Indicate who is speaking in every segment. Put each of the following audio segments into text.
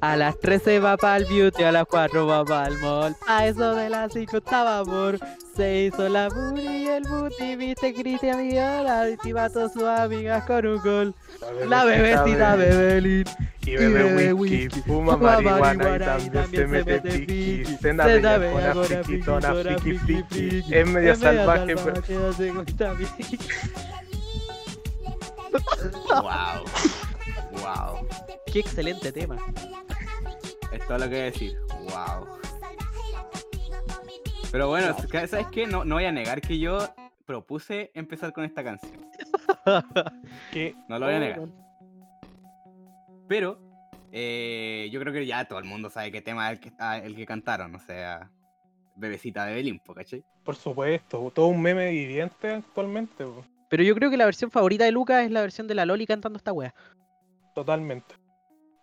Speaker 1: A las 13 va para el beauty, a las 4 va para el mall. A eso de las 5 estaba amor. Se hizo la booty y el booty, viste Cristian Viola y a todas sus amigas con un gol. La bebecita Bebelín.
Speaker 2: Y bebe whisky, fuma marihuana y también se mete piqui. Cena bella con afriquitona, friki friki. Es medio salvaje, pues. pero...
Speaker 3: Wow. Wow.
Speaker 1: Qué excelente tema.
Speaker 3: Es todo lo que voy a decir. Wow. Pero bueno, ¿sabes qué? No, no voy a negar que yo propuse empezar con esta canción.
Speaker 2: ¿Qué?
Speaker 3: No lo voy a negar. Pero eh, yo creo que ya todo el mundo sabe qué tema es el que, ah, el que cantaron. O sea, Bebecita de Belín, po, ¿cachai?
Speaker 2: Por supuesto, todo un meme viviente actualmente. pues. po.
Speaker 1: Pero yo creo que la versión favorita de Lucas es la versión de la Loli cantando esta wea.
Speaker 2: Totalmente.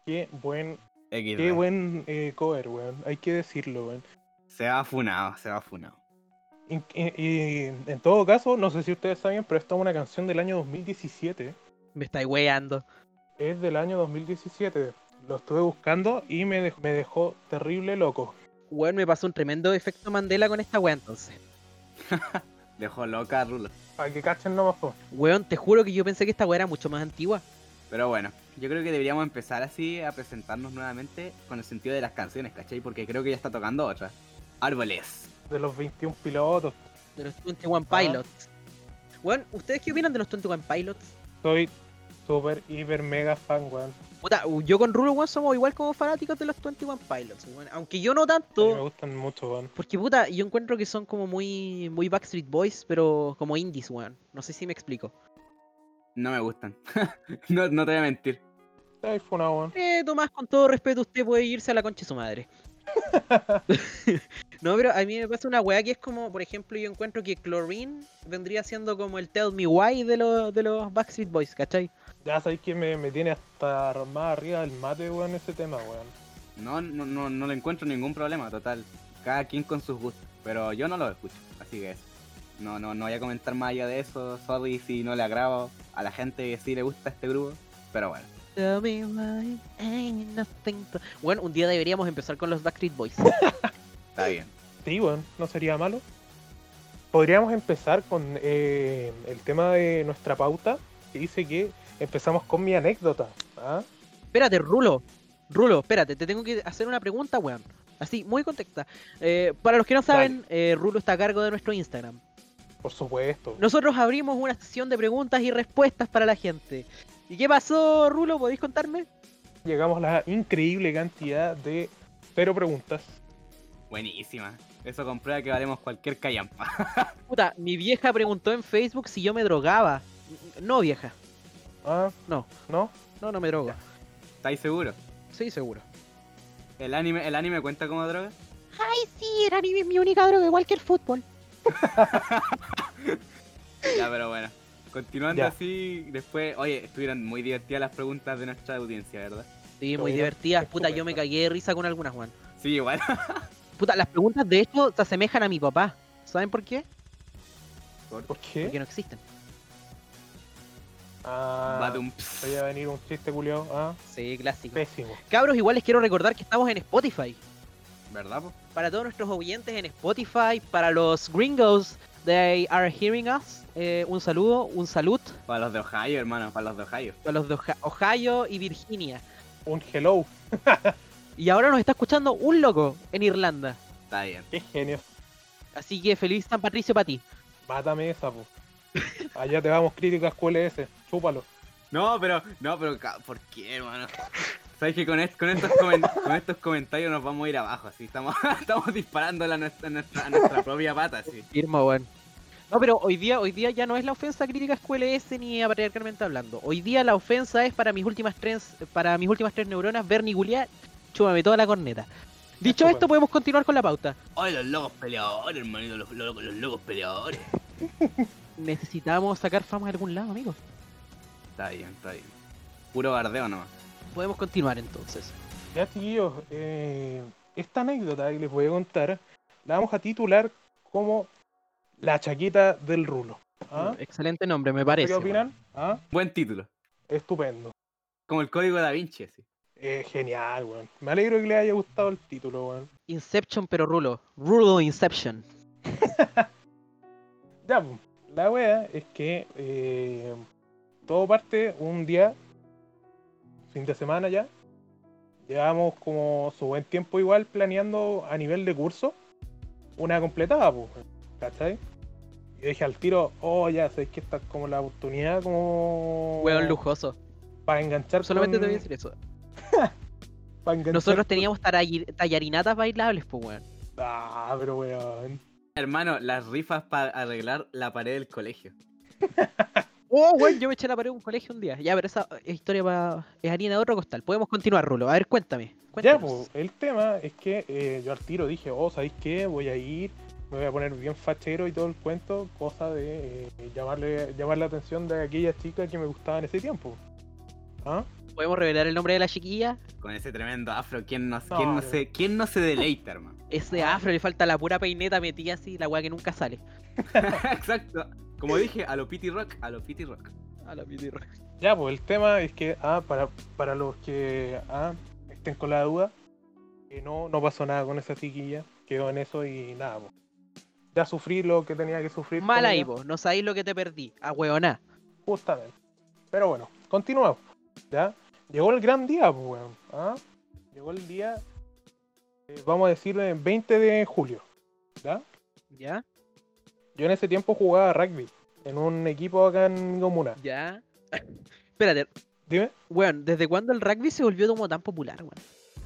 Speaker 2: Qué buen,
Speaker 3: XD.
Speaker 2: qué buen eh, cover, weón. Hay que decirlo, weón.
Speaker 3: Se va funado, se va funado.
Speaker 2: Y, y- y en todo caso, no sé si ustedes saben, pero esta es una canción del año 2017.
Speaker 1: Me estáis weando.
Speaker 2: Es del año 2017. Lo estuve buscando y me dejó, me dejó terrible loco.
Speaker 1: Weón, me pasó un tremendo efecto Mandela con esta wea entonces.
Speaker 3: Dejó loca a Rulo.
Speaker 2: Para que cachen nomás, po.
Speaker 1: Weón, te juro que yo pensé que esta wea era mucho más antigua.
Speaker 3: Pero bueno, yo creo que deberíamos empezar así a presentarnos nuevamente con el sentido de las canciones, ¿cachai? Porque creo que ya está tocando otra. Árboles.
Speaker 2: de los 21 pilotos.
Speaker 1: De los 21
Speaker 2: Ah.
Speaker 1: Pilots. Weón, ¿ustedes qué opinan de los 21 Pilots?
Speaker 2: Soy súper, hiper, mega fan, weón.
Speaker 1: Puta, yo con Rulo, weón, somos igual como fanáticos de los 21 Pilots, weón. Aunque yo no
Speaker 2: A mí Me
Speaker 1: tanto,
Speaker 2: gustan mucho, weón.
Speaker 1: porque puta, yo encuentro que son como muy, muy Backstreet Boys, pero como indies, weón. No sé si me explico.
Speaker 3: No me gustan. no, no te voy a mentir.
Speaker 2: Ay, fue una, weón.
Speaker 1: Eh, Tomás, con todo respeto, usted puede irse a la concha de su madre. no, pero a mí me pasa una weá que es como, por ejemplo, yo encuentro que Chlorine vendría siendo como el Tell Me Why de los, de los Backstreet Boys, ¿cachai?
Speaker 2: Ya sabéis que me, me tiene hasta más arriba del mate, weón, ese tema, weón.
Speaker 3: No, no, no, no le encuentro ningún problema, total. Cada quien con sus gustos. Pero yo no los escucho, así que eso. No, no, no voy a comentar más allá de eso. Sorry si no le agravo a la gente que sí le gusta este grupo. Pero bueno.
Speaker 1: Tell me why ain't nothing to- Bueno, un día deberíamos empezar con los Backstreet Boys.
Speaker 3: Está bien.
Speaker 2: Sí, weón, no sería malo. Podríamos empezar con eh, el tema de nuestra pauta, que dice que empezamos con mi anécdota. ¿ah?
Speaker 1: espérate, Rulo. Rulo, espérate, te tengo que hacer una pregunta, weón. Así, muy contexta. Eh, para los que no saben, eh, Rulo está a cargo de nuestro Instagram.
Speaker 2: Por supuesto.
Speaker 1: Nosotros abrimos una sesión de preguntas y respuestas para la gente. ¿Y qué pasó, Rulo? ¿Podéis contarme?
Speaker 2: Llegamos a la increíble cantidad de cero preguntas.
Speaker 3: Buenísima. Eso comprueba que valemos cualquier callampa.
Speaker 1: Puta, mi vieja preguntó en Facebook si yo me drogaba. No, vieja.
Speaker 2: ¿Ah?
Speaker 1: No.
Speaker 2: ¿No?
Speaker 1: No, no me drogo.
Speaker 3: ¿Estáis seguros?
Speaker 1: Sí, seguro.
Speaker 3: ¿El anime, ¿El anime cuenta como droga?
Speaker 1: Ay, sí, el anime es mi única droga, igual que el fútbol.
Speaker 3: Ya, pero bueno. Continuando
Speaker 2: Ya.
Speaker 3: así, después, oye, estuvieron muy divertidas las preguntas de nuestra audiencia, ¿verdad?
Speaker 1: Sí, muy
Speaker 2: Oiga,
Speaker 1: divertida.
Speaker 2: es
Speaker 1: Puta, yo me
Speaker 2: correcto.
Speaker 1: cagué de risa con algunas, Juan.
Speaker 3: Sí, igual.
Speaker 1: Puta, las preguntas de esto se asemejan a mi papá. ¿Saben por qué?
Speaker 2: ¿Por qué?
Speaker 1: Porque no existen.
Speaker 2: Ah,
Speaker 3: Va de un
Speaker 2: voy a venir un chiste culiao. Ah,
Speaker 1: Sí, clásico.
Speaker 2: pésimo.
Speaker 1: Cabros, igual les quiero recordar que estamos en Spotify.
Speaker 3: ¿Verdad, po?
Speaker 1: para todos nuestros oyentes en Spotify, para los gringos, they are hearing us. eh, un saludo, un salut
Speaker 3: Para los de Ohio, hermano, para los de Ohio.
Speaker 1: a los de Oja- Ohio y Virginia.
Speaker 2: Un hello.
Speaker 1: Y ahora nos está escuchando un loco en Irlanda.
Speaker 3: Está bien.
Speaker 2: Qué genio.
Speaker 1: Así que feliz San Patricio para ti.
Speaker 2: Mátame esa, po. Allá te vamos críticas QLS. Chúpalo.
Speaker 3: No, pero, no, pero, ca- ¿por qué, hermano? Sabes que con, est- con, estos comen- con estos comentarios nos vamos a ir abajo, así. Estamos, estamos disparando a nuestra, a nuestra, a nuestra propia pata, así.
Speaker 1: Firmo, weón. No, pero hoy día, hoy día ya no es la ofensa crítica QLS ni aparentemente hablando. Hoy día la ofensa es para mis últimas tres, para mis últimas tres neuronas, Bernie Guliá, chúpame toda la corneta. Dicho
Speaker 2: Chúpame.
Speaker 1: esto, podemos continuar con la pauta.
Speaker 3: Oye, los locos peleadores, hermanito, los, locos- los locos peleadores.
Speaker 1: Necesitamos sacar fama de algún lado, amigos.
Speaker 3: Está bien, está bien. Puro bardeo nomás.
Speaker 1: Podemos continuar entonces.
Speaker 2: Ya, chiquillos, eh, esta anécdota que les voy a contar la vamos a titular como La chaqueta del rulo.
Speaker 1: Mm,
Speaker 2: ¿Ah?
Speaker 1: Excelente nombre, me
Speaker 2: ¿Qué
Speaker 1: parece.
Speaker 2: opinan? ¿Ah?
Speaker 3: Buen título.
Speaker 2: Estupendo.
Speaker 3: Como el código da Vinci, así.
Speaker 2: Eh, genial, weón. Me alegro que le haya gustado el título, weón.
Speaker 1: Inception, pero rulo. Rulo Inception.
Speaker 2: Ya, pues, la wea es que eh, todo parte un día, fin de semana ya. Llevamos como su buen tiempo igual planeando a nivel de curso una completada, pues, ¿cachai? Y dije al tiro, oh, ya sé que esta es como la oportunidad como...
Speaker 1: Hueón lujoso.
Speaker 2: Para enganchar
Speaker 1: Solamente te
Speaker 2: con-
Speaker 1: voy a decir eso.
Speaker 2: pa' enganchar
Speaker 1: Nosotros
Speaker 2: con-
Speaker 1: teníamos tarayi- tallarinatas bailables, pues, weón.
Speaker 2: Ah, pero weón.
Speaker 3: Hermano, las rifas para arreglar la pared del colegio.
Speaker 1: Oh, weón, yo me eché la pared de un colegio un día. Ya, pero esa es historia pa- es harina de otro costal. Podemos continuar, Rulo. A ver, cuéntame.
Speaker 2: Ya,
Speaker 1: cuéntanos.
Speaker 2: pues, el tema es que eh, yo al tiro dije, oh, ¿sabéis qué? Voy a ir, me voy a poner bien fachero y todo el cuento, cosa de eh, llamarle, llamar la atención de aquella chica que me gustaba en ese tiempo. ¿Ah?
Speaker 1: ¿Podemos revelar el nombre de la chiquilla?
Speaker 3: Con ese tremendo afro, ¿quién no,
Speaker 2: No,
Speaker 3: quién no,
Speaker 2: pero-
Speaker 3: se, quién no se deleita, hermano?
Speaker 1: Ese afro le falta la pura peineta metida así, la weá que nunca sale.
Speaker 3: Exacto. Como dije, a lo Pity Rock, a lo Pity Rock.
Speaker 1: A la pitirra.
Speaker 2: Ya, pues el tema es que, ah, para, para los que ah, estén con la duda, que no, no pasó nada con esa chiquilla, quedó en eso y nada, pues. Ya sufrí lo que tenía que sufrir.
Speaker 1: Mal
Speaker 2: con
Speaker 1: ahí,
Speaker 2: ella.
Speaker 1: vos. No sabéis lo que te perdí. Ah, A weoná.
Speaker 2: Justamente. Pero bueno, continuamos. ¿Ya? Llegó el gran día, pues, weón. ¿ah? Llegó el día, eh, vamos a decir, eh, 20 de julio. ¿Ya?
Speaker 1: ¿Ya?
Speaker 2: Yo en ese tiempo jugaba rugby en un equipo acá en mi comuna.
Speaker 1: ¿Ya? Espérate,
Speaker 2: Dime.
Speaker 1: weón, ¿desde cuándo el rugby se volvió como tan popular, weón?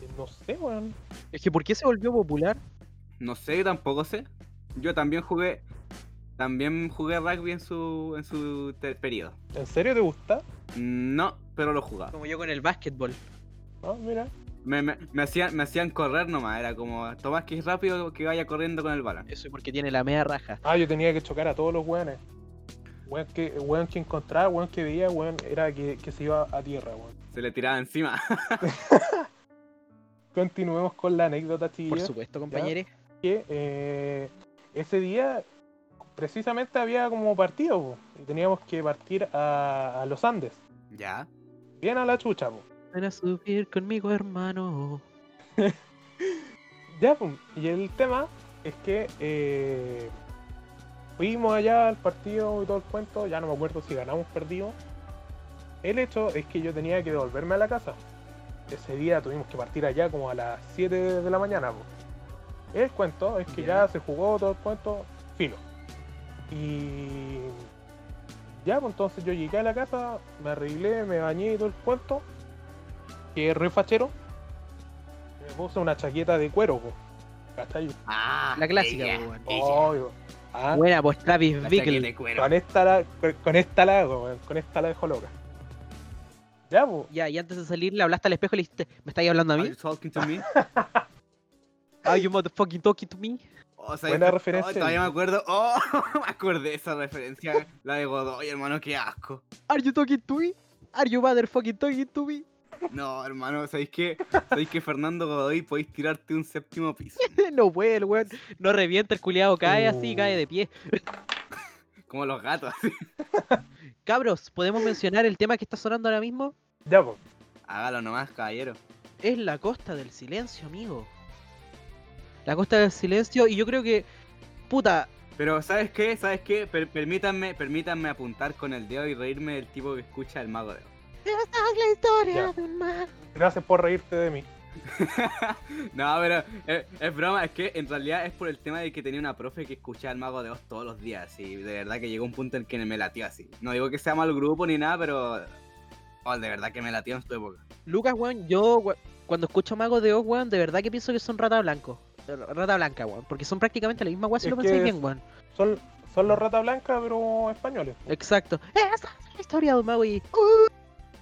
Speaker 2: eh, No sé, weón.
Speaker 1: Es que ¿por qué se volvió popular?
Speaker 3: No sé, tampoco sé. Yo también jugué. También jugué rugby en su, en su te- periodo.
Speaker 2: ¿En serio te gusta?
Speaker 3: No, pero lo jugaba.
Speaker 1: Como yo con el básquetbol.
Speaker 2: Ah, mira.
Speaker 3: Me, me- me hacían, me hacían correr nomás. Era como, Tomás, que es rápido que vaya corriendo con el balón.
Speaker 1: Eso es porque tiene la media raja.
Speaker 2: Ah, yo tenía que chocar a todos los weones. Weón que, weón que encontraba, weón que veía, weón, era que, que se iba a tierra, weón.
Speaker 3: Se le tiraba encima.
Speaker 2: Continuemos con la anécdota,
Speaker 1: Por
Speaker 2: chiquillos.
Speaker 1: supuesto, compañeros.
Speaker 2: que eh, ese día precisamente había como partido po, y teníamos que partir a, a los Andes,
Speaker 3: ya.
Speaker 2: bien a la chucha. po.
Speaker 1: Van a subir conmigo, hermano.
Speaker 2: Ya, pum, y el tema es que eh, fuimos allá al partido y todo el cuento, ya no me acuerdo si ganamos o perdimos. El hecho es que yo tenía que devolverme a la casa. Ese día tuvimos que partir allá como a las 7 de la mañana. po. El cuento es que
Speaker 1: Ya.
Speaker 2: ya se jugó todo el cuento, filo. Y ya, pues entonces yo llegué a la casa, me arreglé, me bañé y todo el cuento. Que es re fachero. Me puse una chaqueta de cuero, po. ¿cachai?
Speaker 3: Ah,
Speaker 1: La clásica,
Speaker 3: ella,
Speaker 1: po, weón. Oh.
Speaker 3: ella.
Speaker 2: Obvio. Ah,
Speaker 1: Buena, pues Travis
Speaker 3: La chaqueta
Speaker 1: Bickle.
Speaker 3: de cuero.
Speaker 2: con esta la, con, con esta la hago, weón, con esta la dejo loca. Ya, po.
Speaker 1: Ya, y antes de salir le hablaste al espejo y le dijiste, ¿me estáis hablando a
Speaker 3: Are
Speaker 1: mí?
Speaker 3: you talking to me?
Speaker 1: Are you motherfucking talking to me?
Speaker 3: O sea,
Speaker 2: Buena
Speaker 3: yo-
Speaker 2: referencia.
Speaker 3: oh, todavía me acuerdo. Oh, me acordé de esa referencia. La de Godoy, hermano, qué asco.
Speaker 1: Are you talking to me? Are you motherfucking talking to me?
Speaker 3: No, hermano, ¿sabéis qué? ¿Sabéis que Fernando Godoy podéis tirarte un séptimo piso?
Speaker 1: no puede, el weón. No revienta el culiado, cae así,
Speaker 2: Uh.
Speaker 1: cae de pie.
Speaker 3: Como los gatos. así.
Speaker 1: Cabros, ¿podemos mencionar el tema que está sonando ahora mismo?
Speaker 2: Ya, po.
Speaker 3: Hágalo nomás, caballero.
Speaker 1: Es la costa del silencio, amigo. La costa del silencio, y yo creo que. Puta,
Speaker 3: Pero, ¿sabes qué? ¿Sabes qué? Per- permítanme, permítanme apuntar con el dedo y reírme del tipo que escucha el mago de Oz.
Speaker 1: la historia
Speaker 2: Ya.
Speaker 1: de un mar.
Speaker 2: Gracias por reírte de mí.
Speaker 3: No, pero eh, es, broma, es que en realidad es por el tema de que tenía una profe que escuchaba al mago de Oz todos los días. Y de verdad que llegó un punto en que me latió así. No digo que sea mal grupo ni nada, pero. oh, de verdad que me latió en su época.
Speaker 1: Lucas, weón, yo we- cuando escucho Mago de Oz, weón, de verdad que pienso que son rata blanco. Eh, Rata blanca, weón. Porque son prácticamente la misma weón si
Speaker 2: Es
Speaker 1: lo
Speaker 2: que
Speaker 1: pensáis
Speaker 2: es-
Speaker 1: bien, weón.
Speaker 2: Son, son los rata blanca, pero españoles.
Speaker 1: Exacto.
Speaker 4: ¡Eh,
Speaker 1: Esa es la historia de un mago y. Uh,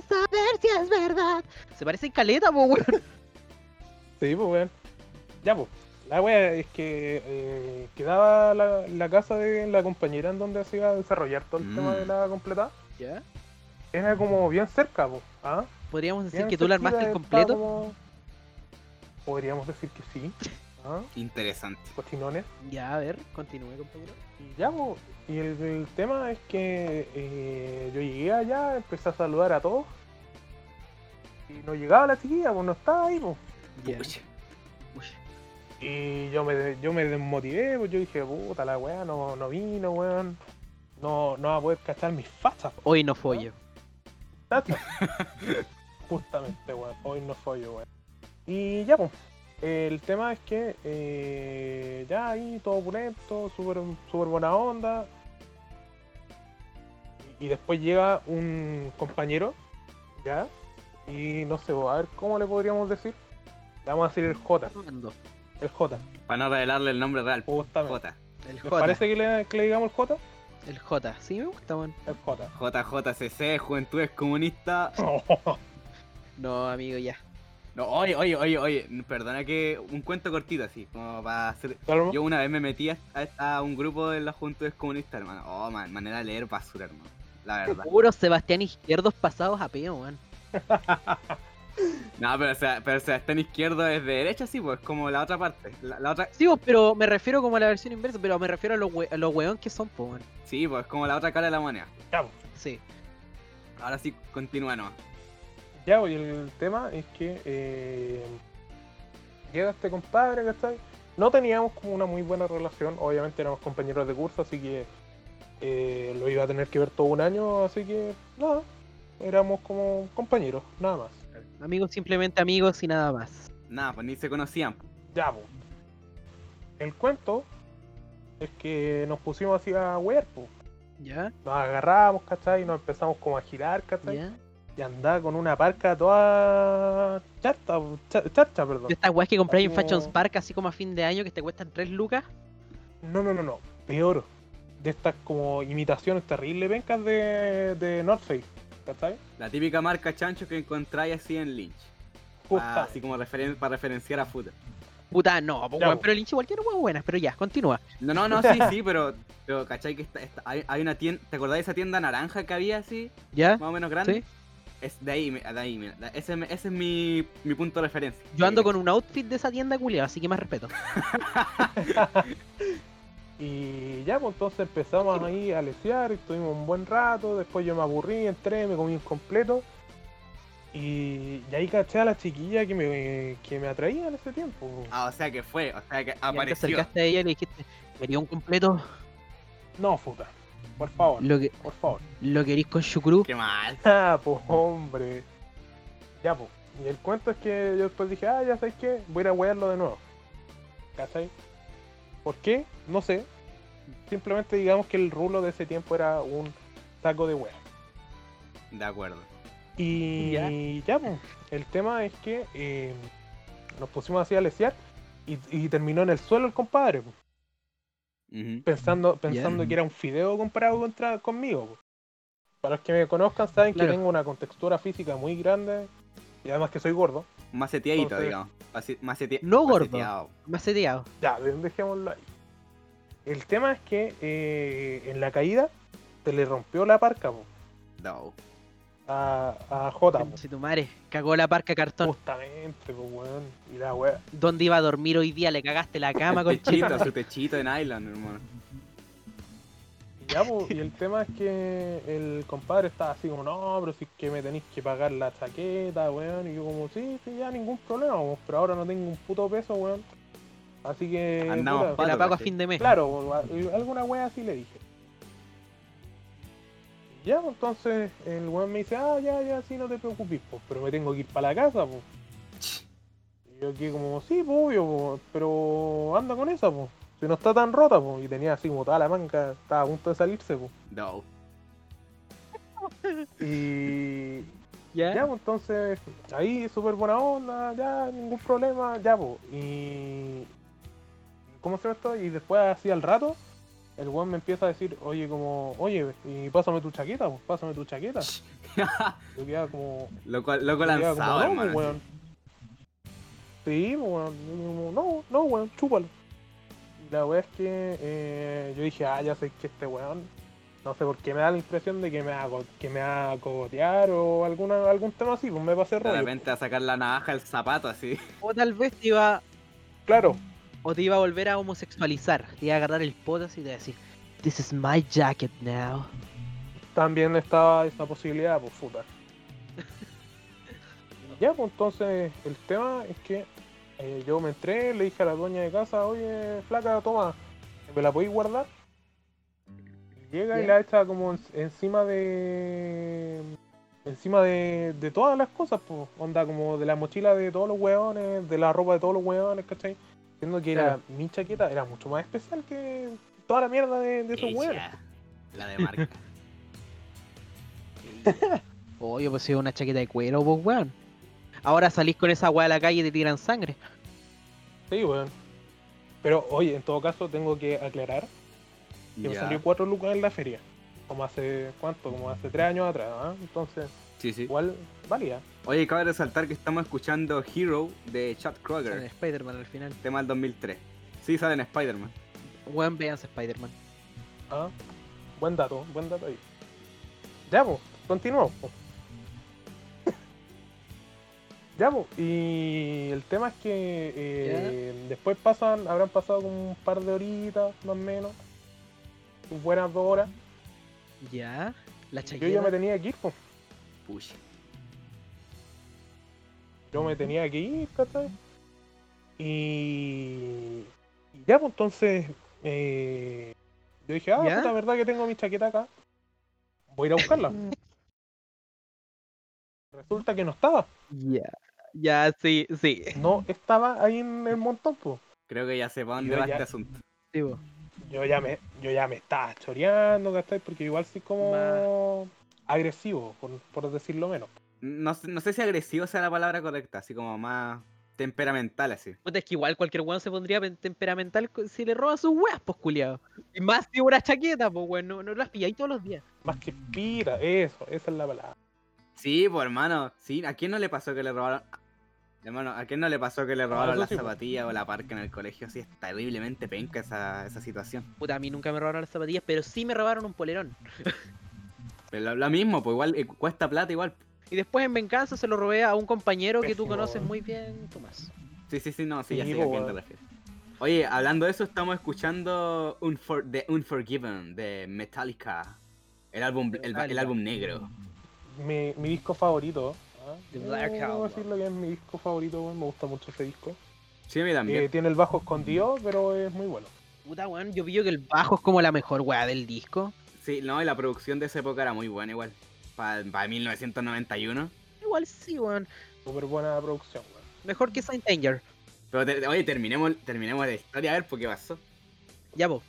Speaker 1: saber si es verdad. Se parece en caleta, po, weón.
Speaker 2: Sí, pues, weón. Ya, pues. La wea es que eh, quedaba la, la casa de la compañera en donde se iba a desarrollar todo el
Speaker 3: Mm.
Speaker 2: tema de la completada. Era como bien cerca, pues. ¿ah?
Speaker 1: Podríamos decir
Speaker 2: Bien
Speaker 1: que tú la
Speaker 2: cerquita,
Speaker 1: armaste el
Speaker 2: estaba
Speaker 1: completo.
Speaker 2: como- Podríamos decir que sí. ¿ah?
Speaker 3: Interesante.
Speaker 2: Cochinones.
Speaker 1: Ya, a ver, continúe, compañero.
Speaker 2: Y ya, po. y el, el tema es que eh, yo llegué allá, empecé a saludar a todos. Y no llegaba la chiquilla, pues no estaba ahí, pues.
Speaker 4: Ya.
Speaker 3: Pucha. Pucha.
Speaker 2: Y yo me, yo me desmotivé, pues yo dije, puta la weá, no, no vino, weón. No, no va a poder cachar mis fachas,
Speaker 4: Hoy no follo.
Speaker 2: Exacto. Justamente, weón. Hoy no follo, weón. Y ya, pues. El tema es que eh, ya ahí todo opulento, súper super buena onda. Y después llega un compañero, ya. Y no sé, a ver cómo le podríamos decir. Le vamos a decir el J,
Speaker 4: Mando.
Speaker 2: el J,
Speaker 3: Para no revelarle el nombre real.
Speaker 2: justamente.
Speaker 3: J.
Speaker 4: El
Speaker 2: ¿Les
Speaker 4: J.
Speaker 2: parece que le, que le digamos el J?
Speaker 4: El J. Sí, me gusta, man.
Speaker 2: El J.
Speaker 3: JJCC, Juventudes Comunistas.
Speaker 4: No, amigo, ya.
Speaker 3: No, oye, oye, oye, oye, perdona que un cuento cortito así, como para hacer... Yo una vez me metí a, a- a un grupo de las Juventudes Comunistas, hermano. Oh, man, manera de leer basura, hermano. La verdad.
Speaker 4: Puros Sebastián Izquierdos pasados a peo, man.
Speaker 3: No, pero, o sea, pero o sea, está en izquierdo es de derecha, sí, pues como la otra parte. La, la otra,
Speaker 4: Sí, vos, pero me refiero como a la versión inversa, pero me refiero a los, hue- a los weón que son, po, man.
Speaker 3: sí, pues como la otra cara de la moneda.
Speaker 2: Ya, pues.
Speaker 4: Sí.
Speaker 3: Ahora sí, continúa nomás.
Speaker 2: Ya, pues, y el tema es que eh, llega este compadre, ¿cachai? No teníamos como una muy buena relación, obviamente éramos compañeros de curso, así que eh, lo iba a tener que ver todo un año, así que nada, éramos como compañeros, nada más.
Speaker 4: Amigos, simplemente amigos y nada más.
Speaker 3: Nada, pues ni se conocían.
Speaker 2: Ya, pues. El cuento es que nos pusimos así a huear, pues.
Speaker 4: ¿Ya?
Speaker 2: Nos agarramos, ¿cachai? Y nos empezamos como a girar, ¿cachai?
Speaker 4: ¿Ya?
Speaker 2: Y andaba con una parca toda charta, po, cha- charcha, perdón.
Speaker 4: De estas weas que compráis en
Speaker 2: Así como-
Speaker 4: Fashion Spark, así como a fin de año, que te cuestan 3 lucas.
Speaker 2: No, no, no, no. Peor. De estas como imitaciones terribles vencas de, de North Face. ¿Cachai?
Speaker 3: La típica marca chancho que encontráis así en Lynch. Ah,
Speaker 2: Justa.
Speaker 3: así como referen para referenciar a fútbol.
Speaker 4: Puta, no, po,
Speaker 2: Ya,
Speaker 4: weón,
Speaker 2: po.
Speaker 4: pero el hincha igual tiene weas buenas, pero ya, continúa.
Speaker 3: No, no, no, sí, sí, pero, pero ¿cachai? Que está- está- hay, hay una tienda, ¿te acordás de esa tienda naranja que había así?
Speaker 4: ¿Ya?
Speaker 3: Más o menos grande.
Speaker 4: Sí.
Speaker 3: Es de ahí, me- de ahí, mira, de- ese, ese es mi, mi punto de referencia. Eh,
Speaker 4: Yo ando con un outfit de esa tienda culiada, así que más respeto.
Speaker 2: Y ya, pues entonces empezamos ahí a lesear, estuvimos un buen rato, después yo me aburrí, entré, me comí un completo. Y, y ahí caché a la chiquilla que me, que me atraía en ese tiempo.
Speaker 3: Ah, o sea que fue, o sea que
Speaker 4: Ya te
Speaker 3: apareció.
Speaker 4: acercaste a ella y le dijiste, quería un completo,
Speaker 2: No, puta. Por favor,
Speaker 4: lo, que,
Speaker 2: por favor.
Speaker 4: lo querís con chucrú.
Speaker 3: Qué mal.
Speaker 2: Ah, pues hombre. Ya, pues. Y el cuento es que yo después dije, ah, ya sabes qué, voy a ir a wearlo de nuevo. ¿Cachai? ¿Por qué? No sé. Simplemente digamos que el rulo de ese tiempo era un saco de wea.
Speaker 3: De acuerdo.
Speaker 2: Y
Speaker 4: Ya.
Speaker 2: ya, pues. El tema es que eh, nos pusimos así a lesear y, y terminó en el suelo el compadre, pues,
Speaker 3: Ujú.
Speaker 2: pensando, pensando
Speaker 4: Ya.
Speaker 2: que era un fideo comparado contra, conmigo. pues. Para los que me conozcan saben
Speaker 4: Claro.
Speaker 2: que tengo una contextura física muy grande y además que soy gordo.
Speaker 3: Maceteadito,
Speaker 2: Entonces-
Speaker 3: digamos. Mace- macete-
Speaker 4: No gordo.
Speaker 3: maceteado.
Speaker 4: Más seteado.
Speaker 2: Ya, de- dejémoslo ahí. El tema es que eh, en la caída se le rompió la parca po,
Speaker 3: No.
Speaker 2: a, a Jota, po,
Speaker 4: Si tu madre cagó la parca cartón,
Speaker 2: justamente, po, weón. Y la weá.
Speaker 4: ¿dónde iba a dormir hoy día? Le cagaste la cama con
Speaker 3: Su techito,
Speaker 4: chito.
Speaker 3: su techito en Island, hermano.
Speaker 2: Y ya, po, y el tema es que el compadre estaba así como, no, pero si es que me tenéis que pagar la chaqueta, weón. Y yo como, sí, sí, ya, ningún problema, po, pero ahora no tengo un puto peso, weón. Así que...
Speaker 3: Andamos
Speaker 4: Te
Speaker 2: puta,
Speaker 4: la
Speaker 3: pato,
Speaker 4: pago a
Speaker 3: ¿cachai?
Speaker 4: fin de mes.
Speaker 2: Claro, bo- a- alguna wea así le dije. Ya, pues, entonces el weón me dice, ah, ya, ya, sí, no te preocupes, pues, pero me tengo que ir para la casa, pues. Y yo aquí como, sí, pues, obvio, pues, pero anda con esa, pues. Si no está tan rota, pues. Y tenía así como toda la manga, estaba a punto de salirse, pues.
Speaker 3: No.
Speaker 2: Y ya,
Speaker 4: ¿Ya?
Speaker 2: pues, entonces ahí, súper buena onda, ya, ningún problema, ya, pues. Y... ¿Cómo se llama esto? Y después, así al rato, el weón me empieza a decir, oye, como, oye, y pásame tu chaqueta, pues, pásame tu chaqueta. Yo quedaba como,
Speaker 3: loco, loco
Speaker 2: yo quedaba
Speaker 3: lanzado,
Speaker 2: como, no,
Speaker 3: hermano.
Speaker 2: pues, weón. Sí, pues, weón. Yo como, no, no, weón, chúpalo. Y la weá es que eh, yo dije, ah, ya sé que este weón, no sé por qué me da la impresión de que me va a, co- que me va a cogotear o alguna, algún tema así, pues me va a hacer
Speaker 3: De
Speaker 2: rollo.
Speaker 3: repente a sacar la navaja el zapato así.
Speaker 4: O tal vez te iba,
Speaker 2: Claro,
Speaker 4: o te iba a volver a homosexualizar. Te iba a agarrar el potas y te iba a decir, This is my jacket now.
Speaker 2: también estaba esa posibilidad, pues puta. Ya, pues entonces el tema es que eh, yo me entré, le dije a la dueña de casa, oye, flaca, toma, ¿me la podéis guardar? Llega y
Speaker 1: Ya.
Speaker 2: la echa como en- encima de. Encima de, de todas las cosas, pues. Onda, como de la mochila de todos los hueones, de la ropa de todos los hueones, ¿cachai? Siendo que
Speaker 1: Claro.
Speaker 2: era, mi chaqueta era mucho más especial que toda la mierda de, de esos hueones.
Speaker 3: Ella, la de marca.
Speaker 1: Oye, pues si es una chaqueta de cuero,
Speaker 4: pues,
Speaker 1: vos, weón. Ahora salís con esa weá a la calle y te tiran sangre.
Speaker 2: Sí, weón. Pero, oye, en todo caso, tengo que aclarar que me
Speaker 3: Ya.
Speaker 2: salió 4 lucas en la feria. Como hace, ¿cuánto? Como hace 3 años atrás, ¿ah? Entonces,
Speaker 3: Sí, sí.
Speaker 2: igual valía.
Speaker 3: Oye, cabe resaltar que estamos escuchando Hero de Chad
Speaker 1: Sale
Speaker 3: Kroger,
Speaker 1: Spider-Man al final.
Speaker 3: tema del 2003. Sí, sale en Spider-Man.
Speaker 1: Weón, véanse Spider-Man.
Speaker 2: ¿ah? Buen dato, buen dato ahí. Ya, pues, continuamos. po. ya, pues, y el tema es que eh, después pasan, habrán pasado como un par de horitas, más o menos. Buenas dos horas.
Speaker 1: Ya. La
Speaker 2: Yo ya
Speaker 1: chaqueta.
Speaker 2: me tenía que ir, po.
Speaker 3: Push.
Speaker 2: yo me tenía que ir, ¿cachai? Y y ya, pues entonces, eh, yo dije, ah,
Speaker 1: ¿Ya?
Speaker 2: puta, verdad que tengo mi chaqueta acá, voy a ir a buscarla. Resulta que no estaba,
Speaker 1: Ya. Ya, sí, sí.
Speaker 2: no estaba ahí en el montón, pues.
Speaker 3: Creo que ya sé para dónde
Speaker 2: Yo
Speaker 3: va
Speaker 2: ya-
Speaker 3: este asunto.
Speaker 1: Sí, vos.
Speaker 2: Yo ya me, yo ya me estaba choreando, ¿cachai? Porque igual soy como agresivo, por, por decirlo menos.
Speaker 3: No, sé- no sé si agresivo sea la palabra correcta, así como más temperamental, así.
Speaker 1: Puta, es que igual cualquier weón se pondría pen- temperamental co- si le roban sus weas, pues culiado. Y más si una chaqueta, pues weón, no, no las pilláis todos los días.
Speaker 2: Más que pira, eso, esa es la palabra.
Speaker 3: Sí, pues hermano, sí, ¿a quién no le pasó que le robaron? Hermano, ¿a quién no le pasó que le robaron
Speaker 2: eso
Speaker 3: las
Speaker 2: sí, pues.
Speaker 3: zapatillas o la parca en el colegio? Así es terriblemente penca esa, esa situación.
Speaker 1: Puta, a mí nunca me robaron las zapatillas, pero sí me robaron un polerón.
Speaker 3: Pero lo, lo mismo, pues igual eh, cuesta plata igual.
Speaker 1: Y después en venganza se lo robé a un compañero que tú
Speaker 2: Pésimo,
Speaker 1: conoces
Speaker 2: weón.
Speaker 1: muy bien, Tomás.
Speaker 3: Sí, sí, sí, no, sí, ya
Speaker 2: Sí,
Speaker 3: sé a quién
Speaker 2: pues,
Speaker 3: te refieres. Oye, hablando de eso, estamos escuchando Unfor The Unforgiven de Metallica. El álbum, el, el
Speaker 1: Metallica.
Speaker 3: álbum negro.
Speaker 2: mi, mi disco favorito. ¿ah?
Speaker 1: The Black
Speaker 2: Eh, Debo
Speaker 1: Album.
Speaker 2: decirlo que es mi disco favorito, weón, me gusta mucho ese disco.
Speaker 3: Sí, a mí
Speaker 2: Eh,
Speaker 3: también.
Speaker 2: tiene el bajo escondido, pero es muy bueno.
Speaker 1: Puta, weón, yo pillo que el bajo es como la mejor wea del disco.
Speaker 3: Sí, no, y la producción de esa época era muy buena igual. Para 1991.
Speaker 1: Igual sí, weón.
Speaker 2: Súper buena producción, weón.
Speaker 1: Mejor que Saint Danger.
Speaker 3: Pero te- oye, terminemos, terminemos la historia a ver por qué pasó.
Speaker 1: Ya, vos.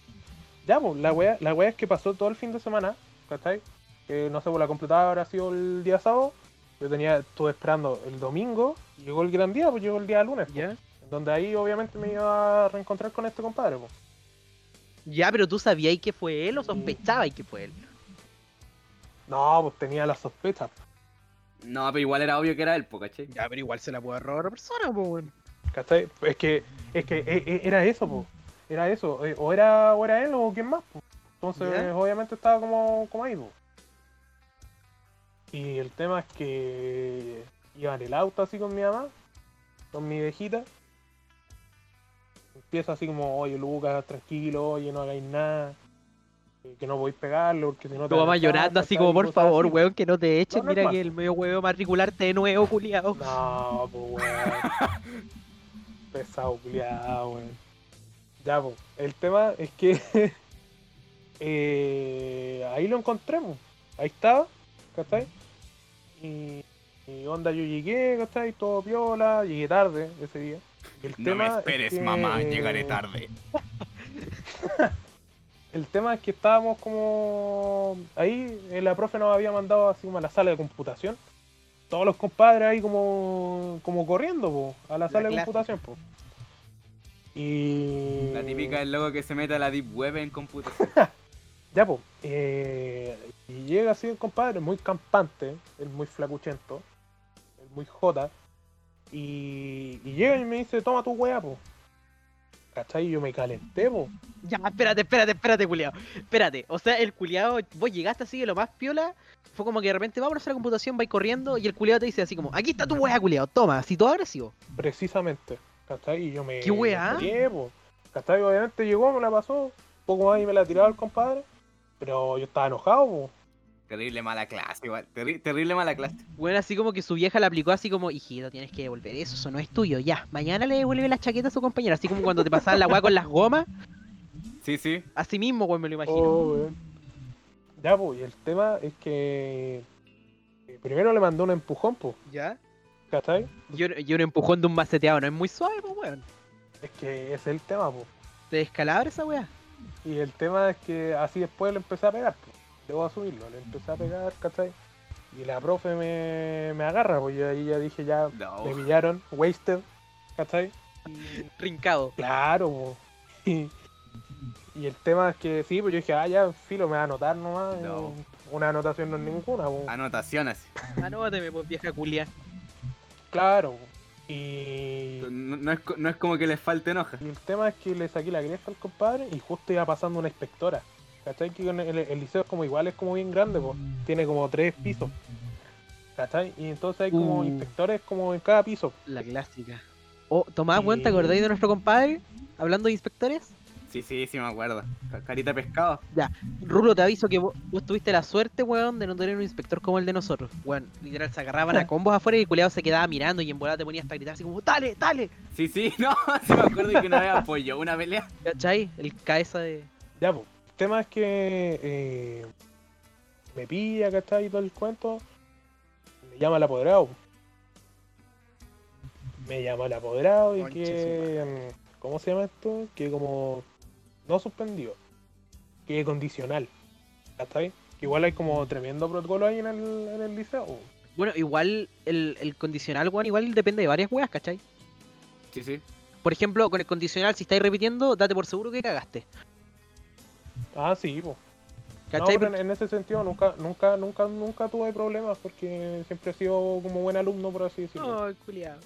Speaker 2: Ya, pues, la wea, la wea es que pasó todo el fin de semana, ¿cachai? Que no sé, pues, la completada habrá sido el día sábado. Yo tenía, estuve esperando el domingo, y llegó el gran día, pues llegó el día lunes,
Speaker 1: Ya.
Speaker 2: donde ahí obviamente me iba a reencontrar con este compadre, pues.
Speaker 1: Ya, pero tú sabías que fue él o sospechabas que fue él.
Speaker 2: No, pues tenía las sospechas.
Speaker 3: No, pero igual era obvio que era él, po, ¿cachai?
Speaker 1: Ya, pero igual se la puede robar a otra persona, po, weón.
Speaker 2: ¿Cachai? Es que, es que e- e- era eso, po. Era eso. eh, O era, o era él o quién más, po. Entonces,
Speaker 1: Ya.
Speaker 2: obviamente estaba como, como ahí, po. Y el tema es que iba en el auto así con mi mamá, con mi viejita. Empieza así como, oye Lucas, tranquilo, oye, no hagáis nada. eh, Que no podéis pegarlo, porque si no
Speaker 1: Tu
Speaker 2: van a
Speaker 1: mamá
Speaker 2: echar,
Speaker 1: llorando así
Speaker 2: ¿cachai?
Speaker 1: como,
Speaker 2: Y
Speaker 1: por
Speaker 2: cosas
Speaker 1: favor,
Speaker 2: así.
Speaker 1: weón, que no te
Speaker 2: No,
Speaker 1: echen.
Speaker 2: no es
Speaker 1: Mira
Speaker 2: más.
Speaker 1: que el medio weón va a matricularte de nuevo, culiado.
Speaker 2: No, pues weón. Pesado, culiao, weón. Ya, pues. El tema es que. eh, ahí lo encontré, po. Ahí estaba, ¿cachai? Y, y onda, yo llegué, ¿cachai? Todo piola, llegué tarde ese día. El tema es que, eh,
Speaker 3: tarde.
Speaker 2: El tema es que estábamos como. Ahí eh, la profe nos había mandado así como a la sala de computación. Todos los compadres ahí como, como corriendo, po, a la sala de
Speaker 1: clase.
Speaker 2: computación, po. Y.
Speaker 3: La típica del loco que se mete a la deep web en computación.
Speaker 2: Ya, po. eh, y llega así el compadre, muy campante, es muy flacuchento, es muy jota. Y, y llega y me dice: Toma tu weá, po. ¿Cachai? Y yo me calenté, po.
Speaker 1: Ya, espérate, espérate, espérate, culiado. Espérate, o sea, el culiado, vos llegaste así de lo más piola, fue como que de repente vamos a la computación, vais corriendo y el culiado te dice así como, aquí está tu weá, culiado, toma, si todo agresivo.
Speaker 2: Precisamente. ¿Cachai? Y yo me.
Speaker 1: ¿Qué
Speaker 2: me
Speaker 1: weá?
Speaker 2: choqué, po. ¿Cachai? Obviamente llegó, me la pasó. Un poco más y me la tiraba el compadre. Pero yo estaba enojado, po.
Speaker 3: Terrible mala clase, igual. Terri- terrible mala clase.
Speaker 1: Bueno, así como que su vieja la aplicó así como, hijito, tienes que devolver eso, eso no es tuyo, ya. Mañana le devuelve la chaqueta a su compañero, así como cuando te pasaban la weá con las gomas.
Speaker 3: Sí, sí.
Speaker 1: Así mismo, weón, me lo imagino.
Speaker 2: Oh, weón. Ya, pues, y el tema es que. eh, Primero le mandó un empujón, pues,
Speaker 1: ¿Ya?
Speaker 2: ¿cachai?
Speaker 1: Y un, y un empujón de un maceteado, no es muy suave, pues, weón.
Speaker 2: Es que ese es el tema, pues.
Speaker 1: Te descalabra esa weá.
Speaker 2: Y el tema es que así después le empecé a pegar, pues. Debo asumirlo, le empecé a pegar, ¿cachai? Y la profe me, me agarra, pues, yo ahí ya dije, ya,
Speaker 3: No.
Speaker 1: Oh.
Speaker 2: me pillaron, wasted, ¿cachai?
Speaker 1: Trincado.
Speaker 2: Claro, po. Y, y el tema es que sí, pues yo dije, ah, ya, filo, me va a anotar nomás.
Speaker 3: No. Ah.
Speaker 2: eh, Una anotación no es ninguna, po.
Speaker 3: Anotaciones.
Speaker 1: Anótame, pues, vieja culia.
Speaker 2: Claro, po. Y,
Speaker 3: No, no es, co- no es como que les falte enoja.
Speaker 2: y el tema es que le saqué la grieta al compadre y justo iba pasando una inspectora. ¿Cachai? Que en el, el liceo es como igual, es como bien grande, po. Tiene como tres pisos. ¿Cachai? Y entonces hay como
Speaker 1: Uh.
Speaker 2: inspectores como en cada piso.
Speaker 1: La clásica. Oh, Tomás, weón, ¿te
Speaker 2: Sí.
Speaker 1: acordáis de nuestro compadre? Hablando de inspectores.
Speaker 3: Sí, sí, sí, me acuerdo. Ca- Carita de pescado.
Speaker 1: Rulo, te aviso que vos, vos tuviste la suerte, weón, de no tener un inspector como el de nosotros. Weón, literal, se agarraban a combos afuera y el culeado se quedaba mirando y en volada te ponía hasta gritar así como, dale, dale.
Speaker 3: Sí, sí, no, sí me acuerdo que una vez apoyó una pelea.
Speaker 1: ¿Cachai? El cabeza de...
Speaker 2: Ya, pues. El tema es que eh, me pilla, ¿cachai? Y todo el cuento. Me llama el apoderado. Me llama el apoderado y
Speaker 1: Concha
Speaker 2: que. mm, ¿Cómo se llama esto? Que como. No suspendido. Que condicional. ¿Cachai? Que igual hay como tremendo protocolo ahí en el, en el liceo.
Speaker 1: Bueno, igual el, el condicional, weón, igual depende de varias weas, ¿cachai?
Speaker 3: Sí, sí.
Speaker 1: Por ejemplo, con el condicional, si estáis repitiendo, date por seguro que cagaste.
Speaker 2: Ah, sí, pues. No,
Speaker 1: ¿Cachai?
Speaker 2: pero en, en ese sentido nunca, nunca, nunca, nunca tuve problemas porque siempre he sido como buen alumno, por así decirlo.
Speaker 1: No, el culiao.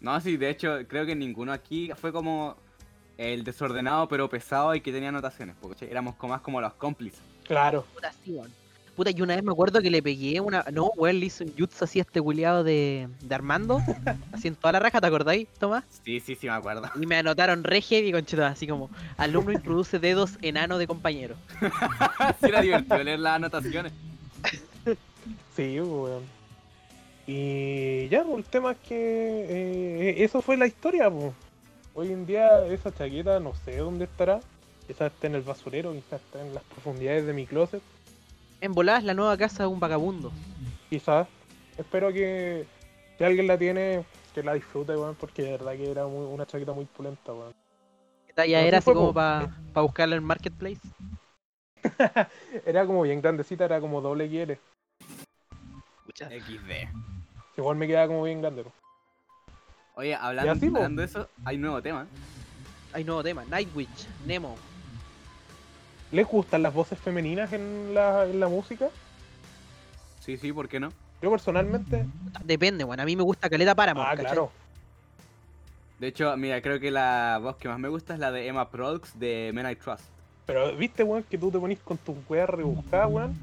Speaker 3: No, sí, de hecho, creo que ninguno aquí fue como el desordenado pero pesado y que tenía anotaciones. Porque éramos como- más como los cómplices.
Speaker 2: Claro.
Speaker 1: Puta, sí, weón. Puta, yo una vez me acuerdo que le pegué una. No, weón, le hice un jutsu así a este culiado de, de Armando. Así en toda la raja, ¿te acordáis, Tomás?
Speaker 3: Sí, sí, sí, me acuerdo.
Speaker 1: Y me anotaron re heavy, conchetos, así como: alumno introduce dedos enano de compañero.
Speaker 3: Sí, era divertido leer las anotaciones.
Speaker 2: Sí, weón. Y ya, pues, el tema es que eh, eso fue la historia, pues. Hoy en día esa chaqueta no sé dónde estará. Quizás está en el basurero, quizás está en las profundidades de mi closet.
Speaker 1: En voladas, la nueva casa de un vagabundo.
Speaker 2: Quizás. Espero que si alguien la tiene, que la disfrute, weón, porque de verdad que era muy- una chaqueta muy pulenta, weón.
Speaker 1: Esta ya
Speaker 2: Pero
Speaker 1: era
Speaker 2: sí
Speaker 1: así
Speaker 2: fue,
Speaker 1: como
Speaker 2: po.
Speaker 1: para buscarla en Marketplace.
Speaker 2: Era como bien grandecita, era como doble quiere.
Speaker 1: Pucha.
Speaker 3: XD.
Speaker 2: Igual me quedaba como bien grande, pues.
Speaker 3: Oye,
Speaker 2: Y
Speaker 3: hablando,
Speaker 2: así, po.
Speaker 3: hablando de eso, hay nuevo tema.
Speaker 1: Hay nuevo tema: Nightwitch, Nemo.
Speaker 2: ¿Les gustan las voces femeninas en la, en la música?
Speaker 3: Sí, sí, ¿por qué no?
Speaker 2: Yo personalmente.
Speaker 1: Puta, Depende, weón. A mí me gusta Caleta Paramount.
Speaker 2: Ah,
Speaker 1: ¿cachai?
Speaker 2: claro.
Speaker 3: De hecho, mira, creo que la voz que más me gusta es la de Emma Products de Men I Trust.
Speaker 2: Pero viste, weón, que tú te ponís con tus weas rebuscadas, weón.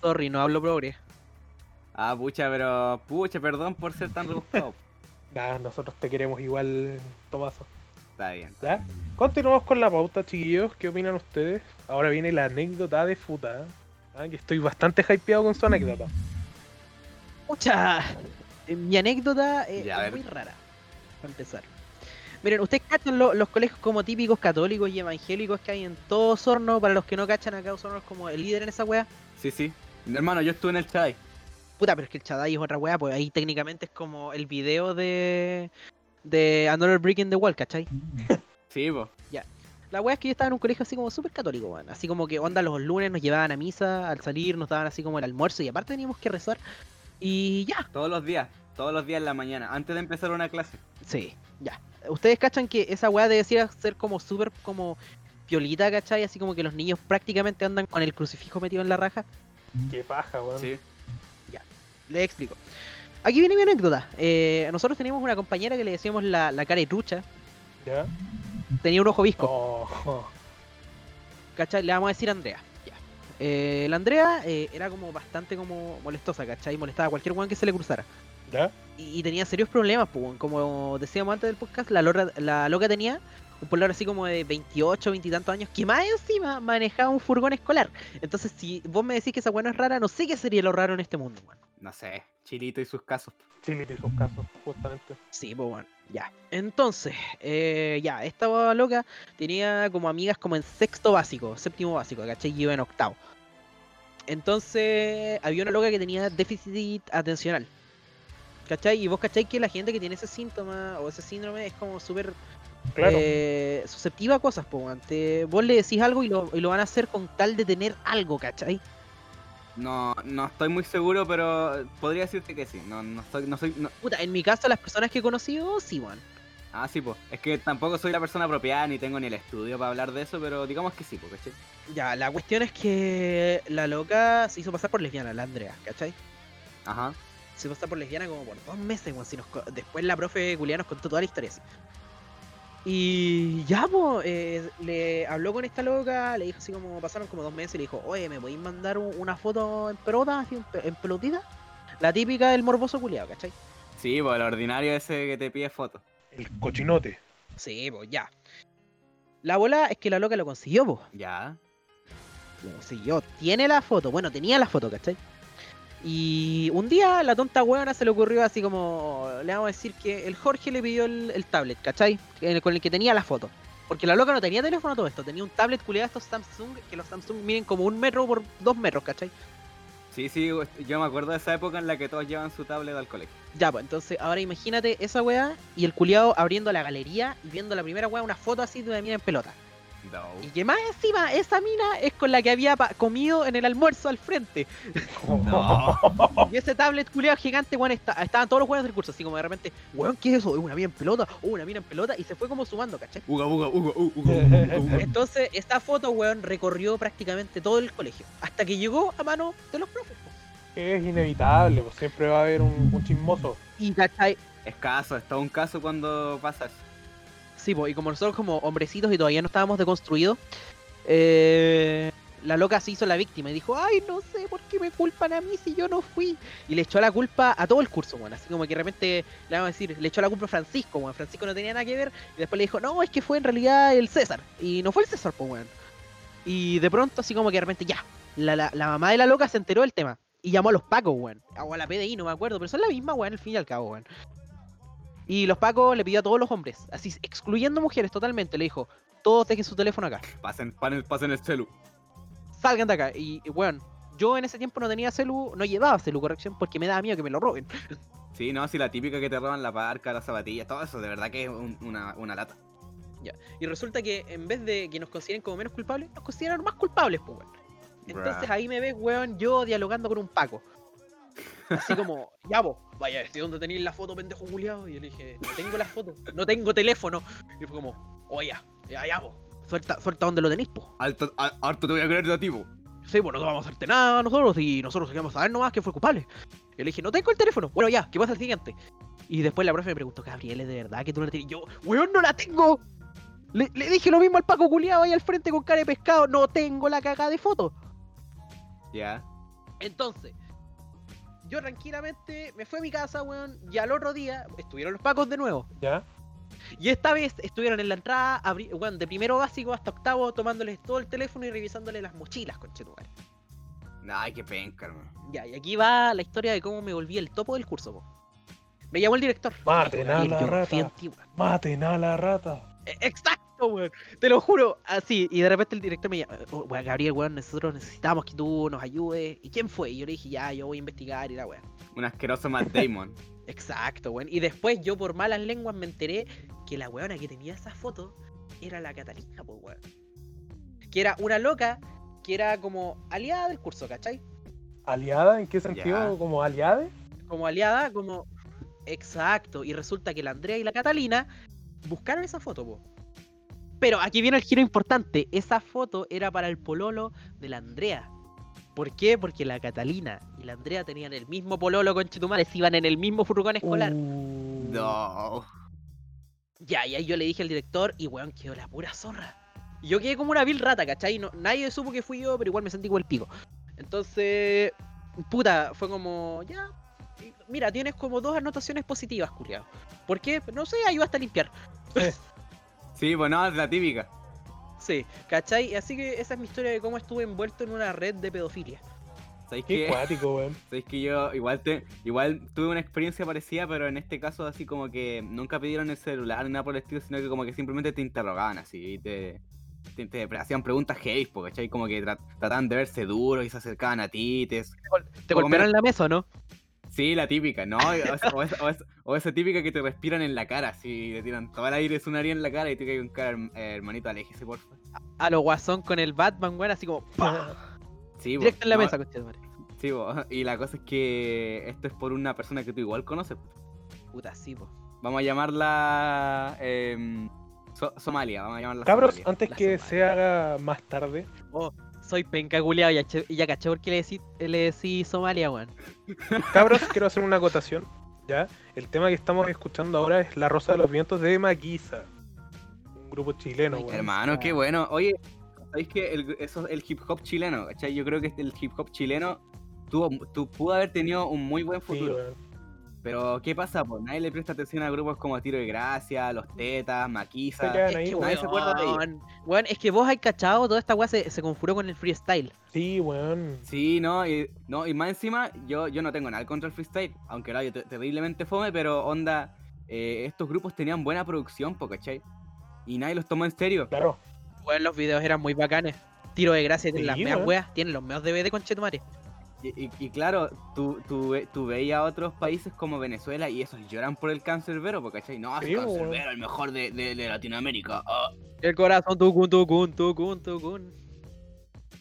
Speaker 1: Sorry, no hablo progre.
Speaker 3: Ah, pucha, pero. Pucha, perdón por ser tan rebuscado.
Speaker 2: Nah, nosotros te queremos igual, Tomaso.
Speaker 3: Está bien.
Speaker 2: ¿Ya? Continuamos con la pauta, chiquillos. ¿Qué opinan ustedes? Ahora viene la anécdota de Futa. ¿eh? Ah, que estoy bastante hypeado con su anécdota.
Speaker 1: Pucha, eh, mi anécdota eh,
Speaker 3: Ya, a
Speaker 1: es
Speaker 3: ver.
Speaker 1: muy rara, para empezar. Miren, ustedes cachan lo- los colegios como típicos católicos y evangélicos que hay en todo Osorno. Para los que no cachan, acá Osorno es como el líder en esa wea.
Speaker 3: Sí, sí. Mi hermano, yo estuve en el Chai.
Speaker 1: Puta, pero es que el Chadai es otra wea, pues ahí técnicamente es como el video de, de Another Brick in the Wall, ¿cachai?
Speaker 3: Sí, po.
Speaker 1: La wea es que yo estaba en un colegio así como súper católico, weón. Así como que onda los lunes nos llevaban a misa, al salir nos daban así como el almuerzo y aparte teníamos que rezar. Y ya,
Speaker 3: Todos los días. Todos los días en la mañana. Antes de empezar una clase.
Speaker 1: Sí, ya. Ustedes cachan que esa weá debe ser, ser como súper como piolita, ¿cachai? Así como que los niños prácticamente andan con el crucifijo metido en la raja.
Speaker 2: Qué paja, weón.
Speaker 3: Sí.
Speaker 1: Les explico. Aquí viene mi anécdota. Eh, nosotros teníamos una compañera que le decíamos la, la caretrucha.
Speaker 2: ¿Ya? Oh,
Speaker 1: Tenía un ojo visco,
Speaker 2: No.
Speaker 1: ¿cachai? Le vamos a decir Andrea. Ya. Eh, la Andrea eh, era como bastante como molestosa, ¿cachai? Molestaba a cualquier weón que se le cruzara.
Speaker 2: ¿Ya?
Speaker 1: y, y tenía serios problemas, pues, weón. como decíamos antes del podcast, la, lorra- la loca tenía un pueblo así como de 28, 20 y tantos años, que más encima manejaba un furgón escolar. Entonces, si vos me decís que esa weá no es rara, no sé qué sería lo raro en este mundo, weón.
Speaker 3: No sé, Chilito y sus casos.
Speaker 2: Chile y sus casos, justamente.
Speaker 1: Sí, pues bueno, ya. Entonces, eh, ya, esta baba loca tenía como amigas como en sexto básico, séptimo básico, ¿cachai? Y iba en octavo. Entonces, había una loca que tenía déficit atencional. ¿Cachai? Y vos, ¿cachai? Que la gente que tiene ese síntoma o ese síndrome es como súper
Speaker 2: Claro.
Speaker 1: eh, susceptible a cosas, pues, weón. Te- Vos le decís algo y lo, y lo van a hacer con tal de tener algo, ¿cachai?
Speaker 3: No, no estoy muy seguro, pero podría decirte que sí. No, no estoy, no soy, no-
Speaker 1: Puta, en mi caso, las personas que he conocido, sí, weón.
Speaker 3: Ah, sí, pues. Es que tampoco soy la persona apropiada ni tengo ni el estudio para hablar de eso, pero digamos que sí, pues, ¿cachai?
Speaker 1: Ya, la cuestión es que la loca se hizo pasar por lesbiana, la Andrea, ¿cachai?
Speaker 3: Ajá.
Speaker 1: Se hizo pasar por lesbiana como por dos meses, weón. si nos co- después la profe Julián nos contó toda la historia. así. Y ya, po, eh, le habló con esta loca, le dijo así como, pasaron como dos meses y le dijo, oye, ¿me podéis mandar un- una foto en pelota, así, en, pe- en pelotita? La típica del morboso culiado, ¿cachai?
Speaker 3: Sí, pues, el ordinario ese que te pide fotos.
Speaker 2: El cochinote.
Speaker 1: Sí, pues ya. La bola es que la loca lo consiguió, pues.
Speaker 3: Ya.
Speaker 1: si yo, tiene la foto, bueno, tenía la foto, ¿cachai? Y un día a la tonta huevona se le ocurrió así como, le vamos a decir que el Jorge le pidió el, el tablet, ¿cachai? En el- con el que tenía la foto. Porque la loca no tenía teléfono todo esto, tenía un tablet culiado estos Samsung, que los Samsung miden como un metro por dos metros, ¿cachai?
Speaker 3: Sí, sí, yo me acuerdo de esa época en la que todos llevan su tablet al colegio.
Speaker 1: Ya, pues entonces ahora imagínate esa weá y el culiado abriendo la galería y viendo la primera weá una foto así de una mina en pelota.
Speaker 3: No.
Speaker 1: Y que más encima, esa mina es con la que había pa- comido en el almuerzo al frente.
Speaker 2: Oh,
Speaker 3: No.
Speaker 1: Y ese tablet culeado gigante, weón, está- estaban todos los juegos del curso, así como de repente, weón, ¿qué es eso? Una mina en pelota, oh, una mina en pelota, y se fue como sumando, ¿cachai?
Speaker 3: Uga, uga, uga, uga, uga, uga, uga.
Speaker 1: Entonces, esta foto, weón, recorrió prácticamente todo el colegio, hasta que llegó a mano de los profes. po.
Speaker 2: Es inevitable, pues siempre va a haber un, un chismoso.
Speaker 1: Y, ¿cachai?
Speaker 3: Es caso, es todo un caso cuando pasas.
Speaker 1: Sí, po, y como nosotros como hombrecitos y todavía no estábamos deconstruidos, eh, la loca se hizo la víctima y dijo, ay, no sé por qué me culpan a mí si yo no fui. Y le echó la culpa a todo el curso, bueno, así como que de repente le vamos a decir, le echó la culpa a Francisco, bueno, Francisco no tenía nada que ver, y después le dijo, no, es que fue en realidad el César. Y no fue el César, pues, weón. Y de pronto, así como que de repente, ya, la, la- la mamá de la loca se enteró del tema. Y llamó a los pacos, weón. O a la PDI, no me acuerdo, pero son la misma, weón, al fin y al cabo, weón. Y los pacos le pidió a todos los hombres, así, excluyendo mujeres totalmente, le dijo, todos dejen su teléfono acá,
Speaker 3: Pasen, pasen, pasen el celu.
Speaker 1: salgan de acá. Y, y, weón, yo en ese tiempo no tenía celu, no llevaba celu, corrección, porque me daba miedo que me lo roben.
Speaker 3: Sí, no, sí, la típica que te roban la parca, las zapatillas, todo eso, de verdad que es un- una, una lata.
Speaker 1: Y resulta que en vez de que nos consideren como menos culpables, nos consideran más culpables, pues, weón. Entonces
Speaker 3: Bruh.
Speaker 1: ahí me ves, weón, yo dialogando con un Paco. Así como, ya vos, vaya, ¿de dónde tenéis la foto, pendejo culiado? Y yo le dije, no tengo la foto, no tengo teléfono. Y fue como, oye, ya, ya vos, suelta, suelta donde lo tenéis, po.
Speaker 3: Alto- a- harto te voy a creer de ti, po.
Speaker 1: Sí, bueno, no vamos a hacerte nada nosotros y nosotros queremos saber nomás que fue culpable. Y le dije, no tengo el teléfono. Bueno, ya, ¿qué pasa el siguiente? Y después la profe me preguntó, Gabriel, ¿es de verdad que tú no la tienes? Yo, weón, no la tengo. Le, le dije lo mismo al Paco culiado ahí al frente con cara de pescado, no tengo la cagada de foto.
Speaker 3: Ya.
Speaker 1: Entonces, yo tranquilamente me fui a mi casa, weón, y al otro día estuvieron los Pacos de nuevo.
Speaker 2: ¿Ya?
Speaker 1: Y esta vez estuvieron en la entrada, abri- weón, de primero básico hasta octavo, tomándoles todo el teléfono y revisándoles las mochilas, conchetumare.
Speaker 3: Ay, qué penca, hermano.
Speaker 1: Ya, y aquí va la historia de cómo me volví el topo del curso. po. Me llamó el director.
Speaker 2: Maten a
Speaker 1: Gabriel,
Speaker 2: la
Speaker 1: yo confío en
Speaker 2: rata.
Speaker 1: ti, weón.
Speaker 2: Maten a la rata.
Speaker 1: E- Exacto, weón. Te lo juro. Así. Y de repente el director me llama. "Oh, weón, Gabriel, weón, nosotros necesitamos que tú nos ayudes. ¿Y quién fue? Y yo le dije, ya, yo voy a investigar y la weón.
Speaker 3: Un asqueroso Matt Damon.
Speaker 1: Exacto, weón. Y después yo por malas lenguas me enteré que la weona que tenía esa foto era la Catalina, pues weón. Que era una loca que era como aliada del curso, ¿cachai?
Speaker 2: ¿Aliada? ¿En qué sentido?
Speaker 3: Ya.
Speaker 2: ¿Como aliade?
Speaker 1: como aliada, como. Exacto. Y resulta que la Andrea y la Catalina buscaron esa foto, po. Pero aquí viene el giro importante. Esa foto era para el pololo de la Andrea. ¿Por qué? Porque la Catalina y la Andrea tenían el mismo pololo con Chitumares, iban en el mismo furgón escolar.
Speaker 2: Uh,
Speaker 3: No.
Speaker 1: Ya, y ahí yo le dije al director y weón quedó la pura zorra. Y yo quedé como una vil rata, ¿cachai? No, nadie supo que fui yo, pero igual me sentí como el pico. Entonces, puta, fue como, ya. y- Mira, tienes como dos anotaciones positivas, culiao. ¿Por qué? No sé, ayudaste a limpiar.
Speaker 3: Sí, pues no, es la típica.
Speaker 5: Sí, ¿cachai? Así que esa es mi historia de cómo estuve envuelto en una red de pedofilia.
Speaker 3: ¿Sabéis
Speaker 2: Qué
Speaker 3: que,
Speaker 1: pues.
Speaker 2: cuático, weón.
Speaker 3: sabéis que yo igual, te, igual tuve una experiencia parecida, pero en este caso así como que nunca pidieron el celular ni nada por el estilo, sino que como que simplemente te interrogaban así y te, te, te hacían preguntas gays, po, ¿cachai? Como que tra- trataban de verse duro y se acercaban a ti, te,
Speaker 1: Te gol- ¿Te
Speaker 3: Como
Speaker 1: golpearon la mesa o no?
Speaker 3: Sí, la típica, ¿no? O esa, o esa- o esa- o esa típica que te respiran en la cara, así, y te tiran todo el aire, es un nariz en la cara y tú caes con cara, "Herm- eh, hermanito, aléjese, porfa.
Speaker 1: A lo guasón con el Batman, weón, así como ¡pah!
Speaker 3: Sí, bo,
Speaker 1: directo en la
Speaker 3: no,
Speaker 1: mesa, conchetumare.
Speaker 3: Sí, bo. y la cosa es que esto es por una persona que tú igual conoces.
Speaker 1: Puta, sí, po.
Speaker 3: Vamos a llamarla em, So- Somalia, vamos a llamarla
Speaker 2: Cabros,
Speaker 3: Somalia.
Speaker 2: antes
Speaker 1: la
Speaker 2: que
Speaker 1: semana.
Speaker 2: se haga más tarde,
Speaker 1: Soy penca culiao, ya, che- ya caché por qué le decís le decí Somalia, weón.
Speaker 2: cabros, quiero hacer una acotación. ¿ya? El tema que estamos escuchando ahora es La Rosa de los Vientos de Maquisa. Un grupo chileno,
Speaker 1: Ay, qué
Speaker 2: weón.
Speaker 3: Hermano, qué bueno. Oye, ¿sabéis que el, eso, el hip hop chileno, ¿cachai? Yo creo que el hip hop chileno tuvo, tu- pudo haber tenido un muy buen
Speaker 2: Sí,
Speaker 3: futuro.
Speaker 2: weón.
Speaker 3: Pero, ¿qué pasa? Pues nadie le presta atención a grupos como Tiro de Gracia, Los Tetas,
Speaker 2: Se
Speaker 3: Maquisa.
Speaker 2: quedan
Speaker 1: Es
Speaker 2: ahí,
Speaker 1: que,
Speaker 2: weón.
Speaker 3: pues, nadie se acuerda de ellos.
Speaker 1: weón, weón, es que vos hay cachado, toda esta weá se, se conjuró con el freestyle.
Speaker 2: Sí, weón.
Speaker 3: Sí, no y, no, y más encima, yo, yo no tengo nada contra el freestyle, aunque lo hay te- terriblemente fome, pero onda, eh, estos grupos tenían buena producción, po, ¿cachai? Y nadie los tomó en serio.
Speaker 2: Claro.
Speaker 1: Weón, los videos eran muy bacanes. Tiro de gracia, tienen
Speaker 2: Sí,
Speaker 1: las meas
Speaker 2: weón.
Speaker 1: weas, tienen los meos DVD, conchetumare.
Speaker 3: Y, y- y claro, tú, tú, ve- tú veías a otros países como Venezuela y esos lloran por el cancerbero, po, ¿cachai? No,
Speaker 2: Sí,
Speaker 3: el
Speaker 2: weón.
Speaker 3: cancerbero, el mejor de, de- de Latinoamérica. ah".
Speaker 1: El corazón, tucun, tucun, tucun, tucun.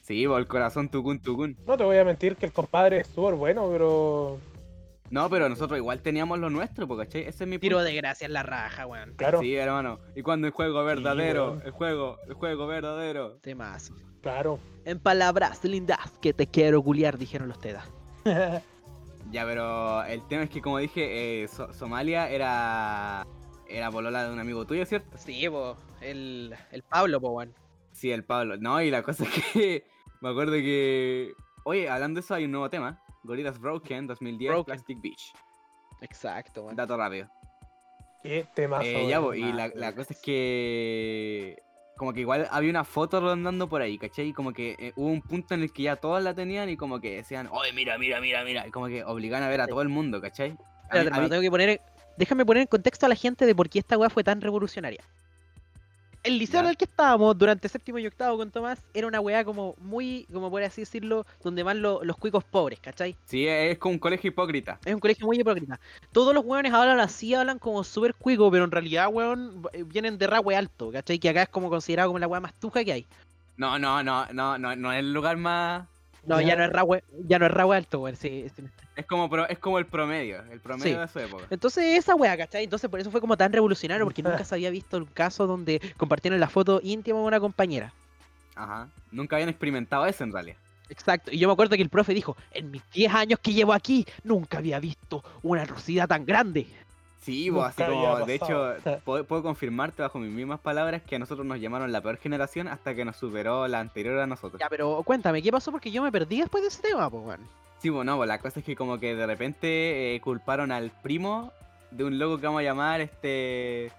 Speaker 3: Sí, po, el corazón tucún tucún.
Speaker 2: No te voy a mentir que el compadre es súper bueno, pero.
Speaker 3: No, pero nosotros igual teníamos lo nuestro, po, ¿cachai? Ese es mi punto.
Speaker 1: Tiro de gracia es la raja, weón.
Speaker 2: Claro,
Speaker 3: Sí, hermano. Y cuando el juego verdadero,
Speaker 2: weón.
Speaker 3: el juego, el juego verdadero.
Speaker 1: Temazo.
Speaker 2: claro.
Speaker 1: En palabras lindas que te quiero culiar, dijeron los TEDA.
Speaker 3: Ya, pero el tema es que como dije, eh, So- Somalia era era polola de un amigo tuyo, ¿cierto?
Speaker 1: Sí, po, el, el Pablo, po, weón.
Speaker 3: Sí, el Pablo. No, y la cosa es que me acuerdo que oye, hablando de eso hay un nuevo tema, Gorillas Broken 2010
Speaker 1: Broken.
Speaker 3: Plastic Beach.
Speaker 1: Exacto, weón.
Speaker 3: Dato rápido.
Speaker 2: Qué temazo.
Speaker 3: Eh, ya,
Speaker 2: weón.
Speaker 3: bo, y la, la cosa es que como que igual había una foto rondando por ahí, ¿cachai? Y como que eh, hubo un punto en el que ya todos la tenían y como que decían, oye, mira, mira, mira, mira. Y como que obligan a ver a todo el mundo, ¿cachai? A mí-
Speaker 1: Espérate,
Speaker 3: a
Speaker 1: hermano,
Speaker 3: mí-
Speaker 1: tengo que poner. en- Déjame poner en contexto a la gente de por qué esta weá fue tan revolucionaria. El liceo en
Speaker 3: Ya.
Speaker 1: el que estábamos durante séptimo y octavo con Tomás era una weá como muy, como por así decirlo, donde van lo- los cuicos pobres, ¿cachai?
Speaker 3: Sí, es como un colegio hipócrita.
Speaker 1: Es un colegio muy hipócrita. Todos los weones hablan así, hablan como súper cuico, pero en realidad, weón, eh, vienen de ragüe alto, ¿cachai? Que acá es como considerado como la weá más tuja que hay.
Speaker 3: No, no, no, no, no, no es el lugar más.
Speaker 1: No, ya,
Speaker 2: Ya.
Speaker 1: no es ragüe, ya no es ragüe alto, weón, sí, sí.
Speaker 3: Es como, pro- es como el promedio, el promedio
Speaker 1: Sí.
Speaker 3: de su época.
Speaker 1: Entonces esa weá, ¿cachai? Entonces por eso fue como tan revolucionario, porque nunca se había visto un caso donde compartieron la foto íntima con una compañera.
Speaker 3: Ajá. Nunca habían experimentado eso en realidad.
Speaker 1: Exacto. Y yo me acuerdo que el profe dijo, en mis 10 años que llevo aquí, nunca había visto una atrocidad tan grande.
Speaker 3: Sí, vos, así
Speaker 2: Nunca
Speaker 3: como,
Speaker 2: había
Speaker 3: de hecho,
Speaker 2: pasado.
Speaker 3: puedo, puedo confirmarte bajo mis mismas palabras que a nosotros nos llamaron la peor generación hasta que nos superó la anterior a nosotros.
Speaker 1: Ya, pero cuéntame, ¿qué pasó? Porque yo me perdí después de ese tema, pues, weón.
Speaker 3: Sí, bueno, pues la cosa es que como que de repente eh, culparon al primo de un loco que vamos a llamar este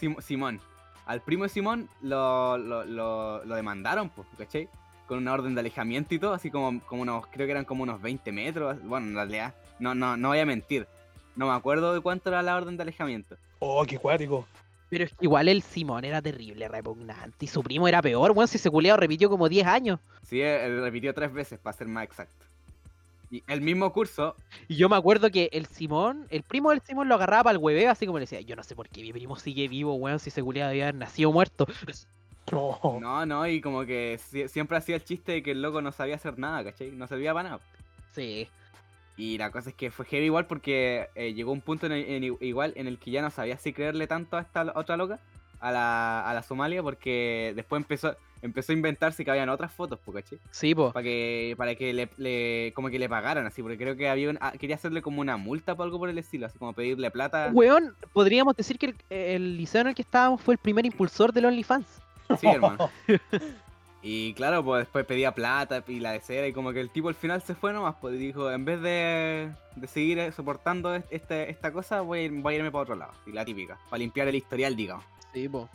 Speaker 3: Sim- Simón. Al primo de Simón lo, lo, lo, lo demandaron, pues, ¿cachai? Con una orden de alejamiento y todo, así como, como unos, creo que eran como unos 20 metros. Bueno, en realidad, no, no, no voy a mentir. No me acuerdo de cuánto era la orden de alejamiento.
Speaker 2: Oh, qué cuático.
Speaker 1: Pero es que igual el Simón era terrible, repugnante. Y su primo era peor, weón, si ese culeado repitió como 10 años.
Speaker 3: Sí, él repitió tres veces, para ser más exacto. Y el mismo curso,
Speaker 1: Y yo me acuerdo que el Simón, el primo del Simón lo agarraba para el hueveo, así como le decía, yo no sé por qué mi primo sigue vivo, weón, si ese culeado debía haber nacido muerto.
Speaker 2: No.
Speaker 3: no, no, y como que sie- siempre hacía el chiste de que el loco no sabía hacer nada, ¿cachai? No servía para nada.
Speaker 1: Sí.
Speaker 3: Y la cosa es que fue heavy igual porque eh, llegó un punto en, el- en i- igual en el que ya no sabía si creerle tanto a esta lo- otra loca, a la, a la Somalia, porque después empezó, empezó a inventarse que habían otras fotos, po, ¿cachai?
Speaker 1: Sí, po.
Speaker 3: Para que, para que le, le- como que le pagaran así, porque creo que había un- ah, quería hacerle como una multa o algo por el estilo, así como pedirle plata.
Speaker 1: Weón, podríamos decir que el, el liceo en el que estábamos fue el primer impulsor del OnlyFans.
Speaker 3: Sí, hermano. Y claro, pues después pedía plata y la cera y como que el tipo al final se fue nomás, pues dijo, en vez de, de seguir eh, soportando es- este- esta cosa, voy a, ir- voy a irme para otro lado. Y la típica, para limpiar el historial, digamos.
Speaker 1: Sí, po.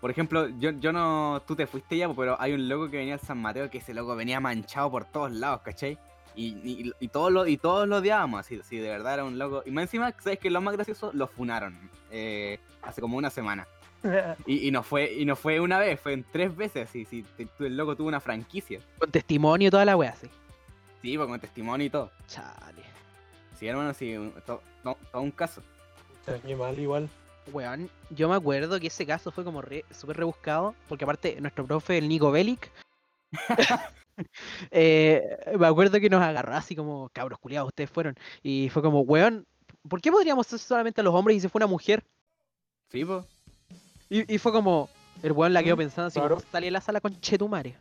Speaker 3: Por ejemplo, yo, yo no. Tú te fuiste ya, pues, pero hay un loco que venía al San Mateo que ese loco venía manchado por todos lados, ¿cachai? Y, y, y todos lo, y todos lo odiábamos, así, así, de verdad era un loco. Y más encima, ¿sabes que Lo más gracioso, lo funaron eh, hace como una semana. Y, y no fue y no fue una vez, fue en tres veces. Así, sí, te- tú- el loco tuvo una franquicia.
Speaker 1: Con testimonio y toda la wea, así.
Speaker 3: Sí, pues, con testimonio y todo.
Speaker 1: Chale.
Speaker 3: Sí, hermano, sí, un- to- to- todo un caso.
Speaker 2: Qué mal igual.
Speaker 1: Weón, yo me acuerdo que ese caso fue como re- súper rebuscado, porque aparte nuestro profe, el Nico Bellic, eh, me acuerdo que nos agarró así como, cabros culiados, ustedes fueron. Y fue como, weón, ¿por qué podríamos ser solamente a los hombres y se fue una mujer?
Speaker 3: Sí, pues.
Speaker 1: Y, y fue como, el weón la quedó
Speaker 2: Mm,
Speaker 1: pensando así,
Speaker 2: claro.
Speaker 1: como, sale de la sala con Chetumare.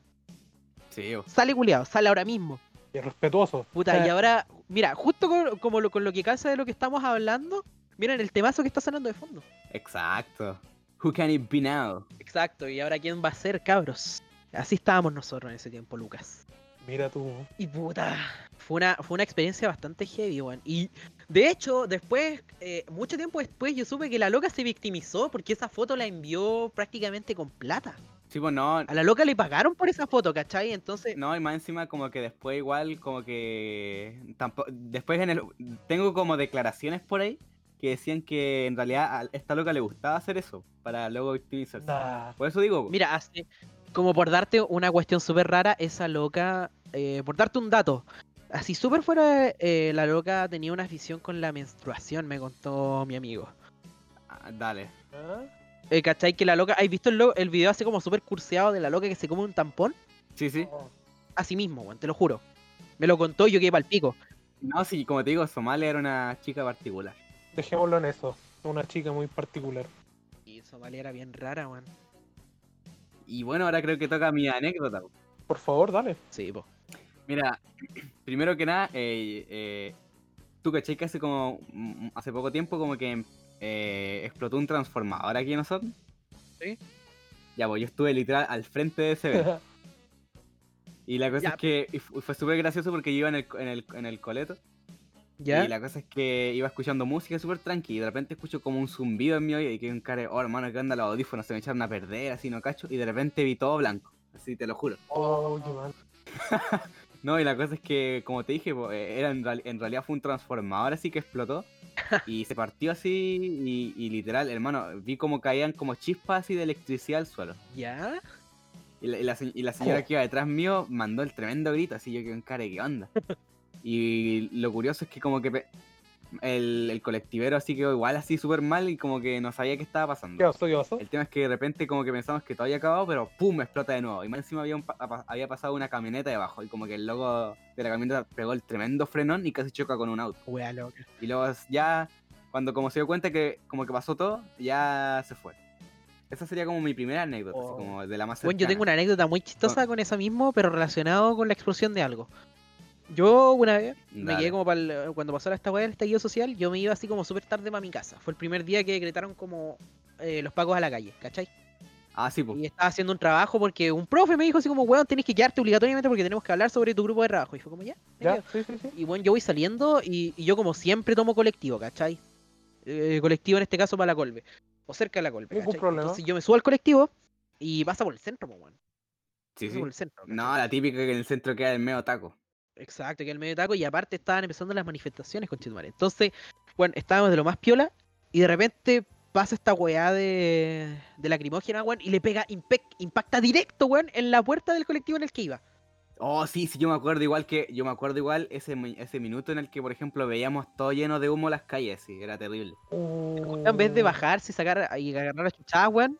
Speaker 3: Sí, po.
Speaker 1: Sale culiado, sale ahora mismo.
Speaker 2: Y respetuoso.
Speaker 1: Puta, y
Speaker 2: Ah.
Speaker 1: ahora, mira, justo con, como lo, con lo que calza de lo que estamos hablando, miren el temazo que está sonando de fondo.
Speaker 3: Exacto. Who can it be now?
Speaker 1: Exacto, y ahora quién va a ser, cabros. Así estábamos nosotros en ese tiempo, Lucas.
Speaker 2: Mira tú.
Speaker 1: Y puta, fue una, fue una experiencia bastante heavy, weón. Y de hecho, después, eh, mucho tiempo después, yo supe que la loca se victimizó porque esa foto la envió prácticamente con plata.
Speaker 3: Sí, pues no,
Speaker 1: A la loca le pagaron por esa foto, ¿cachai? Entonces,
Speaker 3: No, y más encima como que después igual como que tampo- después en el tengo como declaraciones por ahí que decían que en realidad a esta loca le gustaba hacer eso para luego victimizarse.
Speaker 2: Nah.
Speaker 3: Por eso digo, po.
Speaker 1: Mira, así, como por darte una cuestión súper rara, esa loca, eh, por darte un dato, así súper fuera, eh, la loca tenía una afición con la menstruación, me contó mi amigo.
Speaker 3: Ah, dale.
Speaker 2: ¿Ah?
Speaker 1: Eh, ¿Cachai? Que la loca, ¿has visto el, lo- el video así como súper curseado de la loca que se come un tampón?
Speaker 3: Sí, sí.
Speaker 2: No.
Speaker 1: Así mismo, weón, te lo juro. Me lo contó y yo quedé pa'l pico.
Speaker 3: No, sí, como te digo, Somalia era una chica particular.
Speaker 2: Dejémoslo en eso. Una chica muy particular.
Speaker 1: Y Somalia era bien rara, weón.
Speaker 3: Y bueno, ahora creo que toca mi anécdota. po.
Speaker 2: Por favor, dale.
Speaker 1: Sí, po.
Speaker 3: Mira, primero que nada, eh, eh, tú cachai que hace como mm, hace poco tiempo como que eh, explotó un transformador aquí en nosotros.
Speaker 1: Sí.
Speaker 3: Ya, pues yo estuve literal al frente de ese. Y la cosa
Speaker 1: Ya.
Speaker 3: es que y fu- fue súper gracioso porque yo iba en el, co- en el, en el coleto.
Speaker 1: ¿Ya?
Speaker 3: Y la cosa es que iba escuchando música súper tranqui. Y de repente escucho como un zumbido en mi oído. Y que un cara, oh hermano, que anda los audífonos, se me echaron a perder, así no cacho. Y de repente vi todo blanco. Así te lo juro.
Speaker 2: Oh, qué mal.
Speaker 3: No, y la cosa es que, como te dije, po, eh, era en, real- en realidad fue un transformador así que explotó. y se partió así. Y, y literal, hermano, vi como caían como chispas así de electricidad al suelo.
Speaker 1: ¿Ya?
Speaker 3: Y la, y la se- y la señora que iba detrás mío mandó el tremendo grito, así yo que un cara, ¿qué onda? Y lo curioso es que como que pe- el, el colectivero así quedó igual así súper mal y como que no sabía qué estaba
Speaker 2: ¿Qué
Speaker 3: pasando.
Speaker 2: pasó? ¿Qué pasó?
Speaker 3: El tema es que de repente como que pensamos que todo había acabado, pero ¡pum! explota de nuevo. Y más encima había, un pa- apa- había pasado una camioneta debajo y como que el loco de la camioneta pegó el tremendo frenón y casi choca con un auto.
Speaker 1: Wea loca.
Speaker 3: Y luego s- ya, cuando como se dio cuenta que como que pasó todo, ya se fue. Esa sería como mi primera anécdota, así
Speaker 1: Oh.
Speaker 3: como de la más
Speaker 1: Bueno, yo
Speaker 3: cercana. Ah.
Speaker 1: tengo una anécdota muy chistosa con eso mismo, pero relacionado con la explosión de algo. Yo una vez me
Speaker 3: Dale.
Speaker 1: quedé como para cuando pasó esta weá del estallido social, yo me iba así como súper tarde para mi casa. Fue el primer día que decretaron como eh, los pagos a la calle, ¿cachai?
Speaker 3: Ah, sí, pues.
Speaker 1: Y estaba haciendo un trabajo porque un profe me dijo así como, weón, tenés que quedarte obligatoriamente porque tenemos que hablar sobre tu grupo de trabajo. Y fue como, ya, me
Speaker 2: ¿Ya?
Speaker 1: quedo.
Speaker 2: Sí, sí, sí.
Speaker 1: Y bueno, yo voy saliendo y, y yo como siempre tomo colectivo, ¿cachai? Eh, colectivo en este caso para la Colbe. O cerca de la Colbe.
Speaker 2: Ningún
Speaker 1: ¿cachai?
Speaker 2: problema.
Speaker 1: Entonces yo me subo al colectivo y pasa por el centro, pues, weón.
Speaker 3: Sí,
Speaker 1: Pasa
Speaker 3: sí.
Speaker 1: por el centro. ¿cachai?
Speaker 3: No, la típica que en el centro queda el medio taco.
Speaker 1: Exacto, que el medio taco y aparte estaban empezando las manifestaciones con Entonces, bueno, estábamos de lo más piola y de repente pasa esta weá de, de lacrimógena, weón, y le pega, impec- impacta directo, weón, en la puerta del colectivo en el que iba.
Speaker 3: Oh, sí, sí, yo me acuerdo igual que, yo me acuerdo igual ese, mi- ese minuto en el que, por ejemplo, veíamos todo lleno de humo las calles, sí, era terrible.
Speaker 2: Uh,
Speaker 1: En
Speaker 3: Oh.
Speaker 1: vez de bajarse y sacar y agarrar a chuchadas, weón,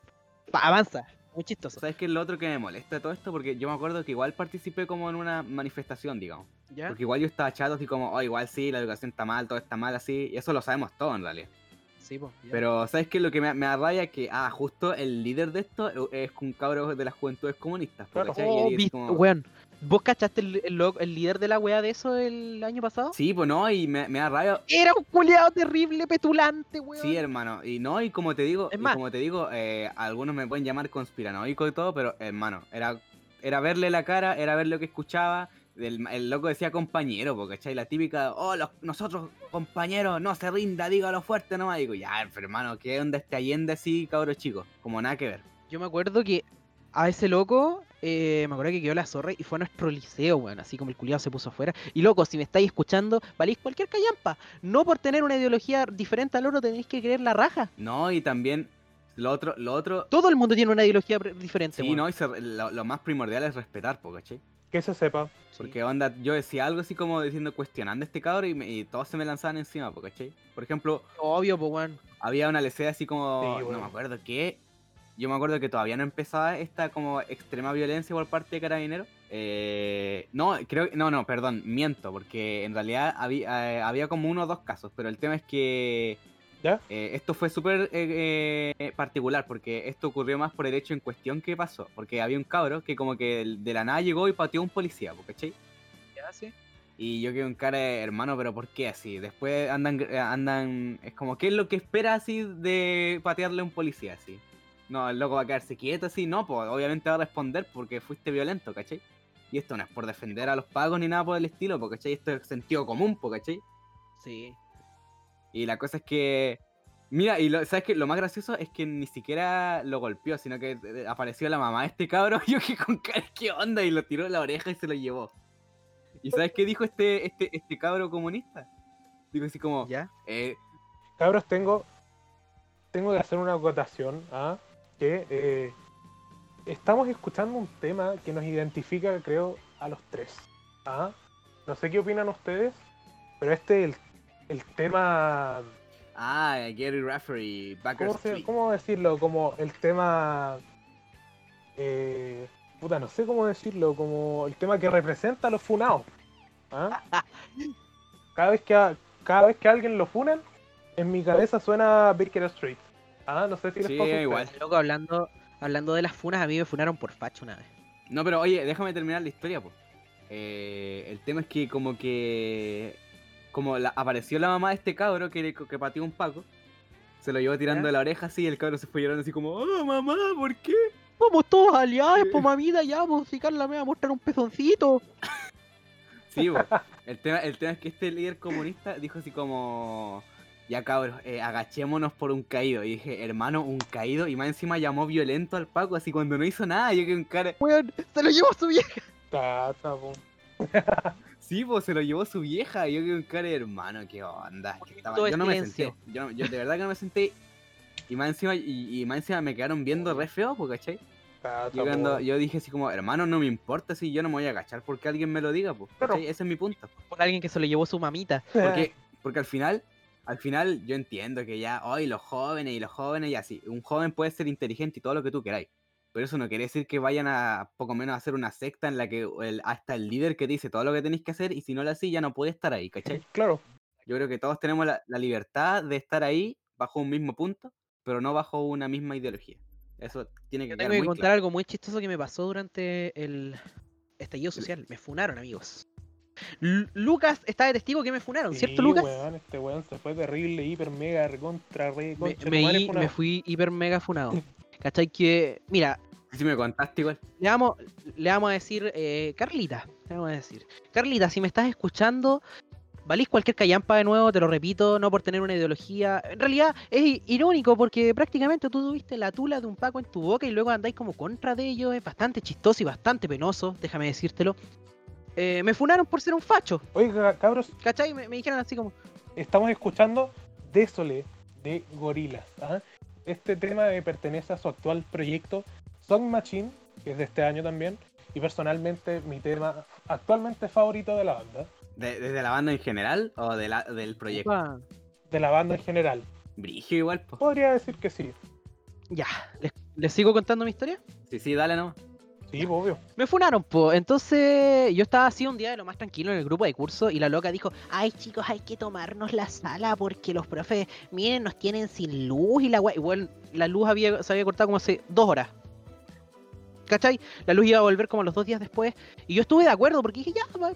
Speaker 1: pa- avanza. Muy chistoso.
Speaker 3: ¿Sabes qué es lo otro que me molesta de todo esto? Porque yo me acuerdo que igual participé como en una manifestación, digamos.
Speaker 1: ¿Ya?
Speaker 3: Porque igual yo estaba chato así como, oh, igual sí, la educación está mal, todo está mal así, y eso lo sabemos todo en realidad.
Speaker 1: Sí, po, ya.
Speaker 3: Pero, ¿sabes qué? Lo que me, me arraya es que, ah, justo el líder de esto eh, es un cabro de las juventudes comunistas. po,
Speaker 2: Claro.
Speaker 3: ¿cachai? Y
Speaker 1: Oh,
Speaker 3: ahí es
Speaker 1: viste,
Speaker 3: como-
Speaker 1: weón, ¿vos cachaste el, el lo- el líder de la weá de eso el año pasado?
Speaker 3: Sí, pues no, y me, me da rabia
Speaker 1: Era un culiado terrible, petulante, weón.
Speaker 3: Sí, hermano. Y no, y como te digo,
Speaker 1: Es
Speaker 3: y
Speaker 1: más-
Speaker 3: como te digo, eh, algunos me pueden llamar conspiranoico y todo, pero hermano, era, era verle la cara, era ver lo que escuchaba. El, el loco decía compañero, porque ¿cachai? La típica, oh, los- nosotros, compañeros, no se rinda, dígalo fuerte nomás. Digo, ya, pero hermano, ¿qué onda este Allende así, cabros chicos? Como nada que ver.
Speaker 1: Yo me acuerdo que a ese loco, eh, me acuerdo que quedó la zorra y fue a nuestro liceo, weón. Así como el culiado se puso afuera. Y loco, si me estáis escuchando, valís cualquier callampa. No por tener una ideología diferente al otro tenéis que creer la raja.
Speaker 3: No, y también lo otro, lo otro.
Speaker 1: Todo el mundo tiene una ideología pre- diferente,
Speaker 3: Sí,
Speaker 1: weón.
Speaker 3: no, y se- lo, lo más primordial es respetar, po, ¿cachai?
Speaker 2: Que se sepa.
Speaker 1: Sí.
Speaker 3: Porque onda, yo decía algo así como diciendo, cuestionando a este cabro y, me- y todos se me lanzaban encima, po, ¿cachai? Por ejemplo,
Speaker 1: Obvio, pues, weón.
Speaker 3: había una lecea así como,
Speaker 2: Sí,
Speaker 3: no
Speaker 2: bueno.
Speaker 3: me acuerdo qué. Yo me acuerdo que todavía no empezaba esta como extrema violencia por parte de Carabineros. Eh, no, creo no, no, perdón, miento, porque en realidad había, eh, había como uno o dos casos, pero el tema es que
Speaker 2: ¿Ya?
Speaker 3: eh, esto fue súper eh, eh, particular, porque esto ocurrió más por el hecho en cuestión que pasó, porque había un cabro que como que de de la nada llegó y pateó a un policía, po, ¿cachai?
Speaker 1: Ya, sí.
Speaker 3: Y yo quedé en cara de, hermano, pero ¿por qué así? Después andan, gr- eh, andan, es como, ¿qué es lo que espera así de patearle a un policía así? No, el loco va a quedarse quieto así, no, pues obviamente va a responder porque fuiste violento, ¿cachai? Y esto no es por defender a los pagos ni nada por el estilo, porque ¿cachai? Esto es sentido común, po, ¿cachai?
Speaker 1: Sí.
Speaker 3: Y la cosa es que, mira, y lo, ¿sabes qué? Lo más gracioso es que ni siquiera lo golpeó, sino que eh, apareció la mamá de este cabro, yo que con cara, ¿qué onda? Y lo tiró de la oreja y se lo llevó. ¿Y sabes qué dijo este, este, este cabro comunista? Dijo así como,
Speaker 1: Ya.
Speaker 3: eh,
Speaker 2: Cabros, tengo, tengo que hacer una acotación a que eh, estamos escuchando un tema que nos identifica, creo, a los tres. ¿ah? No sé qué opinan ustedes, pero este es el, el tema.
Speaker 3: ah, Gary Rafferty, Backer
Speaker 2: ¿Cómo, se- cómo decirlo? Como el tema. eh, puta, no sé cómo decirlo. Como el tema que representa a los funados. ¿ah? Cada, vez que, a- cada vez que a alguien lo funan, en mi cabeza suena Baker Street. ¿ah? No sé si les
Speaker 3: Sí,
Speaker 2: pasa a ustedes.
Speaker 3: igual.
Speaker 1: Loco, hablando, hablando de las funas, a mí me funaron por facho una vez.
Speaker 3: No, pero oye, déjame terminar la historia, pues. el tema es que como que... Como la- apareció la mamá de este cabro que, que pateó un paco, se lo llevó tirando
Speaker 1: ¿Ya?
Speaker 3: de la oreja así y el cabro se fue llorando así como, ¡Oh, mamá, ¿por qué?
Speaker 1: Vamos todos aliados, pues mamita, ya, pues si Carla me va a mostrar un pezoncito.
Speaker 3: Sí, po. el, tema, el tema es que este líder comunista dijo así como, ya cabros, eh, agachémonos por un caído. Y dije, hermano, un caído. Y más encima llamó violento al Paco, así cuando no hizo nada. Yo que un cara...
Speaker 1: Weón, se lo llevó a su vieja.
Speaker 2: Ta, ta, po.
Speaker 3: Sí, pues se lo llevó su vieja. y Yo que un cara de hermano, qué onda. que estaba-
Speaker 1: Todo
Speaker 3: Yo no me senté.
Speaker 1: silencio.
Speaker 3: Yo, no- yo de verdad que no me senté. Y más encima, y, y más encima me quedaron viendo re feo, pues, ¿cachai?
Speaker 2: Ta, ta,
Speaker 3: Yo, cuando-
Speaker 2: po.
Speaker 3: yo dije así como, hermano, no me importa si yo no me voy a agachar porque alguien me lo diga, pues.
Speaker 2: Claro.
Speaker 3: ¿cachai? Ese es mi punto.
Speaker 1: Por alguien que se lo llevó su mamita.
Speaker 3: Porque, porque al final, al final yo entiendo que ya, hoy los jóvenes y los jóvenes y así, un joven puede ser inteligente y todo lo que tú queráis. Pero eso no quiere decir que vayan a poco menos a hacer una secta en la que el- hasta el líder que te dice todo lo que tenéis que hacer y si no lo hacís ya no puede estar ahí, ¿cachai?
Speaker 2: Claro,
Speaker 3: Yo creo que todos tenemos la, la libertad de estar ahí bajo un mismo punto, pero no bajo una misma ideología. Eso tiene que
Speaker 1: Yo
Speaker 3: quedar
Speaker 1: tengo que
Speaker 3: muy
Speaker 1: contar
Speaker 3: claro.
Speaker 1: algo muy chistoso que me pasó durante el estallido social. Me funaron, amigos. Lu- Lucas está de testigo que me funaron, ¿cierto,
Speaker 2: Sí,
Speaker 1: Lucas?
Speaker 2: weón, este weón se fue terrible, hiper, mega, recontra, re,
Speaker 1: Me,
Speaker 2: concha,
Speaker 1: me
Speaker 2: tu madre,
Speaker 1: hi-
Speaker 2: funado.
Speaker 1: me fui hiper mega funado. ¿Cachai? Que, mira,
Speaker 3: Si me contaste igual.
Speaker 1: le vamos, le vamos a decir, eh, Carlita, le vamos a decir. Carlita, si me estás escuchando, valís cualquier callampa de nuevo, te lo repito, no por tener una ideología. En realidad es i- irónico porque prácticamente tú tuviste la tula de un Paco en tu boca y luego andáis como contra de ellos. Es bastante chistoso y bastante penoso, déjame decírtelo. Eh, me funaron por ser un facho,
Speaker 2: Oiga, cabros,
Speaker 1: ¿cachai? Me, me dijeron así como,
Speaker 2: estamos escuchando Désole de Gorilas. ¿ah? Este tema eh, pertenece a su actual proyecto Song Machine, que es de este año también, y personalmente mi tema actualmente favorito de la banda,
Speaker 3: De- ¿Desde la banda en general o de la- del proyecto?
Speaker 1: "Upa".
Speaker 2: de la banda en general.
Speaker 3: Brigio igual, pues.
Speaker 2: Podría decir que sí,
Speaker 1: ya, ¿les- ¿les sigo contando mi historia?
Speaker 3: Sí, sí, dale nomás.
Speaker 2: sí, pues, obvio.
Speaker 1: Me funaron, po. Entonces, yo estaba así un día de lo más tranquilo en el grupo de curso y la loca dijo, ay chicos, hay que tomarnos la sala porque los profes, miren, nos tienen sin luz y la guay. Igual la luz había, se había cortado como hace dos horas. ¿Cachai? La luz iba a volver como los dos días después. Y yo estuve de acuerdo porque dije, ya, va,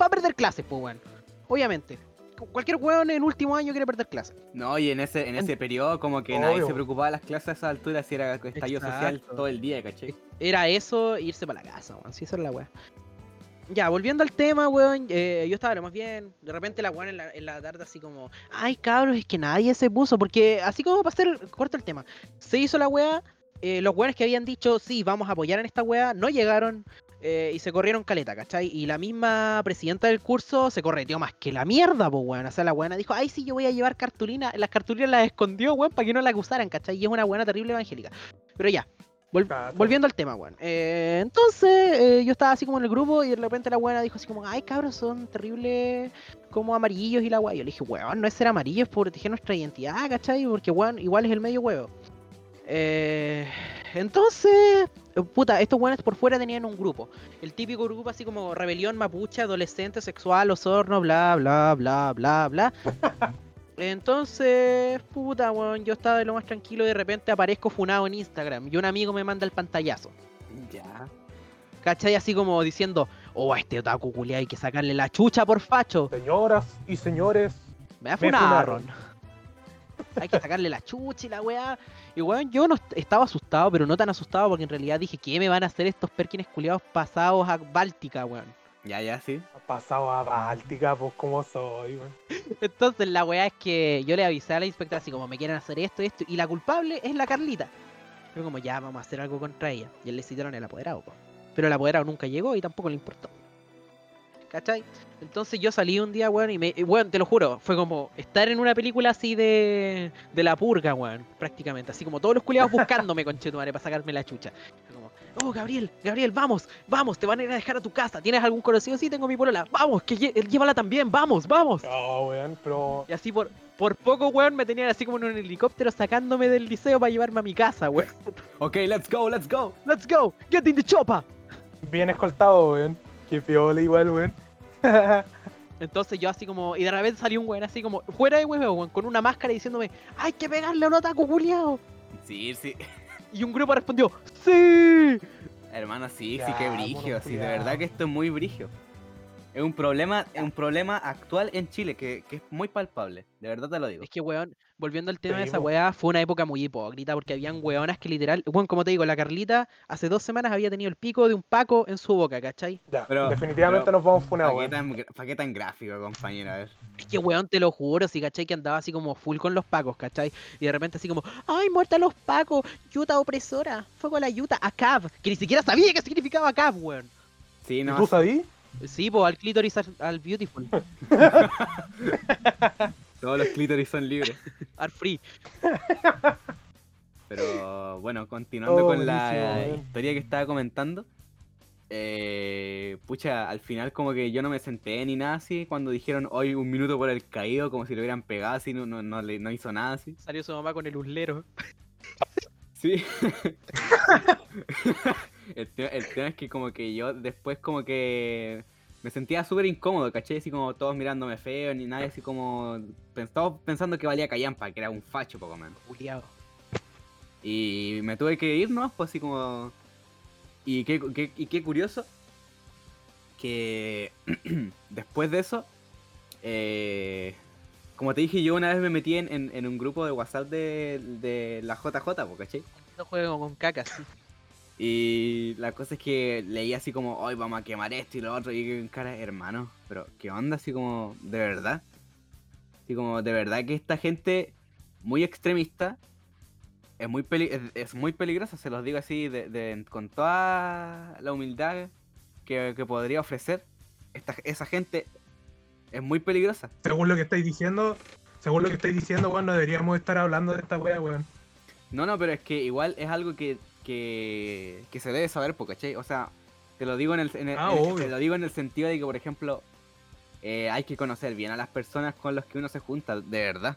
Speaker 1: va a perder clases, pues, weón. Obviamente. Cu- Cualquier weón en último año quiere perder clases.
Speaker 3: No, y en ese, en ese periodo como que nadie se
Speaker 2: Obvio.
Speaker 3: preocupaba de las clases a esa altura, si era estallido social
Speaker 1: Exacto.
Speaker 3: todo el día, ¿cachai?
Speaker 1: Era eso, e irse para la casa, weón. Sí, esa era la weá. Ya, volviendo al tema, weón, eh, yo estaba lo más bien. De repente la weón en la, en la tarde así como, ay cabros, es que nadie se puso. Porque así como para hacer corto el tema, se hizo la weá, eh, los weones que habían dicho, sí, vamos a apoyar en esta wea, no llegaron eh, y se corrieron caleta, ¿cachai? Y la misma presidenta del curso se correteó más que la mierda, po, weón. O sea, la weona dijo, ay, sí, yo voy a llevar cartulina. Las cartulinas las escondió, weón, para que no la acusaran, ¿cachai? Y es una buena terrible evangélica. Pero ya, vol-
Speaker 2: Ah, está
Speaker 1: volviendo al tema, weón. Eh, entonces, eh, yo estaba así como en el grupo y de repente la weona dijo así como, ay, cabros, son terribles como amarillos y la weá. Yo le dije, weón, no es ser amarillo, es proteger nuestra identidad, ¿cachai? Porque, weón, igual es el medio huevo. Eh, entonces, puta, estos weones por fuera tenían un grupo. El típico grupo así como rebelión mapuche, adolescente, sexual, osorno, bla, bla, bla, bla, bla. Entonces, puta, weón, yo estaba de lo más tranquilo y de repente aparezco funado en Instagram y un amigo me manda el pantallazo.
Speaker 3: Ya.
Speaker 1: ¿Cachai? Así como diciendo, oh, a este otaku culiao hay que sacarle la chucha por facho.
Speaker 2: Señoras y señores,
Speaker 1: Me da
Speaker 2: Me
Speaker 1: funaron. Hay que sacarle la chucha y la weá. Y weón, yo no est- estaba asustado, pero no tan asustado porque en realidad dije, ¿qué me van a hacer estos perkins culiados pasados a Báltica, weón?
Speaker 3: Ya, ya, sí.
Speaker 2: ha pasado a Báltica, pues como soy, weón.
Speaker 1: Entonces la weá es que yo le avisé a la inspectora así como me quieren hacer esto y esto. Y la culpable es la Carlita. Yo como ya vamos a hacer algo contra ella. Y él le citaron el apoderado, po. Pero el apoderado nunca llegó y tampoco le importó. ¿Cachai? Entonces yo salí un día, weón, y me. y, Weón, te lo juro, fue como estar en una película así de. de la purga, weón, prácticamente. Así como todos los culiados buscándome, conchetumare, para sacarme la chucha. Fue Como, oh, Gabriel, Gabriel, vamos, vamos, te van a ir a dejar a tu casa. ¿Tienes algún conocido? Sí, tengo mi polola. Vamos, que lle- llévala también, vamos, vamos.
Speaker 2: No, weón, pero
Speaker 1: Y así por, por poco, weón, me tenían así como en un helicóptero sacándome del liceo para llevarme a mi casa, weón.
Speaker 3: Ok, let's go, let's go.
Speaker 1: Let's go, get in the chopa.
Speaker 2: bien escoltado, weón. Que piola igual, weón.
Speaker 1: Entonces yo así como, y de repente salió un weón así como, fuera de huevo, weón, con una máscara diciéndome, hay que pegarle a un otaku culiao.
Speaker 3: Sí, sí.
Speaker 1: Y un grupo respondió, sí.
Speaker 3: Hermano, sí,
Speaker 2: Ya,
Speaker 3: sí, qué
Speaker 2: mono
Speaker 3: brigio. Sí, de
Speaker 2: culiao.
Speaker 3: verdad que esto es muy brigio. Es un problema, es un problema actual en Chile que, que es muy palpable. De verdad te lo digo.
Speaker 1: Es que, weón, volviendo al tema de
Speaker 2: Sí,
Speaker 1: esa
Speaker 2: po.
Speaker 1: weá, fue una época muy hipócrita porque habían weonas que literal, weón, como te digo, la Carlita hace dos semanas había tenido el pico de un paco en su boca, ¿cachai?
Speaker 2: Ya,
Speaker 3: Pero-
Speaker 2: definitivamente
Speaker 3: pero-
Speaker 2: nos vamos funados,
Speaker 3: ¿Para qué,
Speaker 2: weón.
Speaker 3: tan, gra- pa' qué tan gráfico, compañero? A ver.
Speaker 1: Es que, weón, te lo juro, sí, ¿cachai? Que andaba así como full con los pacos, ¿cachai? Y de repente así como, ¡ay, muerta los pacos! ¡Yuta opresora! ¡Fuego a la yuta! ¡Acab! Que ni siquiera sabía qué significaba Acab, weón.
Speaker 3: Sí,
Speaker 2: ¿Y
Speaker 3: no.
Speaker 2: tú sabí?
Speaker 1: Sí, pues al clítoris al, al beautiful,
Speaker 3: Todos los clítoris son libres.
Speaker 1: al free.
Speaker 3: Pero bueno, continuando
Speaker 2: Oh,
Speaker 3: con la
Speaker 2: buenísimo, weón.
Speaker 3: historia que estaba comentando. eh, pucha, al final como que yo no me senté ni nada así cuando dijeron hoy un minuto por el caído, como si lo hubieran pegado así, no, no, no le- no hizo nada así.
Speaker 1: Salió su mamá con el uslero.
Speaker 3: Sí. el, tema, el tema es que como que yo después como que me sentía súper incómodo, ¿caché? Así como todos mirándome feo, ni nadie así como... pens- todos pensando que valía callampa, que era un facho poco menos.
Speaker 1: Juliado.
Speaker 3: Y me tuve que ir, ¿no? Pues así como... Y qué, cu- qué- y qué curioso que después de eso, eh, como te dije, yo una vez me metí en, en- en un grupo de WhatsApp de, de la JJ, po, ¿cachai?
Speaker 1: No juego con cacas. sí.
Speaker 3: Y la cosa es que leí así como, hoy vamos a quemar esto y lo otro, y yo en cara, hermano, pero ¿qué onda? Así como, de verdad. Así como, de verdad que esta gente muy extremista es muy, peli- es, es muy peligrosa, se los digo así, de, de- con toda la humildad que, que podría ofrecer. Esta, esa gente es muy peligrosa.
Speaker 2: Según lo que estáis diciendo, según lo que estáis diciendo, weón, no deberíamos estar hablando de esta wea, weón.
Speaker 3: No, no, pero es que igual es algo que, que, que se debe saber, po, ¿cachai? O sea, te lo digo en el, en el-
Speaker 2: Ah,
Speaker 3: en-
Speaker 2: obvio.
Speaker 3: te lo digo en el sentido de que, por ejemplo, eh, hay que conocer bien a las personas con las que uno se junta, de verdad.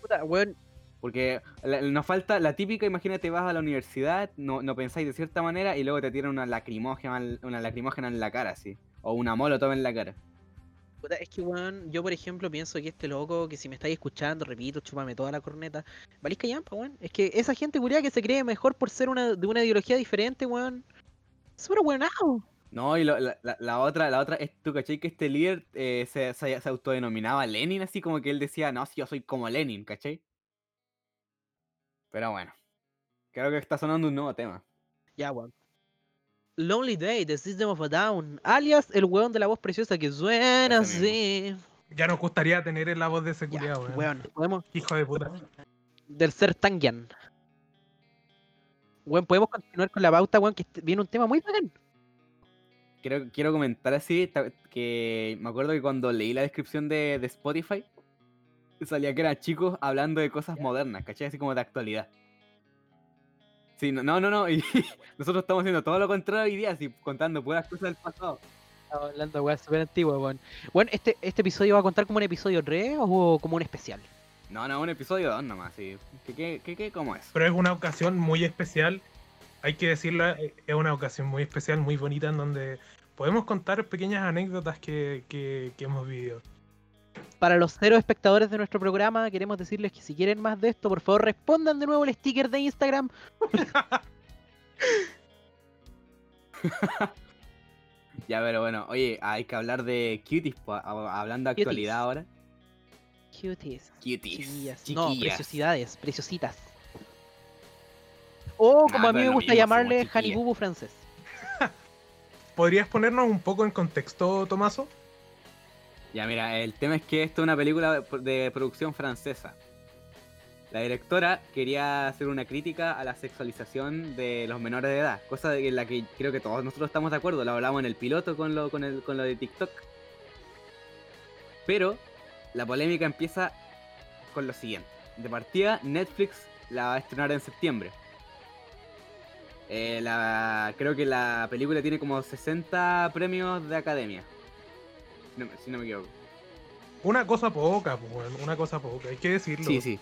Speaker 1: Puta, weón,
Speaker 3: Porque la- nos falta la típica, imagínate, vas a la universidad, no, no pensáis de cierta manera y luego te tiran una lacrimógena, al- una lacrimógena en la cara, así. O una molotov en la cara.
Speaker 1: Puta, Es que, weón, yo por ejemplo pienso que este loco, que si me estáis escuchando, repito, chúpame toda la corneta. Valís callampa, weón. Es que esa gente culiada que se cree mejor por ser una, de una ideología diferente, weón. Súper weonado.
Speaker 3: No, y lo- la, la- la otra, la otra es tú, ¿cachai? Que este líder eh, se, se- se autodenominaba Lenin, así como que él decía, no, si yo soy como Lenin, ¿cachai? Pero bueno, creo que está sonando un nuevo tema.
Speaker 1: Ya, weón. Lonely Day, The System of a Down. Alias, el weón de la voz preciosa que suena
Speaker 3: Ese
Speaker 1: así.
Speaker 2: Ya nos gustaría tener la voz de ese
Speaker 1: Ya,
Speaker 2: culiao, weón.
Speaker 1: weón. Podemos.
Speaker 2: Hijo de puta.
Speaker 1: Del ser Tangian. Weón, podemos continuar con la pauta, weón, que este- viene un tema muy bacán.
Speaker 3: Quiero, quiero comentar así ta- que me acuerdo que cuando leí la descripción de, de Spotify salía que eran chicos hablando de cosas modernas, ¿cachai? Así como de actualidad. Sí, no, no, no, no, y nosotros estamos haciendo todo lo contrario hoy día, así contando puras cosas del pasado.
Speaker 1: Estamos hablando, weón, súper antigua, weón. Bueno, este, este episodio va a contar como un episodio 3 o como un especial.
Speaker 3: No, no, un episodio dos nomás, sí. ¿Qué, qué, qué, qué cómo es?
Speaker 2: Pero es una ocasión muy especial, hay que decirla, es una ocasión muy especial, muy bonita, en donde podemos contar pequeñas anécdotas que, que- que hemos vivido.
Speaker 1: Para los cero espectadores de nuestro programa, queremos decirles que si quieren más de esto, por favor respondan de nuevo el sticker de Instagram.
Speaker 3: Ya, pero bueno, oye, hay que hablar de cuties, po, a- a- hablando de
Speaker 1: Cuties.
Speaker 3: actualidad ahora.
Speaker 1: Cuties.
Speaker 3: Cuties.
Speaker 1: Chiquillas. No,
Speaker 3: chiquillas.
Speaker 1: preciosidades, preciositas. O Oh, como
Speaker 3: Nah,
Speaker 1: a
Speaker 3: pero
Speaker 1: mí me
Speaker 3: lo
Speaker 1: gusta
Speaker 3: mismo,
Speaker 1: llamarle,
Speaker 3: somos chiquillas.
Speaker 1: Hanibubu francés.
Speaker 2: ¿Podrías ponernos un poco en contexto, Tomaso?
Speaker 3: Ya, mira, el tema es que esto es una película de pro- de producción francesa. La directora quería hacer una crítica a la sexualización de los menores de edad, cosa de- en la que creo que todos nosotros estamos de acuerdo, lo hablamos en el piloto con lo, con el, con lo de TikTok. Pero la polémica empieza con lo siguiente. De partida, Netflix la va a estrenar en septiembre. Eh, la- creo que la película tiene como 60 premios de academia, no me- si no me equivoco.
Speaker 2: Una cosa poca, pues, weón, una cosa poca, hay que decirlo.
Speaker 3: Sí, sí.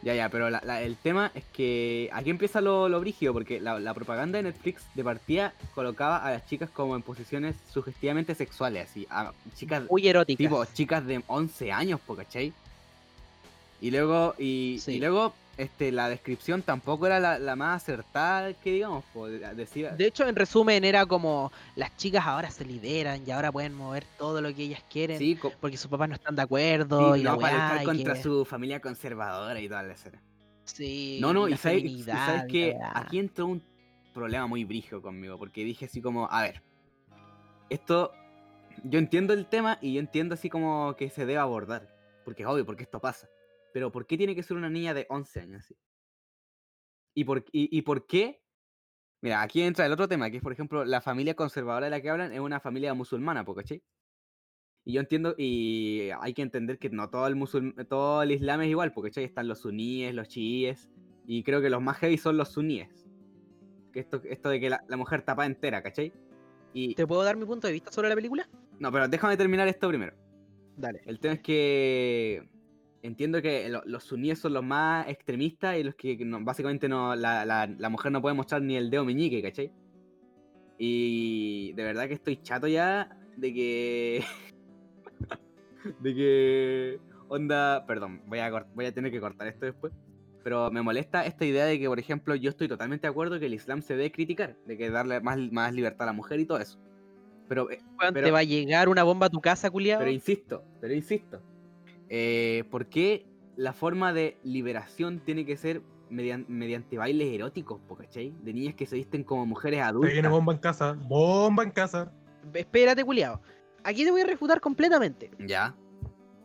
Speaker 3: Ya, ya, pero la- la- el tema es que aquí empieza lo, lo brígido, porque la, la propaganda de Netflix de partida colocaba a las chicas como en posiciones sugestivamente sexuales, así, a chicas,
Speaker 1: Muy eróticas.
Speaker 3: tipo, chicas de 11 años, po, ¿cachai? Y luego, y, y
Speaker 1: Sí.
Speaker 3: luego, este, la descripción tampoco era la, la más acertada que digamos, po, de- decía...
Speaker 1: De hecho, en resumen, era como las chicas ahora se liberan y ahora pueden mover todo lo que ellas quieren
Speaker 3: sí, co-
Speaker 1: porque sus papás no están de
Speaker 3: sí,
Speaker 1: acuerdo y la
Speaker 3: no, para
Speaker 1: Oh, weá,
Speaker 3: luchar
Speaker 1: y
Speaker 3: contra
Speaker 1: que-
Speaker 3: su familia conservadora y toda la escena.
Speaker 1: sí,
Speaker 3: No, no,
Speaker 1: la
Speaker 3: y sabes, y- y
Speaker 1: feminidad
Speaker 3: sabes
Speaker 1: y la
Speaker 3: que
Speaker 1: weá.
Speaker 3: aquí entró un problema muy brígido conmigo, porque dije así como, a ver, esto, yo entiendo el tema y yo entiendo así como que se debe abordar, porque es obvio, porque esto pasa, pero ¿por qué tiene que ser una niña de 11 años así? ¿Y por, y, y por qué? Mira, aquí entra el otro tema, que es, por ejemplo, la familia conservadora de la que hablan es una familia musulmana, ¿po, ¿cachai? Y yo entiendo, y hay que entender que no todo el, musulm- todo el islam es igual, porque ¿cachai? están los suníes, los chiíes, y creo que los más heavy son los suníes. Que esto, esto de que la, la mujer tapa entera, ¿cachai? Y,
Speaker 1: ¿Te puedo dar mi punto de vista sobre la película?
Speaker 3: no, pero déjame terminar esto primero.
Speaker 1: Dale.
Speaker 3: El tema es que entiendo que lo- los suníes son los más extremistas y los que no- básicamente no, la, la- la mujer no puede mostrar ni el dedo meñique, ¿cachai? Y de verdad que estoy chato ya de que... de que... Onda, perdón, voy a, cort- voy a tener que cortar esto después. Pero me molesta esta idea de que, por ejemplo, yo estoy totalmente de acuerdo que el Islam se debe criticar, de que darle más, más libertad a la mujer y todo eso. Pero eh,
Speaker 1: Weón,
Speaker 3: Pero-
Speaker 1: ¿Te va a llegar una bomba a tu casa, culiado?
Speaker 3: pero insisto, pero insisto. eh, ¿Por qué la forma de liberación tiene que ser median- mediante bailes eróticos, po, cachai? De niñas que se visten como mujeres
Speaker 2: Se
Speaker 3: adultas.
Speaker 2: viene bomba en casa, bomba en casa.
Speaker 1: Espérate, culiado. Aquí te voy a refutar completamente.
Speaker 3: Ya.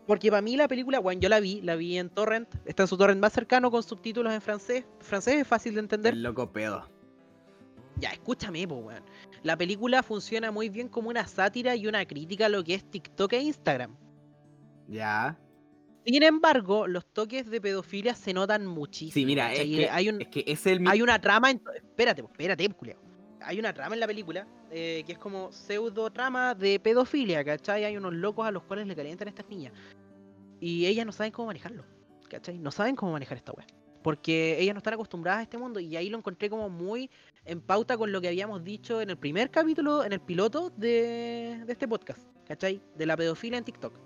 Speaker 1: Porque para mí la película, bueno, yo la vi, la vi en torrent, está en su torrent más cercano con subtítulos en francés. Francés es fácil de entender.
Speaker 3: El loco pedo.
Speaker 1: Ya, escúchame, po, weón. La película funciona muy bien como una sátira y una crítica a lo que es TikTok e Instagram.
Speaker 3: Ya.
Speaker 1: Sin embargo, los toques de pedofilia se notan muchísimo.
Speaker 3: Sí, mira, es
Speaker 1: ¿cachai?
Speaker 3: que,
Speaker 1: hay, un,
Speaker 3: es que es el mi-
Speaker 1: hay una trama. En, espérate, po, espérate, culiao. Hay una trama en la película eh, que es como pseudo trama de pedofilia, ¿cachai? Hay unos locos a los cuales le calientan a estas niñas. Y ellas no saben cómo manejarlo, ¿cachai? No saben cómo manejar esta wea. Porque ellas no están acostumbradas a este mundo. Y ahí lo encontré como muy en pauta con lo que habíamos dicho en el primer capítulo, en el piloto de, de este podcast, ¿cachai? De la pedofilia en TikTok.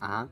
Speaker 3: Ajá.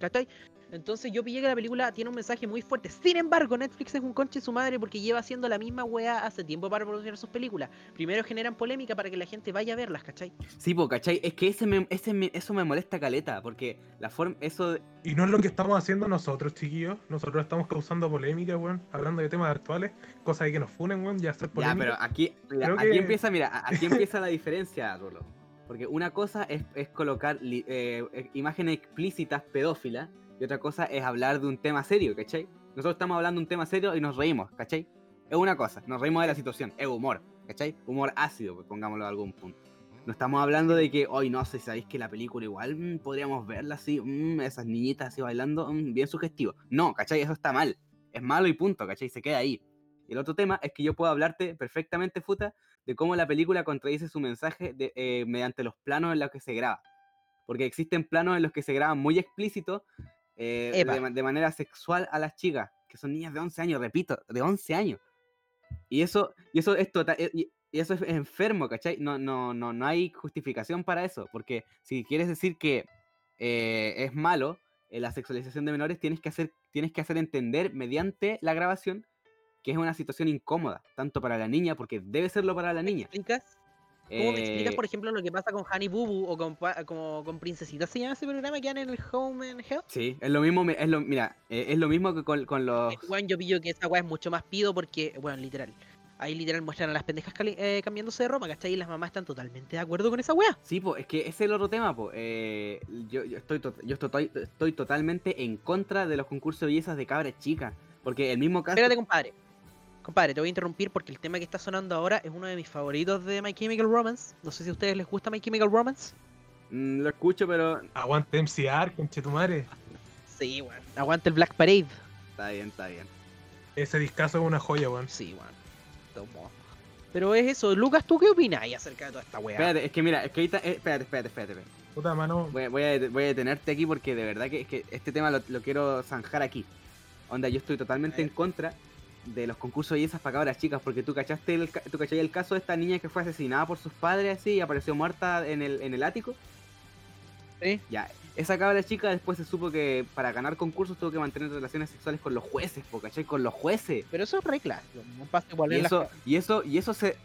Speaker 1: ¿Cachai? Entonces yo pillé que la película tiene un mensaje muy fuerte. Sin embargo, Netflix es un conche su madre porque lleva haciendo la misma weá hace tiempo para producir sus películas. Primero generan polémica para que la gente vaya a verlas, ¿cachai?
Speaker 3: Sí, po, cachai. Es que ese me- ese me- eso me molesta caleta, porque la forma. Eso. de-
Speaker 2: Y no es lo que estamos haciendo nosotros, chiquillos. Nosotros estamos causando polémica, weón, hablando de temas actuales, cosa de que nos funen, weón, ya hacer
Speaker 3: Ya,
Speaker 2: polémica.
Speaker 3: pero aquí, mira,
Speaker 2: Creo
Speaker 3: aquí
Speaker 2: que-
Speaker 3: empieza, mira, a- aquí empieza la diferencia, Rulo. Porque una cosa es, es colocar li- eh, eh, imágenes explícitas pedófilas y otra cosa es hablar de un tema serio, ¿cachai? Nosotros estamos hablando de un tema serio y nos reímos, ¿cachai? Es una cosa, nos reímos de la situación, es humor, ¿cachai? Humor ácido, pues, pongámoslo a algún punto. No estamos hablando de que, hoy no sé, sabéis que la película igual mm, podríamos verla así, mm, esas niñitas así bailando, mm, bien sugestivo. No, ¿cachai? Eso está mal. Es malo y punto, ¿cachai? Se queda ahí. Y el otro tema es que yo puedo hablarte perfectamente, Futa, de cómo la película contradice su mensaje de- eh, mediante los planos en los que se graba. Porque existen planos en los que se graban muy explícitos, eh, de,
Speaker 1: Epa.
Speaker 3: ma- de manera sexual a las chicas, que son niñas de 11 años, repito, de 11 años. Y eso, y eso es total, y- y- y eso es enfermo, ¿cachai? No, no, no, no hay justificación para eso, porque si quieres decir que eh, es malo eh, la sexualización de menores, tienes que, hacer, tienes que hacer entender mediante la grabación que es una situación incómoda, tanto para la niña, porque debe serlo para la niña.
Speaker 1: explicas? ¿Cómo me explicas,
Speaker 3: Eh,
Speaker 1: por ejemplo, lo que pasa con Honey Boo Boo o con, pa- como con Princesita? ¿Se llama ese programa que dan en el Home and Health?
Speaker 3: Sí, es lo mismo, me- es lo, mira, eh, es lo mismo que con, con los...
Speaker 1: Eh, weón, yo pillo que esa weá es mucho más pido porque, bueno, literal. Ahí literal muestran a las pendejas cali- eh, cambiándose de ropa, ¿cachai? Y las mamás están totalmente de acuerdo con esa weá.
Speaker 3: Sí, pues es que ese es el otro tema, pues. yo, yo estoy, tot- yo estoy, estoy totalmente en contra de los concursos de bellezas de cabras chicas, porque el mismo caso...
Speaker 1: Espérate, compadre. Compadre, te voy a interrumpir porque el tema que está sonando ahora es uno de mis favoritos de My Chemical Romance. No sé si a ustedes les gusta My Chemical Romance.
Speaker 3: Mm, lo escucho, pero...
Speaker 2: Aguante MCR, conchetumare.
Speaker 1: Sí, weón. Aguanta el Black Parade.
Speaker 3: Está bien, está bien.
Speaker 2: Ese discazo es una joya, weón.
Speaker 1: Sí, weón. Tomó. Pero es eso. Lucas, ¿tú qué opinas ahí acerca de toda esta weá?
Speaker 3: Espérate, es que mira, es que ahorita... eh, espérate, espérate, espérate. espérate.
Speaker 2: Puta mano.
Speaker 3: Voy, a- voy a, dete- voy a detenerte aquí porque de verdad que, es que este tema lo, lo quiero zanjar aquí. Onda, yo estoy totalmente en contra de los concursos de esas para cabras chicas porque tú cachaste el, ca- tú cachai el caso de esta niña que fue asesinada por sus padres así y apareció muerta en el, en el ático.
Speaker 1: Sí.
Speaker 3: Ya, esa cabra chica después se supo que para ganar concursos tuvo que mantener relaciones sexuales con los jueces, po, ¿cachai? Con los jueces.
Speaker 1: Pero eso es regla. No pasa igual
Speaker 3: Y
Speaker 1: en las
Speaker 3: eso, y eso, y eso se.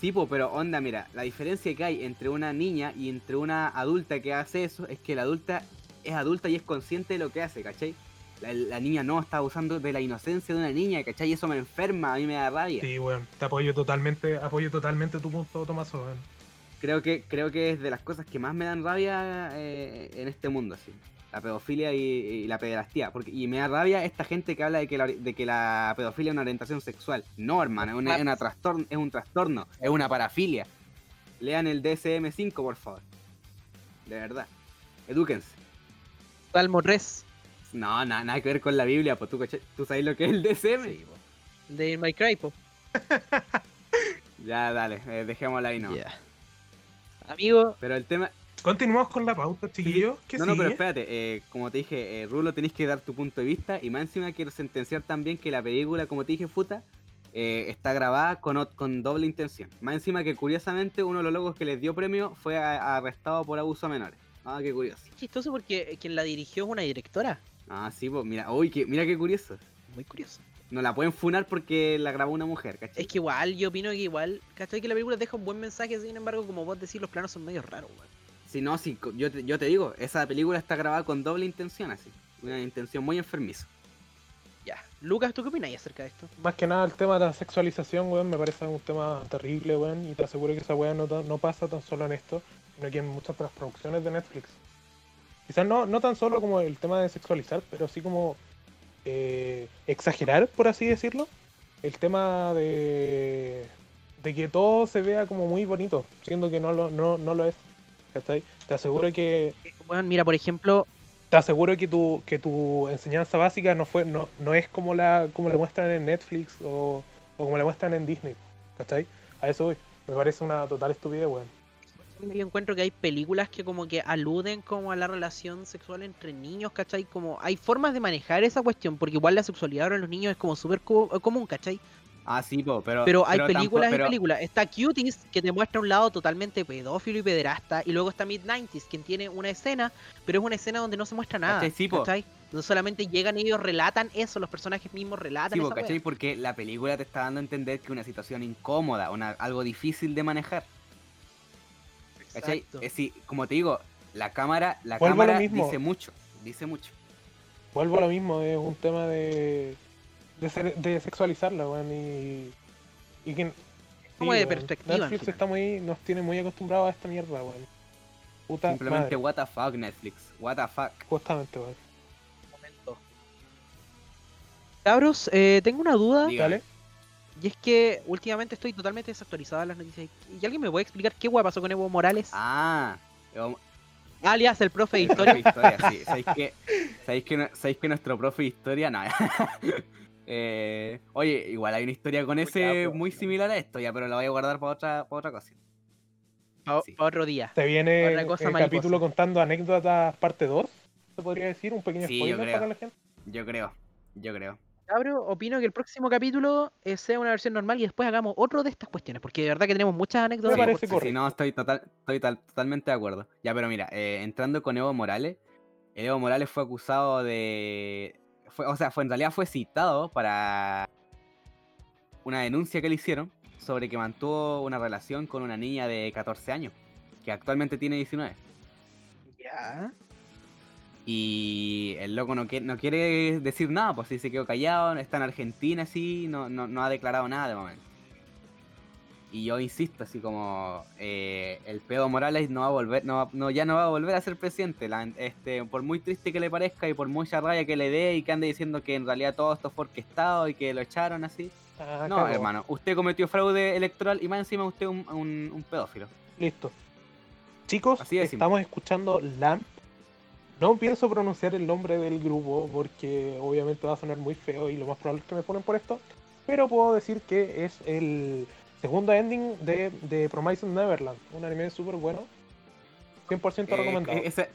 Speaker 3: Sí, po, pero onda, mira, la diferencia que hay entre una niña y entre una adulta que hace eso es que la adulta es adulta y es consciente de lo que hace, ¿cachai? La, la niña no está abusando de la inocencia de una niña, ¿cachai? Y eso me enferma, a mí me da rabia.
Speaker 2: Sí, weón. Te apoyo totalmente, apoyo totalmente tu punto, Tomaso, weón.
Speaker 3: Creo que, creo que es de las cosas que más me dan rabia eh, en este mundo, así. La pedofilia y, y la pederastía. Porque, y me da rabia esta gente que habla de que la, ori- de que la pedofilia es una orientación sexual. No, hermano, es, una- es una trastorn- es un trastorno, Ah. es una parafilia. Lean el DSM-5, por favor. De verdad. Edúquense.
Speaker 1: Salmo 3.
Speaker 3: No, na- nada que ver con la Biblia, pues tú, cachai- tú sabes lo que es el DSM.
Speaker 1: Sí, po. De My Cry, po.
Speaker 3: Ya, dale, eh, dejémosla ahí, no.
Speaker 1: Ya. Amigo,
Speaker 3: Pero el tema,
Speaker 2: Continuamos con la pauta, chiquillos. ¿Qué
Speaker 3: No, no, pero
Speaker 2: sigue?
Speaker 3: espérate, eh, como te dije, eh, Rulo, tenés que dar tu punto de vista y más encima quiero sentenciar también que la película, como te dije, Futa, eh, está grabada con, ot- con doble intención. Más encima que curiosamente uno de los locos que les dio premio fue a- a- arrestado por abuso a menores. Ah, qué curioso.
Speaker 1: es chistoso porque eh, quien la dirigió es una directora.
Speaker 3: Ah, sí, pues mira, uy, que, mira qué curioso.
Speaker 1: Muy curioso.
Speaker 3: No la pueden funar porque la grabó una mujer, ¿cachai?
Speaker 1: Es que igual, yo opino que igual, ¿cachai? Que la película deja un buen mensaje, sin embargo, como vos decís, los planos son medio raros, weón.
Speaker 3: Si no, si, co- yo, te, yo te digo, esa película está grabada con doble intención, así. Una intención muy enfermiza.
Speaker 1: Ya. Lucas, ¿tú qué opinas ahí acerca de esto?
Speaker 2: Más que nada el tema de la sexualización, weón, me parece un tema terrible, weón, y te aseguro que esa weá no, ta- no pasa tan solo en esto, sino que en muchas otras producciones de Netflix. Quizás no, no tan solo como el tema de sexualizar, pero sí como eh, exagerar, por así decirlo, el tema de, de que todo se vea como muy bonito, siendo que no lo, no, no lo es. ¿cachai? Te aseguro que
Speaker 1: Bueno, Eh, mira, por ejemplo,
Speaker 2: te aseguro que tu, que tu enseñanza básica no fue no, no es como la como la muestran en Netflix o, o como la muestran en Disney, ¿cachai? A eso voy. Me parece una total estupidez, weón.
Speaker 1: yo encuentro que hay películas que como que aluden como a la relación sexual entre niños, ¿cachai? Como hay formas de manejar esa cuestión, porque igual la sexualidad ahora en los niños es como súper co- eh, común, ¿cachai?
Speaker 3: Ah, sí, po, pero...
Speaker 1: Pero hay
Speaker 3: tampoco-
Speaker 1: películas
Speaker 3: pero-
Speaker 1: y películas. Está Cuties, que te muestra un lado totalmente pedófilo y pederasta. Y luego está Mid-90s, quien tiene una escena, pero es una escena donde no se muestra nada.
Speaker 3: ¿Cachai? Sí, po.
Speaker 1: ¿cachai? No solamente llegan ellos, relatan eso, los personajes mismos relatan
Speaker 3: Sí, po,
Speaker 1: esa
Speaker 3: ¿cachai?
Speaker 1: wea.
Speaker 3: Porque la película te está dando a entender que una situación incómoda, una, algo difícil de manejar. ¿Cachai?
Speaker 1: Exacto.
Speaker 3: Es decir, como te digo, la cámara, la
Speaker 2: Vuelvo a lo
Speaker 3: cámara
Speaker 2: mismo.
Speaker 3: dice mucho, dice mucho.
Speaker 2: Vuelvo a lo mismo, es un tema de de, ser- de sexualizarla, weón, y, y que
Speaker 1: Como de
Speaker 2: weón.
Speaker 1: perspectiva, al
Speaker 2: Netflix
Speaker 1: final.
Speaker 2: está muy nos tiene muy acostumbrados a esta mierda, weón. Puta madre,
Speaker 3: Simplemente, what the fuck, Netflix. What the fuck.
Speaker 2: justamente, weón.
Speaker 1: Momento. Cabros, eh, tengo una duda.
Speaker 3: Diga.
Speaker 2: Ah. Dale.
Speaker 1: Y es que últimamente estoy totalmente desactualizada de las noticias. ¿Y alguien me puede explicar qué hueá pasó con Evo Morales?
Speaker 3: Ah, Evo-
Speaker 1: Alias, el profe de
Speaker 3: el
Speaker 1: historia.
Speaker 3: profe de historia, sí. ¿Sabéis que, sabéis que, no- sabéis que nuestro profe de historia? No. Eh, oye, igual hay una historia con ese muy similar a esto, ya, pero la voy a guardar para otra, para otra cosa.
Speaker 1: Para
Speaker 3: Sí.
Speaker 1: otro día.
Speaker 2: Se viene
Speaker 1: Otra
Speaker 2: el
Speaker 1: cosa mariposa.
Speaker 2: capítulo contando anécdotas parte 2, se podría decir, un pequeño
Speaker 3: Sí, yo
Speaker 2: spoiler
Speaker 3: creo.
Speaker 2: para la gente.
Speaker 3: Yo creo, yo creo.
Speaker 1: Cabro, opino que el próximo capítulo eh, sea una versión normal y después hagamos otro de estas cuestiones, porque de verdad que tenemos muchas anécdotas.
Speaker 2: parece
Speaker 3: Sí,
Speaker 1: porque-
Speaker 3: sí,
Speaker 2: correcto.
Speaker 3: no, estoy, total, estoy tal- totalmente de acuerdo. Ya, pero mira, eh, entrando con Evo Morales, Evo Morales fue acusado de... Fue, o sea, fue, en realidad fue citado para una denuncia que le hicieron sobre que mantuvo una relación con una niña de 14 años, que actualmente tiene 19.
Speaker 1: Ya.
Speaker 3: Y el loco no, quie- no quiere decir nada, pues sí se quedó callado, está en Argentina así, no, no, no ha declarado nada de momento. Y yo insisto, así como eh, el pedo Morales no va a volver, no, va- no, ya no va a volver a ser presidente. la- este, por muy triste que le parezca y por mucha rabia que le dé y que ande diciendo que en realidad todo esto fue orquestado y que lo echaron así.
Speaker 2: Ah,
Speaker 3: no,
Speaker 2: cagó.
Speaker 3: hermano, usted cometió fraude electoral y más encima usted es un, un- un pedófilo.
Speaker 2: Listo. Chicos,
Speaker 3: Así de simple.
Speaker 2: estamos escuchando LAMP. No pienso pronunciar el nombre del grupo porque obviamente va a sonar muy feo y lo más probable es que me ponen por esto. Pero puedo decir que es el segundo ending de, de Promising Neverland. Un anime súper bueno. 100%
Speaker 3: Eh,
Speaker 2: recomendado.
Speaker 3: ese-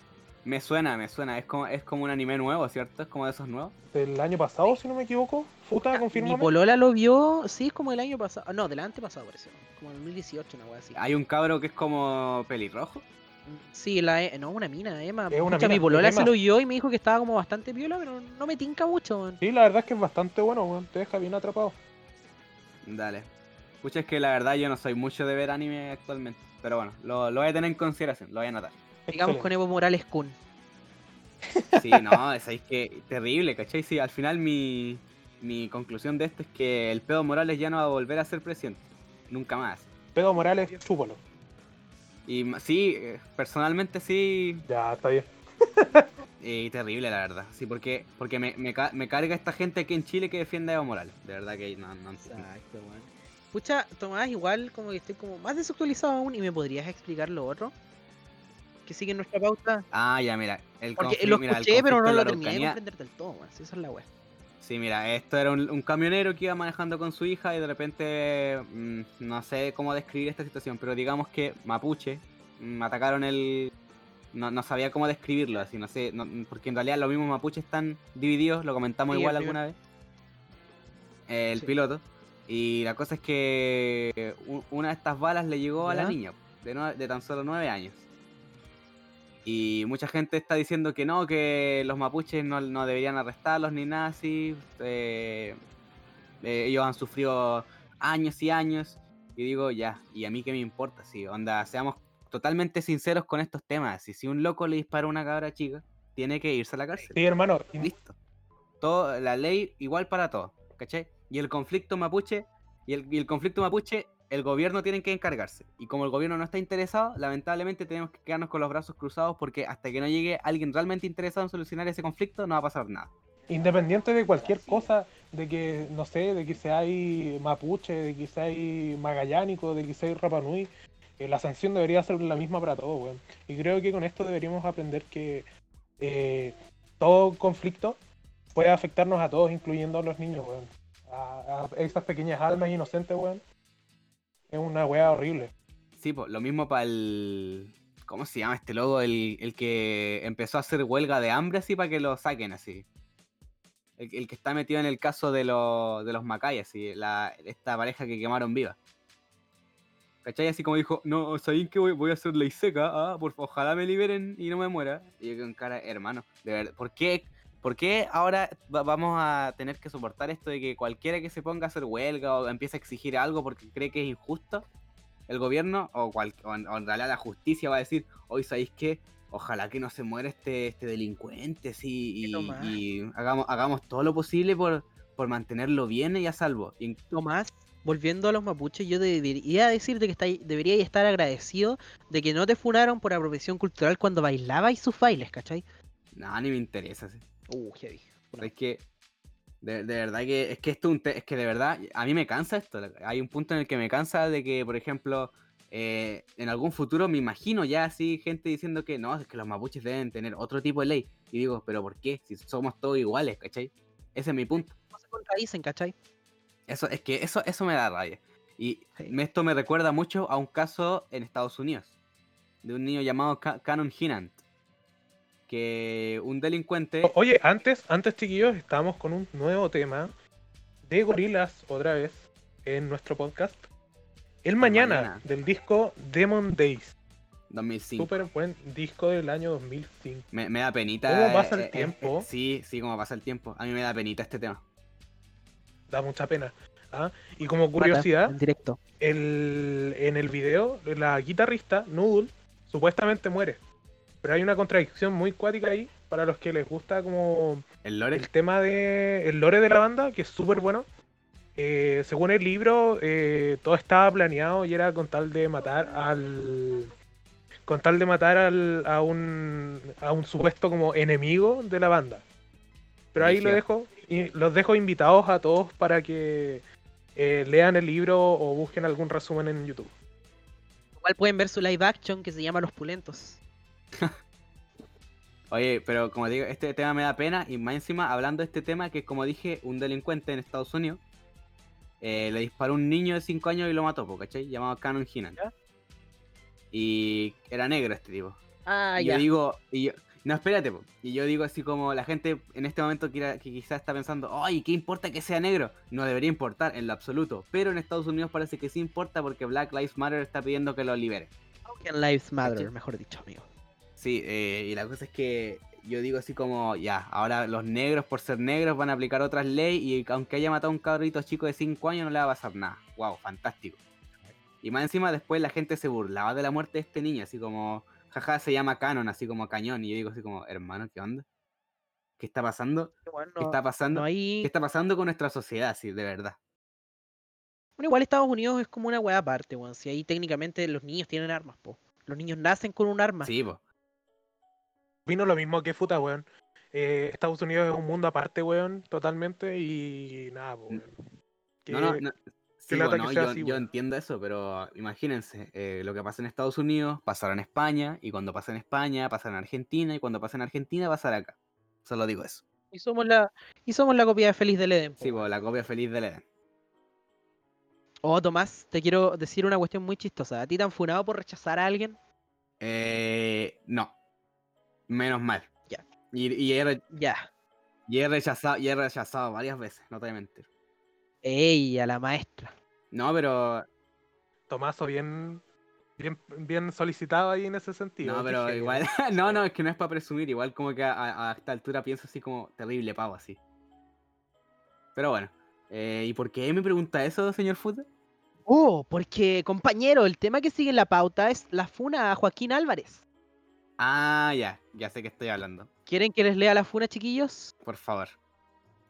Speaker 3: me suena, me suena, es como, es como un anime nuevo, ¿cierto? Es como de esos nuevos.
Speaker 2: Del año pasado, si no me equivoco. Futa,
Speaker 1: Mi
Speaker 2: confírmame.
Speaker 1: Polola lo vio, sí, es como el año pasado. No, del antepasado pareció. Como el 2018, una wea así.
Speaker 3: Hay un cabro que es como pelirrojo.
Speaker 1: Sí, la E- no, una mina, Emma.
Speaker 2: Es una
Speaker 1: Pucha,
Speaker 2: mina,
Speaker 1: mi Polola
Speaker 2: es
Speaker 1: se
Speaker 2: Emma.
Speaker 1: lo vio y me dijo que estaba como bastante viola, pero no me tinca mucho. weón.
Speaker 2: Sí, la verdad es que es bastante bueno, weón. Te deja bien atrapado.
Speaker 3: Dale. Pucha, es que la verdad yo no soy mucho de ver anime actualmente. Pero bueno, lo, lo voy a tener en consideración, lo voy a anotar.
Speaker 1: Digamos con Evo Morales Kun.
Speaker 3: Sí, no, es, es que terrible, ¿cachai? Sí, al final mi, mi conclusión de esto es que el pedo Morales ya no va a volver a ser presidente. Nunca más.
Speaker 2: Pedo Morales, chúpalo.
Speaker 3: Y ma- sí, eh, personalmente sí,
Speaker 2: Ya, está bien.
Speaker 3: eh, terrible la verdad. Sí, porque, porque me, me, ca- me carga esta gente aquí en Chile que defiende a Evo Morales. De verdad que no, no entiendo.
Speaker 1: weón. Pucha, Tomás, igual como que estoy como más desactualizado aún y me podrías explicar lo otro. Que sigue en nuestra pauta.
Speaker 3: Ah, ya, mira. El
Speaker 1: Porque
Speaker 3: conflicto-
Speaker 1: lo
Speaker 3: mira, el
Speaker 1: escuché, pero
Speaker 3: conflicto
Speaker 1: no
Speaker 3: en
Speaker 1: lo
Speaker 3: la
Speaker 1: terminé de
Speaker 3: Araucanía-
Speaker 1: comprender del todo, weón. si Esa es la wea.
Speaker 3: Sí, mira, esto era un, un camionero que iba manejando con su hija y de repente, mm, no sé cómo describir esta situación, pero digamos que mapuche mm, atacaron el... No, no sabía cómo describirlo, así, no sé, no- mm, porque en realidad los mismos mapuches están divididos, lo comentamos
Speaker 1: Sí,
Speaker 3: igual
Speaker 1: el piloto.
Speaker 3: alguna vez. Eh, el
Speaker 1: Sí.
Speaker 3: piloto. Y la cosa es que eh, u- una de estas balas le llegó a
Speaker 1: ¿Ya?
Speaker 3: la niña, de, nue- de tan solo nueve años. Y mucha gente está diciendo que no, que los mapuches no, no deberían arrestarlos ni nada así. eh, eh, ellos han sufrido años y años. Y digo, ya, ¿y a mí qué me importa? Sí, onda, seamos totalmente sinceros con estos temas. Si, si un loco le dispara a una cabra chica, tiene que irse a la cárcel.
Speaker 2: Sí, hermano.
Speaker 3: Listo. Todo, la ley igual para todos, ¿cachai? Y el conflicto mapuche, y el, y el conflicto mapuche, el gobierno tiene que encargarse. Y como el gobierno no está interesado, lamentablemente tenemos que quedarnos con los brazos cruzados porque hasta que no llegue alguien realmente interesado en solucionar ese conflicto, no va a pasar nada.
Speaker 2: Independiente de cualquier cosa, de que, no sé, de que seáis mapuche, de que seáis magallánico, de que seáis rapanui, eh, la sanción debería ser la misma para todos, weón. Y creo que con esto deberíamos aprender que eh, todo conflicto puede afectarnos a todos, incluyendo a los niños, weón. A, a esas pequeñas almas inocentes, weón. Es una weá horrible.
Speaker 3: Sí, pues lo mismo para el... ¿Cómo se llama este logo? El, el que empezó a hacer huelga de hambre así para que lo saquen así. El, el que está metido en el caso de, los de los Macay, así, la, esta pareja que quemaron viva. ¿Cachai? Así como dijo, no, ¿sabéis que voy, voy a hacer ley seca? Ah, por, fa- ojalá me liberen y no me muera. Y yo con cara, hermano, de verdad, ¿por qué, ¿por qué ahora va- vamos a tener que soportar esto de que cualquiera que se ponga a hacer huelga o empiece a exigir algo porque cree que es injusto, el gobierno o, cual, o en, o en realidad la justicia va a decir, hoy sabéis que ojalá que no se muera este, este delincuente, sí,
Speaker 1: Qué
Speaker 3: y,
Speaker 1: nomás.
Speaker 3: y hagamos, hagamos todo lo posible por, por mantenerlo bien y a salvo. Y en-
Speaker 1: Tomás, volviendo a los mapuches, yo debería decirte que estáis- deberíais estar agradecido de que no te funaron por apropiación cultural cuando bailabais sus bailes, ¿cachai?
Speaker 3: nada, ni me interesa. sí.
Speaker 1: Uh, heavy.
Speaker 3: Es que De, de verdad que es que esto es un te- es que de verdad a mí me cansa esto. Hay un punto en el que me cansa de que, por ejemplo, eh, en algún futuro me imagino ya así gente diciendo que no, es que los mapuches deben tener otro tipo de ley. Y digo, pero ¿por qué? Si somos todos iguales, ¿cachai? Ese es mi punto.
Speaker 1: No se contradicen, ¿cachai?
Speaker 3: Eso, es que eso, eso me da rabia. Y
Speaker 1: Sí.
Speaker 3: me- esto me recuerda mucho a un caso en Estados Unidos, de un niño llamado Ca- Canon Hinant, que un delincuente...
Speaker 2: Oye, antes, antes chiquillos, estamos con un nuevo tema de gorilas otra vez en nuestro podcast. El mañana,
Speaker 3: Mañana.
Speaker 2: del disco Demon Days.
Speaker 3: 2005.
Speaker 2: Súper buen disco del año 2005.
Speaker 3: Me, me da penita.
Speaker 2: ¿Cómo pasa el
Speaker 3: eh, eh, eh,
Speaker 2: tiempo?
Speaker 3: sí, sí, como pasa el tiempo. A mí me da penita este tema.
Speaker 2: Da mucha pena. ¿ah? Y como
Speaker 1: Mata,
Speaker 2: curiosidad,
Speaker 1: En directo.
Speaker 2: el, en el video, la guitarrista, Noodle, supuestamente muere. Pero hay una contradicción muy cuática ahí para los que les gusta como
Speaker 3: El lore.
Speaker 2: el tema de el lore de la banda, que es súper bueno. Eh, según el libro, eh, todo estaba planeado y era con tal de matar al. Con tal de matar al, a, un, a un supuesto como enemigo de la banda. Pero ahí lo dejo, y los dejo invitados a todos para que eh, lean el libro o busquen algún resumen en YouTube.
Speaker 1: Igual pueden ver su live action que se llama Los Pulentos.
Speaker 3: Oye, pero como digo, este tema me da pena. Y más encima, hablando de este tema, que como dije, un delincuente en Estados Unidos eh, le disparó a un niño de 5 años y lo mató, po, ¿cachai? Llamado Canon Hinan.
Speaker 2: ¿Ya?
Speaker 3: Y era negro este tipo.
Speaker 1: Ah,
Speaker 3: y yo
Speaker 1: ya.
Speaker 3: digo, y yo- no, espérate, po. y yo digo así como la gente en este momento que, que quizás está pensando, ay, ¿qué importa que sea negro? No debería importar en lo absoluto, pero en Estados Unidos parece que sí importa porque Black Lives Matter está pidiendo que lo libere.
Speaker 1: Token Lives Matter,
Speaker 3: ¿Cachai?
Speaker 1: mejor dicho, amigo.
Speaker 3: Sí, eh, y la cosa es que yo digo así como, ya, ahora los negros por ser negros van a aplicar otras leyes y aunque haya matado a un cabrito chico de 5 años no le va a pasar nada. Wow, fantástico. Y más encima después la gente se burlaba de la muerte de este niño, así como, jaja, se llama Canon, así como cañón. Y yo digo así como, hermano, ¿qué onda? ¿Qué está pasando?
Speaker 1: Igual
Speaker 3: ¿Qué
Speaker 1: no,
Speaker 3: está pasando?
Speaker 1: no hay-
Speaker 3: ¿Qué está pasando con nuestra sociedad, sí, de verdad?
Speaker 1: Bueno, igual Estados Unidos es como una weá aparte, weón. Si ahí técnicamente los niños tienen armas, po. Los niños nacen con un arma.
Speaker 3: Sí, po.
Speaker 2: Vino lo mismo que Futa, weón. Eh, Estados Unidos es un mundo aparte, weón, totalmente. Y nada, po, weón.
Speaker 3: No, no,
Speaker 2: Qué-
Speaker 3: no, sí,
Speaker 2: lata
Speaker 3: bueno,
Speaker 2: que sea
Speaker 3: yo,
Speaker 2: así,
Speaker 3: yo
Speaker 2: bueno.
Speaker 3: entiendo eso, pero imagínense, eh, lo que pasa en Estados Unidos pasará en España, y cuando pasa en España pasará en Argentina, y cuando pasa en Argentina pasará acá. Solo digo eso.
Speaker 1: Y somos la y somos la copia de Feliz del Edén. po.
Speaker 3: Sí, pues la copia feliz del Edén.
Speaker 1: Oh, Tomás, te quiero decir una cuestión muy chistosa. ¿A ti te han funado por rechazar a alguien?
Speaker 3: Eh, no, menos mal.
Speaker 1: Ya.
Speaker 3: Y, y he, re-
Speaker 1: Ya.
Speaker 3: y he rechazado, y he rechazado varias veces, no te voy a mentir.
Speaker 1: Ey, a la maestra.
Speaker 3: No, pero,
Speaker 2: Tomaso bien, bien, bien solicitado ahí en ese sentido.
Speaker 3: no, pero
Speaker 2: dije,
Speaker 3: igual, no, no, es que no es para presumir, igual como que a, a- a esta altura pienso así como terrible pavo, así. Pero bueno, eh, ¿y por qué me pregunta eso, señor Futa?
Speaker 1: Oh, porque, compañero, el tema que sigue en la pauta es la funa a Joaquín Álvarez.
Speaker 3: Ah, ya, ya sé que estoy hablando.
Speaker 1: ¿Quieren que les lea la funa, chiquillos?
Speaker 3: Por favor.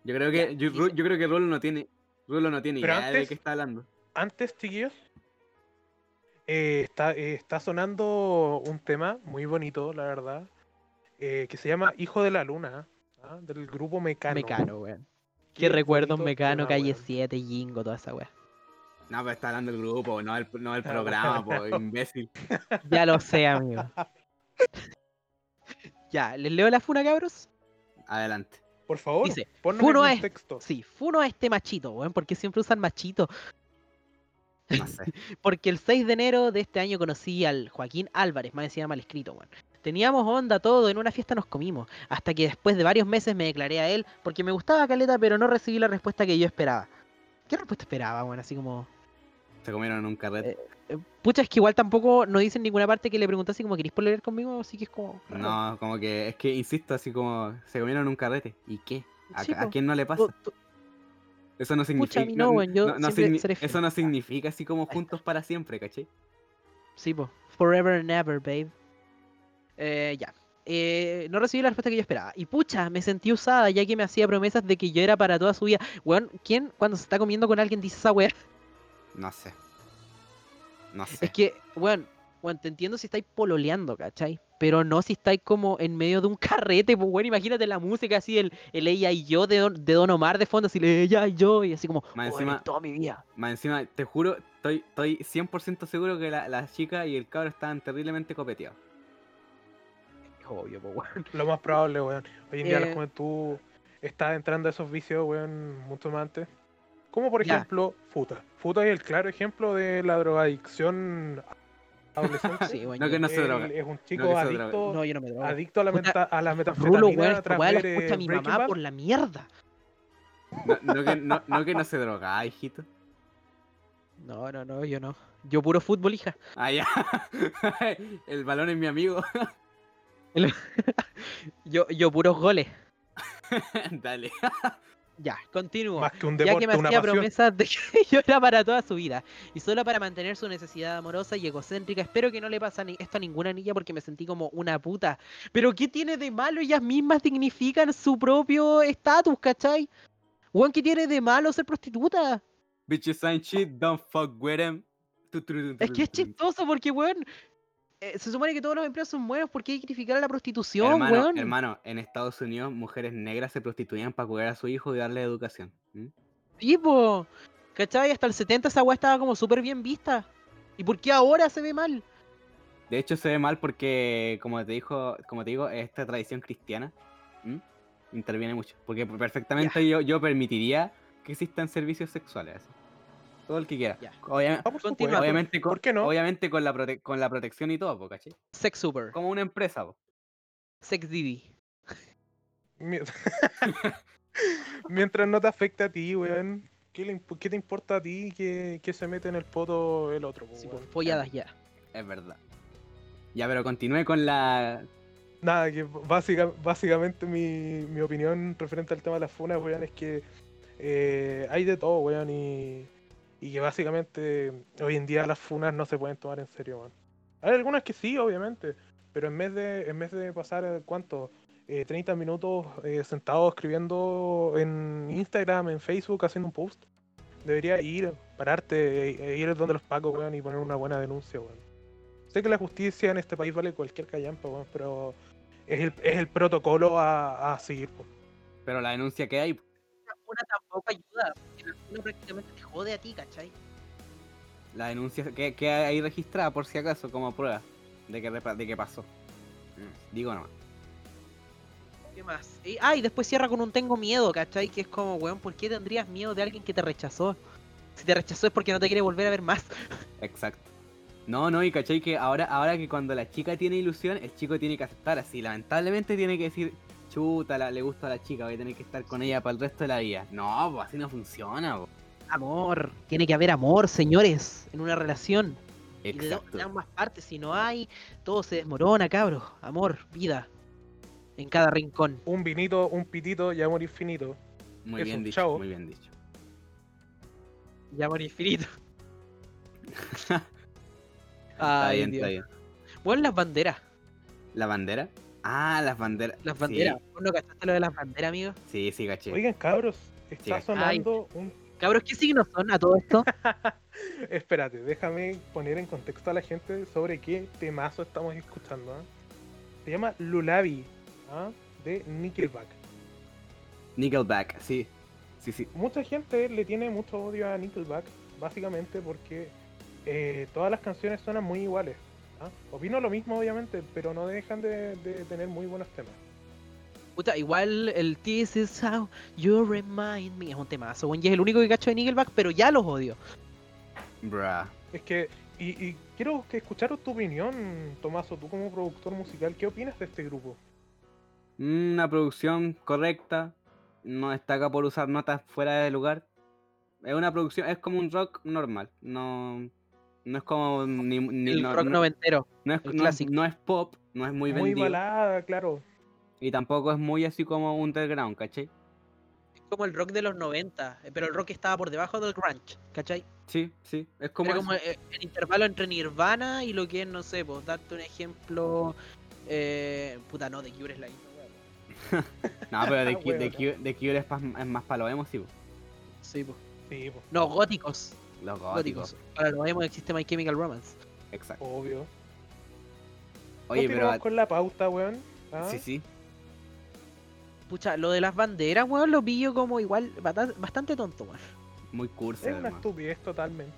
Speaker 3: Yo creo
Speaker 1: Ya,
Speaker 3: que yo,
Speaker 1: dice.
Speaker 3: Ru- yo creo que Rulo no tiene Rulo no tiene
Speaker 2: Pero
Speaker 3: idea de
Speaker 2: antes-
Speaker 3: qué está hablando.
Speaker 2: Antes, chiquillos, eh, está, eh, está sonando un tema muy bonito, la verdad, eh, que se llama Hijo de la Luna, ¿ah? del grupo Mecano.
Speaker 1: Mecano, weón.
Speaker 2: Qué
Speaker 1: Qué recuerdos,
Speaker 2: bonito
Speaker 1: Mecano,
Speaker 2: tema,
Speaker 1: Calle
Speaker 2: weón.
Speaker 1: 7, Jingo, toda esa weá.
Speaker 3: No, pero está hablando el grupo, no el, no el
Speaker 2: Ah,
Speaker 3: programa, po, imbécil.
Speaker 1: Ya lo sé, amigo. ya, ¿les leo la funa, cabros?
Speaker 3: Adelante.
Speaker 2: Por favor,
Speaker 1: Dice,
Speaker 2: ponnos
Speaker 1: "Funo
Speaker 2: en
Speaker 1: es".
Speaker 2: contexto.
Speaker 1: Sí, funo a este machito, weón, porque siempre usan machito.
Speaker 3: No sé.
Speaker 1: Porque el 6 de enero de este año conocí al Joaquín Álvarez, más encima mal escrito, weón. Teníamos onda todo, en una fiesta nos comimos, hasta que después de varios meses me declaré a él porque me gustaba Caleta, pero no recibí la respuesta que yo esperaba. ¿Qué respuesta esperaba, weón? Así como...
Speaker 3: Se comieron un
Speaker 1: Eh,
Speaker 3: carrete.
Speaker 1: Pucha, es que igual tampoco no dice en ninguna parte que le pregunté así como, ¿querís leer conmigo? Así que es como... raro.
Speaker 3: no, como que es que insisto, así como se comieron un carrete. ¿Y qué? ¿A,
Speaker 1: Sí,
Speaker 3: a
Speaker 1: po.
Speaker 3: quién no le pasa?
Speaker 1: Tú- tú-
Speaker 3: Eso no
Speaker 1: Pucha,
Speaker 3: significa
Speaker 1: a mí no, weón, yo siempre
Speaker 3: signi-
Speaker 1: seré
Speaker 3: Eso
Speaker 1: fiel.
Speaker 3: no significa así como
Speaker 1: está.
Speaker 3: juntos para siempre, ¿cachai?
Speaker 1: Sí, po. Forever and ever, babe. Eh, ya. Eh, no recibí la respuesta que yo esperaba. Y pucha, me sentí usada ya que me hacía promesas de que yo era para toda su vida. Weón, ¿quién cuando se está comiendo con alguien dice esa weá?
Speaker 3: No sé. No sé.
Speaker 1: Es que, weón, weón, te entiendo si estáis pololeando, ¿cachai? Pero no si estáis como en medio de un carrete, pues bueno, imagínate la música así, el, el ella y yo de Don, de Don Omar de fondo, así le ella y yo, y así como,
Speaker 3: Más
Speaker 1: "Bueno,
Speaker 3: encima-
Speaker 1: toda mi vida.
Speaker 3: Más encima, te juro, estoy, estoy 100% seguro que la, la chica y el cabro estaban terriblemente copeteados.
Speaker 1: Obvio, pues bueno.
Speaker 2: Lo más probable, weón. Hoy en día
Speaker 1: Eh.
Speaker 2: la juventud está adentrando a esos vicios, weón, mucho más antes. Como por
Speaker 1: Ya.
Speaker 2: ejemplo, Futa. Futa es el claro ejemplo de la drogadicción adolescente.
Speaker 1: Sí, bueno,
Speaker 3: No que
Speaker 1: yo-
Speaker 3: no se
Speaker 2: Él
Speaker 3: droga.
Speaker 2: Es un chico
Speaker 3: que se droga.
Speaker 2: adicto,
Speaker 1: no, yo no me drogo.
Speaker 2: adicto a la,
Speaker 1: Puta,
Speaker 2: meta, a la metanfetamina
Speaker 1: Rulo, weón, esta
Speaker 2: tras
Speaker 1: weá la
Speaker 2: ver,
Speaker 1: escucha
Speaker 2: eh,
Speaker 1: mi
Speaker 2: Breaking
Speaker 1: mamá
Speaker 2: Bad.
Speaker 1: por la mierda.
Speaker 3: No, no que, no, no que no se drogaba, hijito.
Speaker 1: No, no, no, yo no. Yo puro fútbol, hija.
Speaker 3: Ah, ya. El balón es mi amigo.
Speaker 1: Yo, yo puros goles.
Speaker 3: Dale.
Speaker 1: Ya, continúo.
Speaker 2: Más que un
Speaker 1: ya
Speaker 2: deporte,
Speaker 1: que me
Speaker 2: una
Speaker 1: hacía
Speaker 2: pasión.
Speaker 1: promesas de que yo era para toda su vida y solo para mantener su necesidad amorosa y egocéntrica. Espero que no le pase a ni- esto a ninguna niña porque me sentí como una puta. Pero ¿qué tiene de malo? Ellas mismas dignifican su propio estatus, ¿cachai? Weón, ¿qué tiene de malo ser prostituta?
Speaker 3: Bitches ain't shit, don't fuck with him. Tu, tu, tu, tu,
Speaker 1: Es que es
Speaker 3: tu, tu.
Speaker 1: chistoso porque, weón, eh, se supone que todos los empleos son buenos. ¿Por qué dignificar a la prostitución,
Speaker 3: Hermano,
Speaker 1: weón?
Speaker 3: hermano, en Estados Unidos mujeres negras se prostituían para cuidar a su hijo y darle educación. ¿Mm?
Speaker 1: Sí, po. ¿Cachai? Hasta el 70 esa weá estaba como súper bien vista. ¿Y por qué ahora se ve mal?
Speaker 3: De hecho se ve mal porque, como te dijo, como te digo, esta tradición cristiana ¿Mm? interviene mucho. Porque perfectamente yo, yo permitiría que existan servicios sexuales. así. Todo el que quiera.
Speaker 1: Ya.
Speaker 3: Obvia-
Speaker 2: Ah, por supuesto,
Speaker 1: Continúa,
Speaker 2: weón.
Speaker 3: obviamente, con,
Speaker 2: ¿Por qué no?
Speaker 3: obviamente con la prote- con la protección y todo, po, ¿cachai?
Speaker 1: Sex super.
Speaker 3: Como una empresa, po.
Speaker 1: Sex Didi.
Speaker 2: Mie- Mientras no te afecte a ti, weón. ¿Qué, le imp- qué te importa a ti que, que se mete en el poto el otro? po,
Speaker 1: Sí,
Speaker 2: weón?
Speaker 1: pues, folladas ya.
Speaker 3: Es verdad. Ya, pero continúe con la.
Speaker 2: Nada, que básica- básicamente mi, mi opinión referente al tema de las funas, weón, es que eh, hay de todo, weón, y, y que básicamente hoy en día las funas no se pueden tomar en serio, weón. Hay algunas que sí, obviamente, pero en vez de, en vez de pasar, eh, ¿cuánto? Eh, 30 minutos eh, sentado escribiendo en Instagram, en Facebook, haciendo un post, debería ir, pararte, e- e ir donde los pacos, weón, y poner una buena denuncia, weón. Sé que la justicia en este país vale cualquier callampa, weón, pero es el, es el protocolo a, a seguir. po.
Speaker 3: Pero la denuncia que hay.
Speaker 1: Una tampoco ayuda, porque la una prácticamente te jode a ti, ¿cachai?
Speaker 3: La denuncia que, que hay ahí registrada, por si acaso, como prueba de que, repa- de que pasó. Mm, Digo nomás.
Speaker 1: ¿Qué más? Y- ah, y después cierra con un tengo miedo, ¿cachai? Que es como, weón, ¿por qué tendrías miedo de alguien que te rechazó? Si te rechazó es porque no te quiere volver a ver más.
Speaker 3: Exacto. No, no, y cachai que ahora, ahora que cuando la chica tiene ilusión, el chico tiene que aceptar así. Lamentablemente tiene que decir, chuta, la- le gusta a la chica, voy a tener que estar con ella para el resto de la vida. No, pues así no funciona. po.
Speaker 1: Amor. Tiene que haber amor, señores, en una relación. Y de, do-
Speaker 3: Exacto.
Speaker 1: de ambas partes, si no hay, todo se desmorona, cabros. Amor, vida. En cada rincón.
Speaker 2: Un vinito, un pitito y amor infinito.
Speaker 3: Muy
Speaker 2: eso,
Speaker 3: bien dicho,
Speaker 2: chao.
Speaker 3: muy bien dicho.
Speaker 1: Y amor infinito.
Speaker 3: Está
Speaker 1: Ay,
Speaker 3: bien,
Speaker 1: Dios.
Speaker 3: está bien.
Speaker 1: Bueno, las banderas.
Speaker 3: ¿La bandera? Ah, las banderas.
Speaker 1: Las
Speaker 3: Sí,
Speaker 1: banderas. ¿Vos no cachaste lo de las banderas, amigo?
Speaker 3: Sí, sí, caché.
Speaker 2: Oigan, cabros, está
Speaker 3: Sí.
Speaker 2: sonando un...
Speaker 1: Cabros, ¿qué signos son a todo esto?
Speaker 2: Espérate, déjame poner en contexto a la gente sobre qué temazo estamos escuchando. ¿ah? Se llama Lulabi, ¿ah? de Nickelback.
Speaker 3: Nickelback, sí. Sí, sí.
Speaker 2: Mucha gente le tiene mucho odio a Nickelback, básicamente porque eh, todas las canciones suenan muy iguales. ¿ah? Opino lo mismo, obviamente, pero no dejan de- de tener muy buenos temas.
Speaker 1: Puta, igual el This is how you remind me es un temazo, weón, y es el único que cacho de Nickelback, pero ya los odio.
Speaker 3: Bruh.
Speaker 2: Es que, y, y quiero que escuchar tu opinión, Tomaso, tú como productor musical, ¿qué opinas de este grupo?
Speaker 3: Una producción correcta. No destaca por usar notas fuera de lugar. Es una producción, es como un rock normal. No, no es como ni, ni-
Speaker 1: el
Speaker 3: no,
Speaker 1: rock
Speaker 3: no-
Speaker 1: noventero.
Speaker 3: no es,
Speaker 1: el
Speaker 3: no es-
Speaker 1: clásico.
Speaker 3: no es pop, no es muy
Speaker 2: Muy,
Speaker 3: vendido.
Speaker 2: balada, claro.
Speaker 3: y tampoco es muy así como underground, ¿cachai?
Speaker 1: Es como el rock de los 90, eh, pero el rock que estaba por debajo del grunge, ¿cachai?
Speaker 3: Sí, sí. Es como,
Speaker 1: Como
Speaker 3: eso.
Speaker 1: como eh, el intervalo entre Nirvana y lo que es, no sé, pues darte un ejemplo. eh, puta, no, de Cure es la misma, weón.
Speaker 3: No, pero
Speaker 2: Ah,
Speaker 3: de, Cure- de,
Speaker 2: huevona.
Speaker 3: Cure- de Cure es, pas- es más para los emos, sí. po.
Speaker 1: Sí, pues.
Speaker 2: Sí, po,
Speaker 1: No, góticos.
Speaker 3: Los góticos.
Speaker 1: Góticos. Para los emo existe My Chemical Romance.
Speaker 3: Exacto.
Speaker 2: obvio.
Speaker 3: Oye, pero.
Speaker 2: Continuamos con la pauta, weón. ¿Ah?
Speaker 3: Sí, sí.
Speaker 1: Pucha, lo de las banderas, weón, lo pillo como igual bata- bastante tonto, weón.
Speaker 3: Muy cursi.
Speaker 2: Es una
Speaker 3: además.
Speaker 2: estupidez totalmente.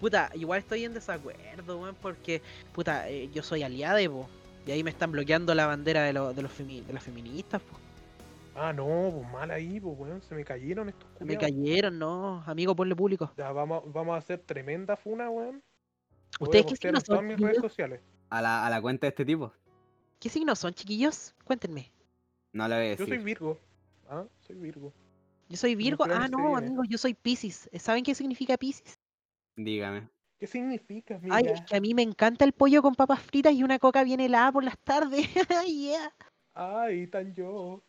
Speaker 1: Puta, igual estoy en desacuerdo, weón, porque, puta, eh, yo soy aliada, po, y ahí me están bloqueando la bandera de, lo- de, los, femi- de las feministas, po.
Speaker 2: Ah, no, pues mal ahí, pues weón. Se me cayeron estos
Speaker 1: Me
Speaker 2: culiados.
Speaker 1: cayeron, no, amigo, ponle público.
Speaker 2: Ya, vamos, a- vamos a hacer tremenda funa, weón. Lo voy a
Speaker 1: ¿Ustedes qué
Speaker 2: postear en
Speaker 1: signos
Speaker 2: todas
Speaker 1: son,
Speaker 2: mis redes
Speaker 1: chiquillos?
Speaker 2: sociales.
Speaker 3: A la, a la cuenta de este tipo.
Speaker 2: pues.
Speaker 1: ¿Qué signos son, chiquillos? Cuéntenme.
Speaker 3: No le voy a
Speaker 2: Yo
Speaker 3: decir.
Speaker 2: soy Virgo. Ah, soy Virgo.
Speaker 1: Yo soy Virgo.
Speaker 2: plan
Speaker 1: Ah,
Speaker 2: se
Speaker 1: no,
Speaker 2: viene.
Speaker 1: amigos, yo soy Piscis. ¿Saben qué significa Piscis?
Speaker 3: Dígame.
Speaker 2: ¿Qué significa, mira?
Speaker 1: Ay, es que a mí me encanta el pollo con papas fritas y una coca bien helada por las tardes. Ay, yeah.
Speaker 2: Ay, tan yo.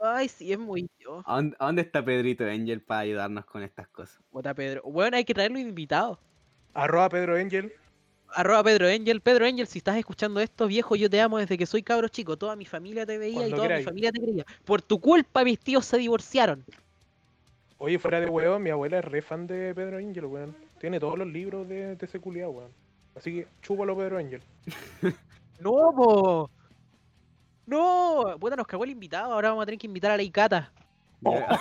Speaker 1: Ay, sí, es muy yo.
Speaker 3: ¿A dónde, a dónde está Pedrito Angel para ayudarnos con estas cosas?
Speaker 1: Puta, Pedro. Bueno, hay que traerlo invitado.
Speaker 2: Arroba Pedro Angel.
Speaker 1: Arroba Pedro Angel. Pedro Angel, si estás escuchando esto, viejo, yo te amo desde que soy cabro chico. Toda mi familia te veía
Speaker 2: Cuando
Speaker 1: y toda
Speaker 2: queráis.
Speaker 1: mi familia te creía. Por tu culpa, mis tíos se divorciaron.
Speaker 2: Oye, fuera de huevo, mi abuela es re fan de Pedro Angel, weón. Tiene todos los libros de, de ese culiao, weón. Así que chúpalo, Pedro Angel.
Speaker 1: No, po. No. Puta, nos cagó el invitado. Ahora vamos a tener que invitar a la Icata.
Speaker 3: Ya-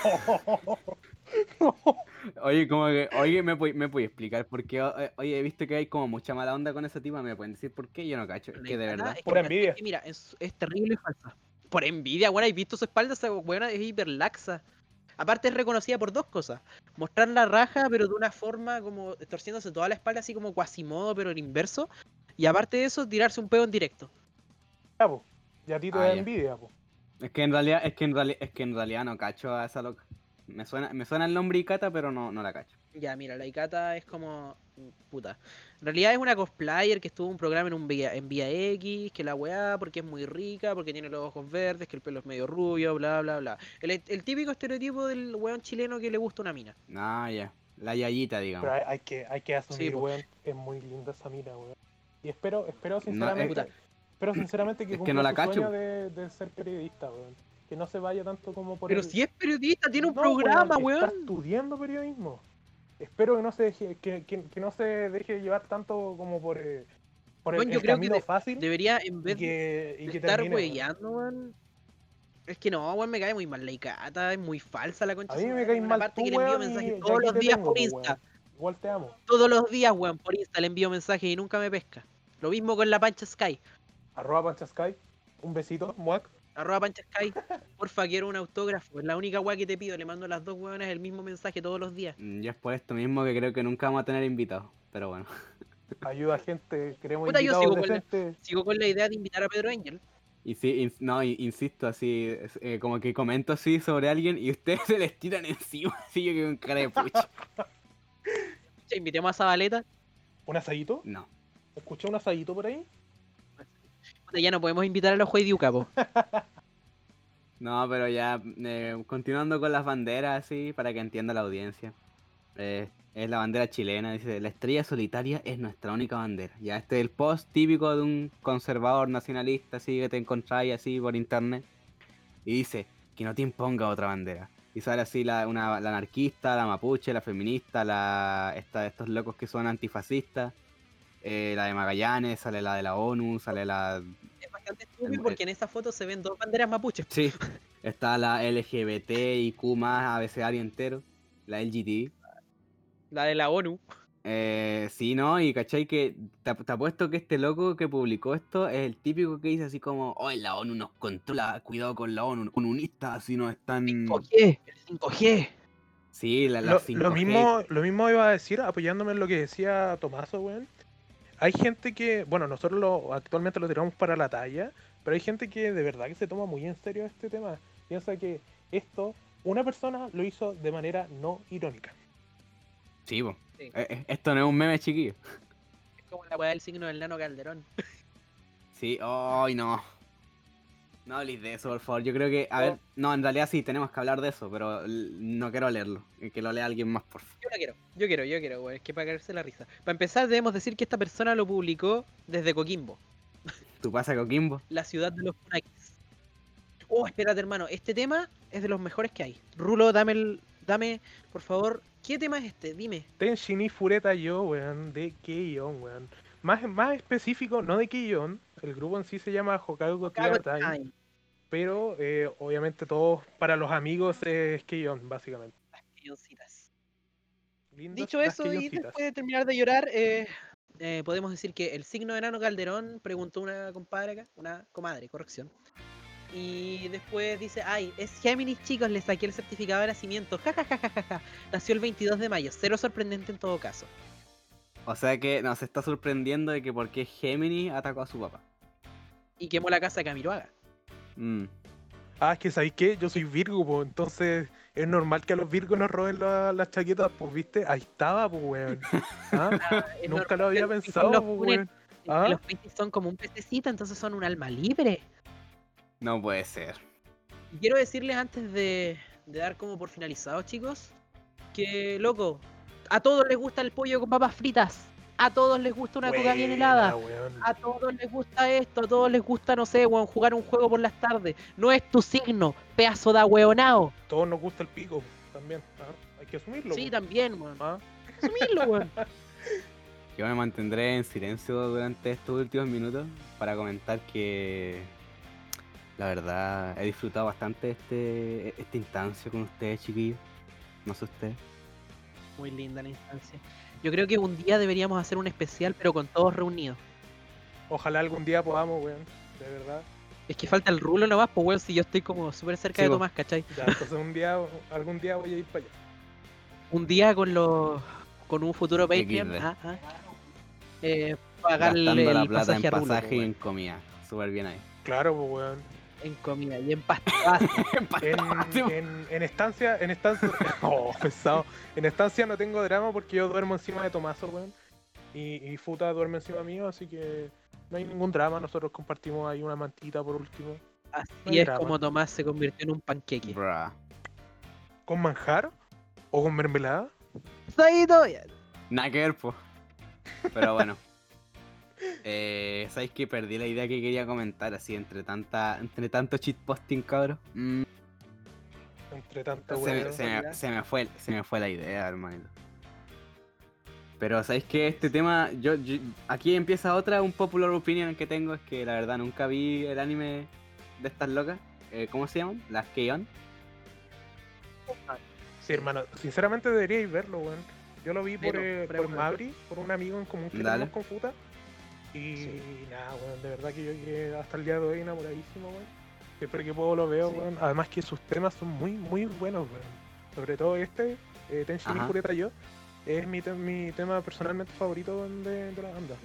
Speaker 3: Oye, como que, oye, ¿me puedes me puede explicar por qué? O- eh, Oye, he visto que hay como mucha mala onda con esa tipa, ¿me pueden decir por qué? Yo no cacho, es
Speaker 1: La
Speaker 3: que de
Speaker 1: Icata
Speaker 3: verdad.
Speaker 1: es que
Speaker 2: Por
Speaker 1: caché
Speaker 2: envidia.
Speaker 1: que, mira, es, es terrible y falsa. Por envidia, buena, ¿has visto su espalda? Esa buena es hiperlaxa. Aparte es reconocida por dos cosas. Mostrar la raja, pero de una forma como torciéndose toda la espalda, así como cuasimodo, pero el inverso. Y aparte de eso, tirarse un pedo en directo.
Speaker 2: Ya, po. Ya a ti te
Speaker 3: Ah,
Speaker 2: da
Speaker 3: ya.
Speaker 2: envidia, po.
Speaker 3: Es que en realidad, es que en realidad, es que en realidad no cacho a esa loca. Me suena, me suena el nombre Icata, pero no, no la cacho.
Speaker 1: Ya, mira, la Ikata es como... Puta. En realidad es una cosplayer que estuvo en un programa en, un vía, en Vía X, que la weá, porque es muy rica, porque tiene los ojos verdes, que el pelo es medio rubio, bla, bla, bla. El, el típico estereotipo del weón chileno que le gusta una mina.
Speaker 3: Ah, ya. La Yayita, digamos.
Speaker 2: Pero hay, hay que, hay que asumir,
Speaker 1: po.
Speaker 2: weón. Es muy linda esa mina, weón. Y espero, espero
Speaker 3: No, es-
Speaker 2: sinceramente, espero sinceramente que
Speaker 3: es
Speaker 2: cumpla
Speaker 3: que no la
Speaker 2: su
Speaker 3: cacho,
Speaker 2: sueño
Speaker 3: po.
Speaker 2: de, de ser periodista, weón. Que no se vaya tanto como por
Speaker 1: Pero
Speaker 2: el-
Speaker 1: si es periodista, tiene un
Speaker 2: No,
Speaker 1: programa,
Speaker 2: Está
Speaker 1: weón.
Speaker 2: estudiando periodismo. Espero que no se deje, que, que- que no se deje llevar tanto como por, eh, por el,
Speaker 1: Weón, yo
Speaker 2: el
Speaker 1: creo que
Speaker 2: camino
Speaker 1: de-
Speaker 2: fácil
Speaker 1: Debería, en
Speaker 2: y
Speaker 1: vez de
Speaker 2: que, y que
Speaker 1: estar
Speaker 2: termine, weón.
Speaker 1: hueveando, weón. Es que no, weón, me cae muy mal la Icata, es muy falsa la concha.
Speaker 2: A
Speaker 1: de
Speaker 2: mí
Speaker 1: su
Speaker 2: me
Speaker 1: madre,
Speaker 2: caes
Speaker 1: weón,
Speaker 2: mal
Speaker 1: aparte
Speaker 2: tú,
Speaker 1: que le envío
Speaker 2: weón, y-
Speaker 1: mensajes
Speaker 2: y
Speaker 1: todos
Speaker 2: aquí
Speaker 1: los
Speaker 2: te
Speaker 1: días
Speaker 2: tengo,
Speaker 1: por
Speaker 2: po,
Speaker 1: Insta.
Speaker 2: weón. Igual te amo.
Speaker 1: Todos los días, weón, por Insta le envío mensajes y nunca me pesca. Lo mismo con la Pancha Sky.
Speaker 2: Arroba Pancha Sky. Un besito, muac.
Speaker 1: Arroba Pancha Sky. Porfa, quiero un autógrafo. Es la única weá que te pido. Le mando a las dos weonas el mismo mensaje todos los días.
Speaker 3: Mm, Yo es por esto mismo que creo que nunca vamos a tener invitados. Pero bueno.
Speaker 2: Ayuda a gente, queremos
Speaker 1: Puta, yo
Speaker 2: invitados
Speaker 1: sigo con la-
Speaker 2: decentes.
Speaker 1: Sigo con la idea de invitar a Pedro Angel.
Speaker 3: Y sí, ins- no, in- insisto, así, es- eh, como que comento así sobre alguien y ustedes se les tiran encima, así yo que un cara de pucha.
Speaker 1: Che, invitemos a Zabaleta.
Speaker 2: ¿Un asadito?
Speaker 3: No.
Speaker 2: ¿Escuché un asadito por ahí?
Speaker 1: Puta, Ya no podemos invitar a los jueces Diuca, po.
Speaker 3: No, pero ya, eh, continuando con las banderas, así, para que entienda la audiencia. Eh, es la bandera chilena, dice, la estrella solitaria es nuestra única bandera. Ya, este es el post típico de un conservador nacionalista, así, que te encontráis así por internet. Y dice, que no te imponga otra bandera. Y sale así la, una- la anarquista, la mapuche, la feminista, la, esta, estos locos que son antifascistas. eh, la de Magallanes, sale la de la ONU, sale la
Speaker 1: Es bastante estúpido porque en esa foto se ven dos banderas mapuches.
Speaker 3: Sí. Está la LGBT y Q más abecedario entero. La LGT.
Speaker 1: La de la ONU.
Speaker 3: Eh, sí, ¿no? Y cachai que te, ap- te apuesto que este loco que publicó esto es el típico que dice así como, oh, la ONU nos controla, cuidado con la ONU, comunistas, si no están...
Speaker 1: 5G, el 5G.
Speaker 3: Sí, la, la
Speaker 2: Lo,
Speaker 3: 5G.
Speaker 2: lo mismo, lo mismo iba a decir apoyándome en lo que decía Tomaso, weón. Hay gente que, bueno, nosotros lo, actualmente lo tiramos para la talla, pero hay gente que de verdad que se toma muy en serio este tema. Piensa que esto, una persona lo hizo de manera no irónica.
Speaker 3: Sí, po.
Speaker 1: Sí.
Speaker 3: Eh, eh, esto no es un meme chiquillo.
Speaker 1: Es como la weá del signo del nano Calderón.
Speaker 3: Sí, ay no. No habléis de eso, por favor. Yo creo que, a ver, no, en realidad sí, tenemos que hablar de eso, pero l- no quiero leerlo. Que lo lea alguien más, por favor.
Speaker 1: Yo la quiero, yo quiero, yo quiero, weón. Es que para caerse la risa. Para empezar, debemos decir que esta persona lo publicó desde Coquimbo,
Speaker 3: ¿Tú pasa Coquimbo?
Speaker 1: la ciudad de los punakis. Oh, espérate, hermano. Este tema es de los mejores que hay. Rulo, dame el. Dame, por favor. ¿Qué tema es este? Dime.
Speaker 2: Ten Shinji Fureta yo, weón, de Keion, weón. más, más específico, no de Kiyon, el grupo en sí se llama Hokago
Speaker 1: Cago
Speaker 2: Tear Time,
Speaker 1: Time.
Speaker 2: pero eh, obviamente todos para los amigos es Kiyon, básicamente.
Speaker 1: Las guioncitas.
Speaker 2: Lindas
Speaker 1: Dicho
Speaker 2: las
Speaker 1: eso, y
Speaker 2: Kiyoncitas.
Speaker 1: después de terminar de llorar, eh, eh, podemos decir que el signo de Nano Calderón preguntó una compadre acá, una comadre, corrección. Y después dice, ay, es Géminis, chicos, le saqué el certificado de nacimiento. Ja, ja, ja, ja, ja, ja. Nació el 22 de mayo. Cero sorprendente en todo caso.
Speaker 3: O sea que nos está sorprendiendo de que por qué Gemini atacó a su papá.
Speaker 1: Y quemó la casa de Camiroaga.
Speaker 3: Mm.
Speaker 2: Ah, es que ¿sabéis qué? Yo soy Virgo, pues, entonces es normal que a los Virgos nos roben la- las chaquetas, pues, ¿viste? Ahí estaba, pues, weón. ¿Ah?
Speaker 1: Es
Speaker 2: Nunca lo había
Speaker 1: normal que
Speaker 2: pensado,
Speaker 1: los
Speaker 2: pues,
Speaker 1: funen,
Speaker 2: weón.
Speaker 1: que
Speaker 2: Ah.
Speaker 1: Los Piscis son como un pececito, entonces son un alma libre.
Speaker 3: No puede ser.
Speaker 1: Y quiero decirles antes de, de dar como por finalizado, chicos, que, loco, a todos les gusta el pollo con papas fritas. A todos les gusta una coca bien helada.
Speaker 2: Buena, weón.
Speaker 1: A todos les gusta esto, a todos les gusta, no sé, weón, jugar un juego por las tardes. No es tu signo, pedazo de ahueonao.
Speaker 2: Todos nos gusta el pico, también. ah, Hay que asumirlo.
Speaker 1: Sí,
Speaker 2: pues,
Speaker 1: también, weón.
Speaker 2: ah.
Speaker 1: Asumilo, weón.
Speaker 3: Yo me mantendré en silencio durante estos últimos minutos para comentar que la verdad he disfrutado bastante este esta instancia con ustedes, chiquillos. No sé ustedes.
Speaker 1: Muy linda la instancia. Yo creo que un día deberíamos hacer un especial, pero con todos reunidos.
Speaker 2: Ojalá algún día podamos, weón. De verdad.
Speaker 1: Es que falta el rulo nomás, pues, weón, si yo estoy como súper cerca
Speaker 3: Sí,
Speaker 1: de
Speaker 3: po.
Speaker 1: Tomás, ¿cachai?
Speaker 2: Ya, entonces un día, algún día voy a ir para allá.
Speaker 1: un día con los con un futuro Patreon
Speaker 3: XD.
Speaker 1: ah, ah, eh, pagarle
Speaker 3: Gastando
Speaker 1: el
Speaker 3: la plata en
Speaker 1: pasaje a Rulo,
Speaker 3: pasaje
Speaker 1: po,
Speaker 3: y
Speaker 1: weón,
Speaker 3: en comida. Súper bien ahí.
Speaker 2: Claro, pues, weón. Ah,
Speaker 1: en, comida y en pasta
Speaker 2: En, en, en estancia, en estancia. Oh, pesado. En estancia no tengo drama porque yo duermo encima de Tomaso, weón. Y, y Futa duerme encima mío, así que no hay ningún drama. Nosotros compartimos ahí una mantita por último.
Speaker 1: así
Speaker 2: hay
Speaker 1: es
Speaker 2: drama.
Speaker 1: como Tomás se convirtió en un panqueque
Speaker 3: Bruh.
Speaker 2: ¿Con manjar? ¿O con mermelada?
Speaker 1: Saito,
Speaker 3: Nada que ver, po. Pero bueno. eh, ¿Sabéis que perdí la idea que quería comentar así entre tanta entre tanto shitposting, cabrón? Mm,
Speaker 2: Entre tanto,
Speaker 3: se, me,
Speaker 2: weón.
Speaker 3: se me- se me fue, se me fue la idea, hermanito. Pero sabéis que este tema, yo, yo- aquí empieza otra, un popular opinion que tengo es que la verdad nunca vi el anime de estas locas. Eh, ¿Cómo se llaman? Las Keion.
Speaker 2: Sí, hermano, sinceramente deberíais verlo, weón. Yo lo vi por,
Speaker 1: Velo,
Speaker 2: eh, por
Speaker 1: pregúntale.
Speaker 2: Mabri, por un amigo en común que
Speaker 3: Dale.
Speaker 2: tenemos con Futa. Y nada, weón, de verdad que yo llegué hasta el día de hoy enamoradísimo, weón. Siempre que puedo lo veo,
Speaker 3: Sí.
Speaker 2: weón. Además que sus temas son muy, muy buenos, weón. Sobre todo este, eh, Tenshin
Speaker 3: Ajá.
Speaker 2: Hikuri yo es mi, te- mi tema personalmente favorito weón, de, de la banda.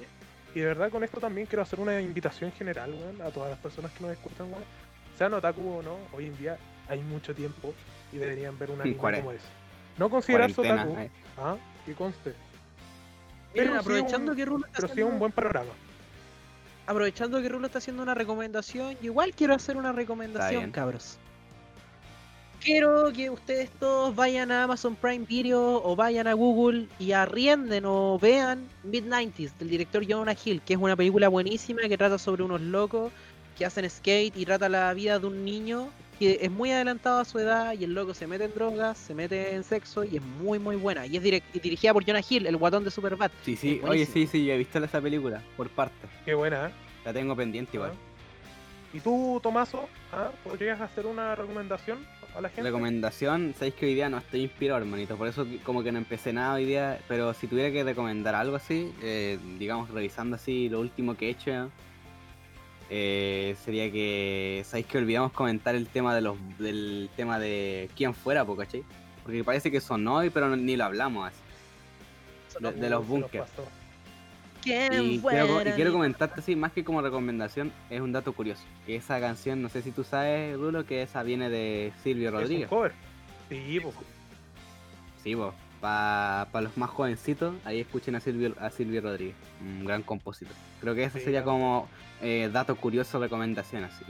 Speaker 2: Y de verdad con esto también quiero hacer una invitación general, weón, a todas las personas que nos escuchan, weón. Sean otaku o no, hoy en día hay mucho tiempo y deberían ver un anime
Speaker 3: cuaren-
Speaker 2: como ese. No considerarse
Speaker 3: Cuarentena.
Speaker 2: otaku,
Speaker 3: eh.
Speaker 2: ¿ah? que conste,
Speaker 1: miren,
Speaker 2: sí,
Speaker 1: aprovechando
Speaker 2: un-
Speaker 1: que Rulo está
Speaker 2: pero sí es
Speaker 1: haciendo,
Speaker 2: un buen panorama.
Speaker 1: aprovechando que Rulo está haciendo una recomendación yo igual quiero hacer una recomendación
Speaker 3: bien.
Speaker 1: cabros Quiero que ustedes todos vayan a Amazon Prime Video o vayan a Google y arrienden o vean Mid-90s del director Jonah Hill, que es una película buenísima que trata sobre unos locos que hacen skate y trata la vida de un niño que es muy adelantado a su edad y el loco se mete en drogas, se mete en sexo y es muy muy buena. Y es direc- y dirigida por Jonah Hill, el guatón de Superbad.
Speaker 3: Sí, sí,
Speaker 1: Es
Speaker 3: oye,
Speaker 1: buenísimo.
Speaker 3: sí, sí, yo he visto esa película, por parte.
Speaker 2: Qué buena, ¿eh? Ah.
Speaker 3: La tengo pendiente igual.
Speaker 2: ¿Y tú, Tomaso, ah, podrías hacer una recomendación a la gente?
Speaker 3: Recomendación, sabéis que hoy día no estoy inspirado, hermanito, por eso que- como que no empecé nada hoy día, pero si tuviera que recomendar algo así, eh, digamos revisando así lo último que he hecho, eh, sería que sabéis que olvidamos comentar el tema de los del tema de quién fuera, po, ¿cachai? Porque parece que sonó hoy, pero no- ni lo hablamos así. De, de los
Speaker 2: Se nos
Speaker 3: bunkers.
Speaker 2: pasó.
Speaker 3: Y quiero, co- y quiero comentarte así, más que como recomendación, es un dato curioso. Que esa canción, no sé si tú sabes, Rulo, que esa viene de Silvio
Speaker 2: Es un
Speaker 3: Rodríguez.
Speaker 2: cover. Sí, pues. po.
Speaker 3: Sí, para los más jovencitos, ahí escuchen a Silvio, a Silvio Rodríguez, un gran compositor. Creo que ese
Speaker 2: Sí,
Speaker 3: sería
Speaker 2: claro.
Speaker 3: como eh, dato curioso, recomendación, así.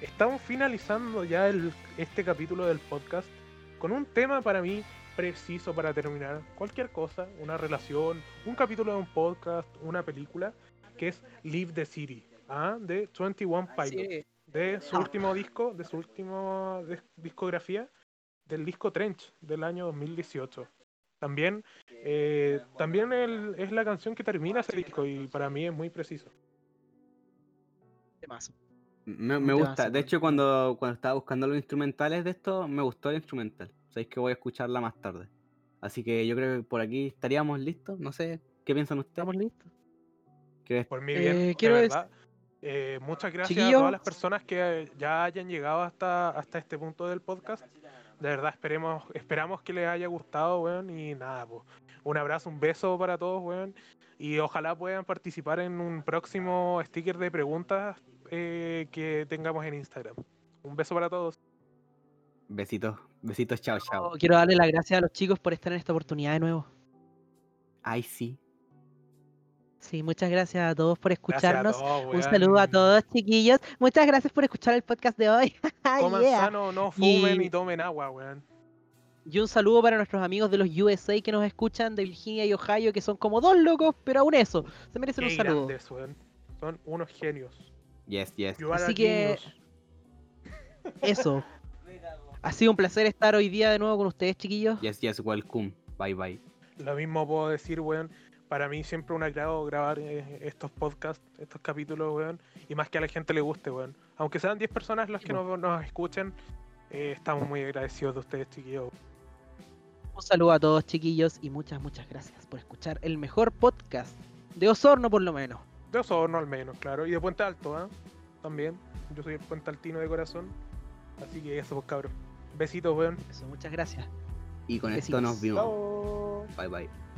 Speaker 2: Estamos finalizando ya el, este capítulo del podcast con un tema para mí preciso para terminar cualquier cosa, una relación, un capítulo de un podcast, una película, que es Leave the City, ¿ah? de 21 Pilots. de su
Speaker 1: Ah.
Speaker 2: último disco, de su última discografía, del disco Trench del año 2018. También Eh, también el- es la canción que termina ese disco y para mí es muy preciso.
Speaker 1: Temazo.
Speaker 3: Me,
Speaker 1: Un
Speaker 3: me
Speaker 1: temazo,
Speaker 3: gusta. De
Speaker 1: bueno.
Speaker 3: hecho, cuando, cuando estaba buscando los instrumentales de esto, me gustó el instrumental. Sabéis que voy a escucharla más tarde. Así que yo creo que por aquí estaríamos listos. No sé, ¿qué piensan ustedes?
Speaker 1: ¿Estamos listos?
Speaker 3: ¿Qué-
Speaker 2: Por Pues, mi
Speaker 1: Eh,
Speaker 2: bien, de
Speaker 1: quiero
Speaker 2: verdad. Eh, muchas gracias a
Speaker 1: Chiquillos.
Speaker 2: todas las personas que ya hayan llegado hasta, hasta este punto del podcast. De verdad, esperemos, esperamos que les haya gustado, weón. Y nada, pues, un abrazo, un beso para todos, weón. Y ojalá puedan participar en un próximo sticker de preguntas eh, que tengamos en Instagram. Un beso para todos.
Speaker 3: Besitos, besitos, chao, chao.
Speaker 1: Oh, quiero darle las gracias a los chicos por estar en esta oportunidad de nuevo.
Speaker 3: Ay, sí.
Speaker 1: Sí, muchas gracias a todos por
Speaker 2: Gracias a
Speaker 1: escucharnos.
Speaker 2: todos,
Speaker 1: Un saludo a
Speaker 2: weón.
Speaker 1: todos, chiquillos. Muchas gracias por escuchar el podcast de hoy.
Speaker 2: Coman
Speaker 1: Ah, Yeah.
Speaker 2: sano, no fumen
Speaker 1: Y-
Speaker 2: y tomen agua, weón.
Speaker 1: Y un saludo para nuestros amigos de los USA que nos escuchan de Virginia y Ohio, que son como dos locos, pero aún eso. Se merecen
Speaker 2: Qué
Speaker 1: un saludo.
Speaker 2: grandes, weón. Son unos genios.
Speaker 3: Yes, yes.
Speaker 2: You are
Speaker 1: Así
Speaker 2: a
Speaker 1: que-
Speaker 2: genius.
Speaker 1: Eso. Ha sido un placer estar hoy día de nuevo con ustedes, chiquillos.
Speaker 3: Yes, yes, welcome. Bye, bye.
Speaker 2: Lo mismo puedo decir, weón. Para mí siempre un agrado grabar eh, estos podcasts, estos capítulos, weón. Y más que a la gente le guste, weón. Aunque sean 10 personas las que nos, nos escuchen, eh, estamos muy agradecidos de ustedes, chiquillos.
Speaker 1: Un saludo a todos, chiquillos, y muchas, muchas gracias por escuchar el mejor podcast de Osorno, por lo menos.
Speaker 2: De Osorno al menos, claro. Y de Puente Alto, ¿ah? También. Yo soy el Puente Altino de corazón. Así que eso, pues, cabrón. Besitos, weón.
Speaker 1: Eso, muchas gracias.
Speaker 3: Y con esto
Speaker 1: Besitos.
Speaker 3: nos vimos.
Speaker 2: Chao.
Speaker 3: Bye, bye.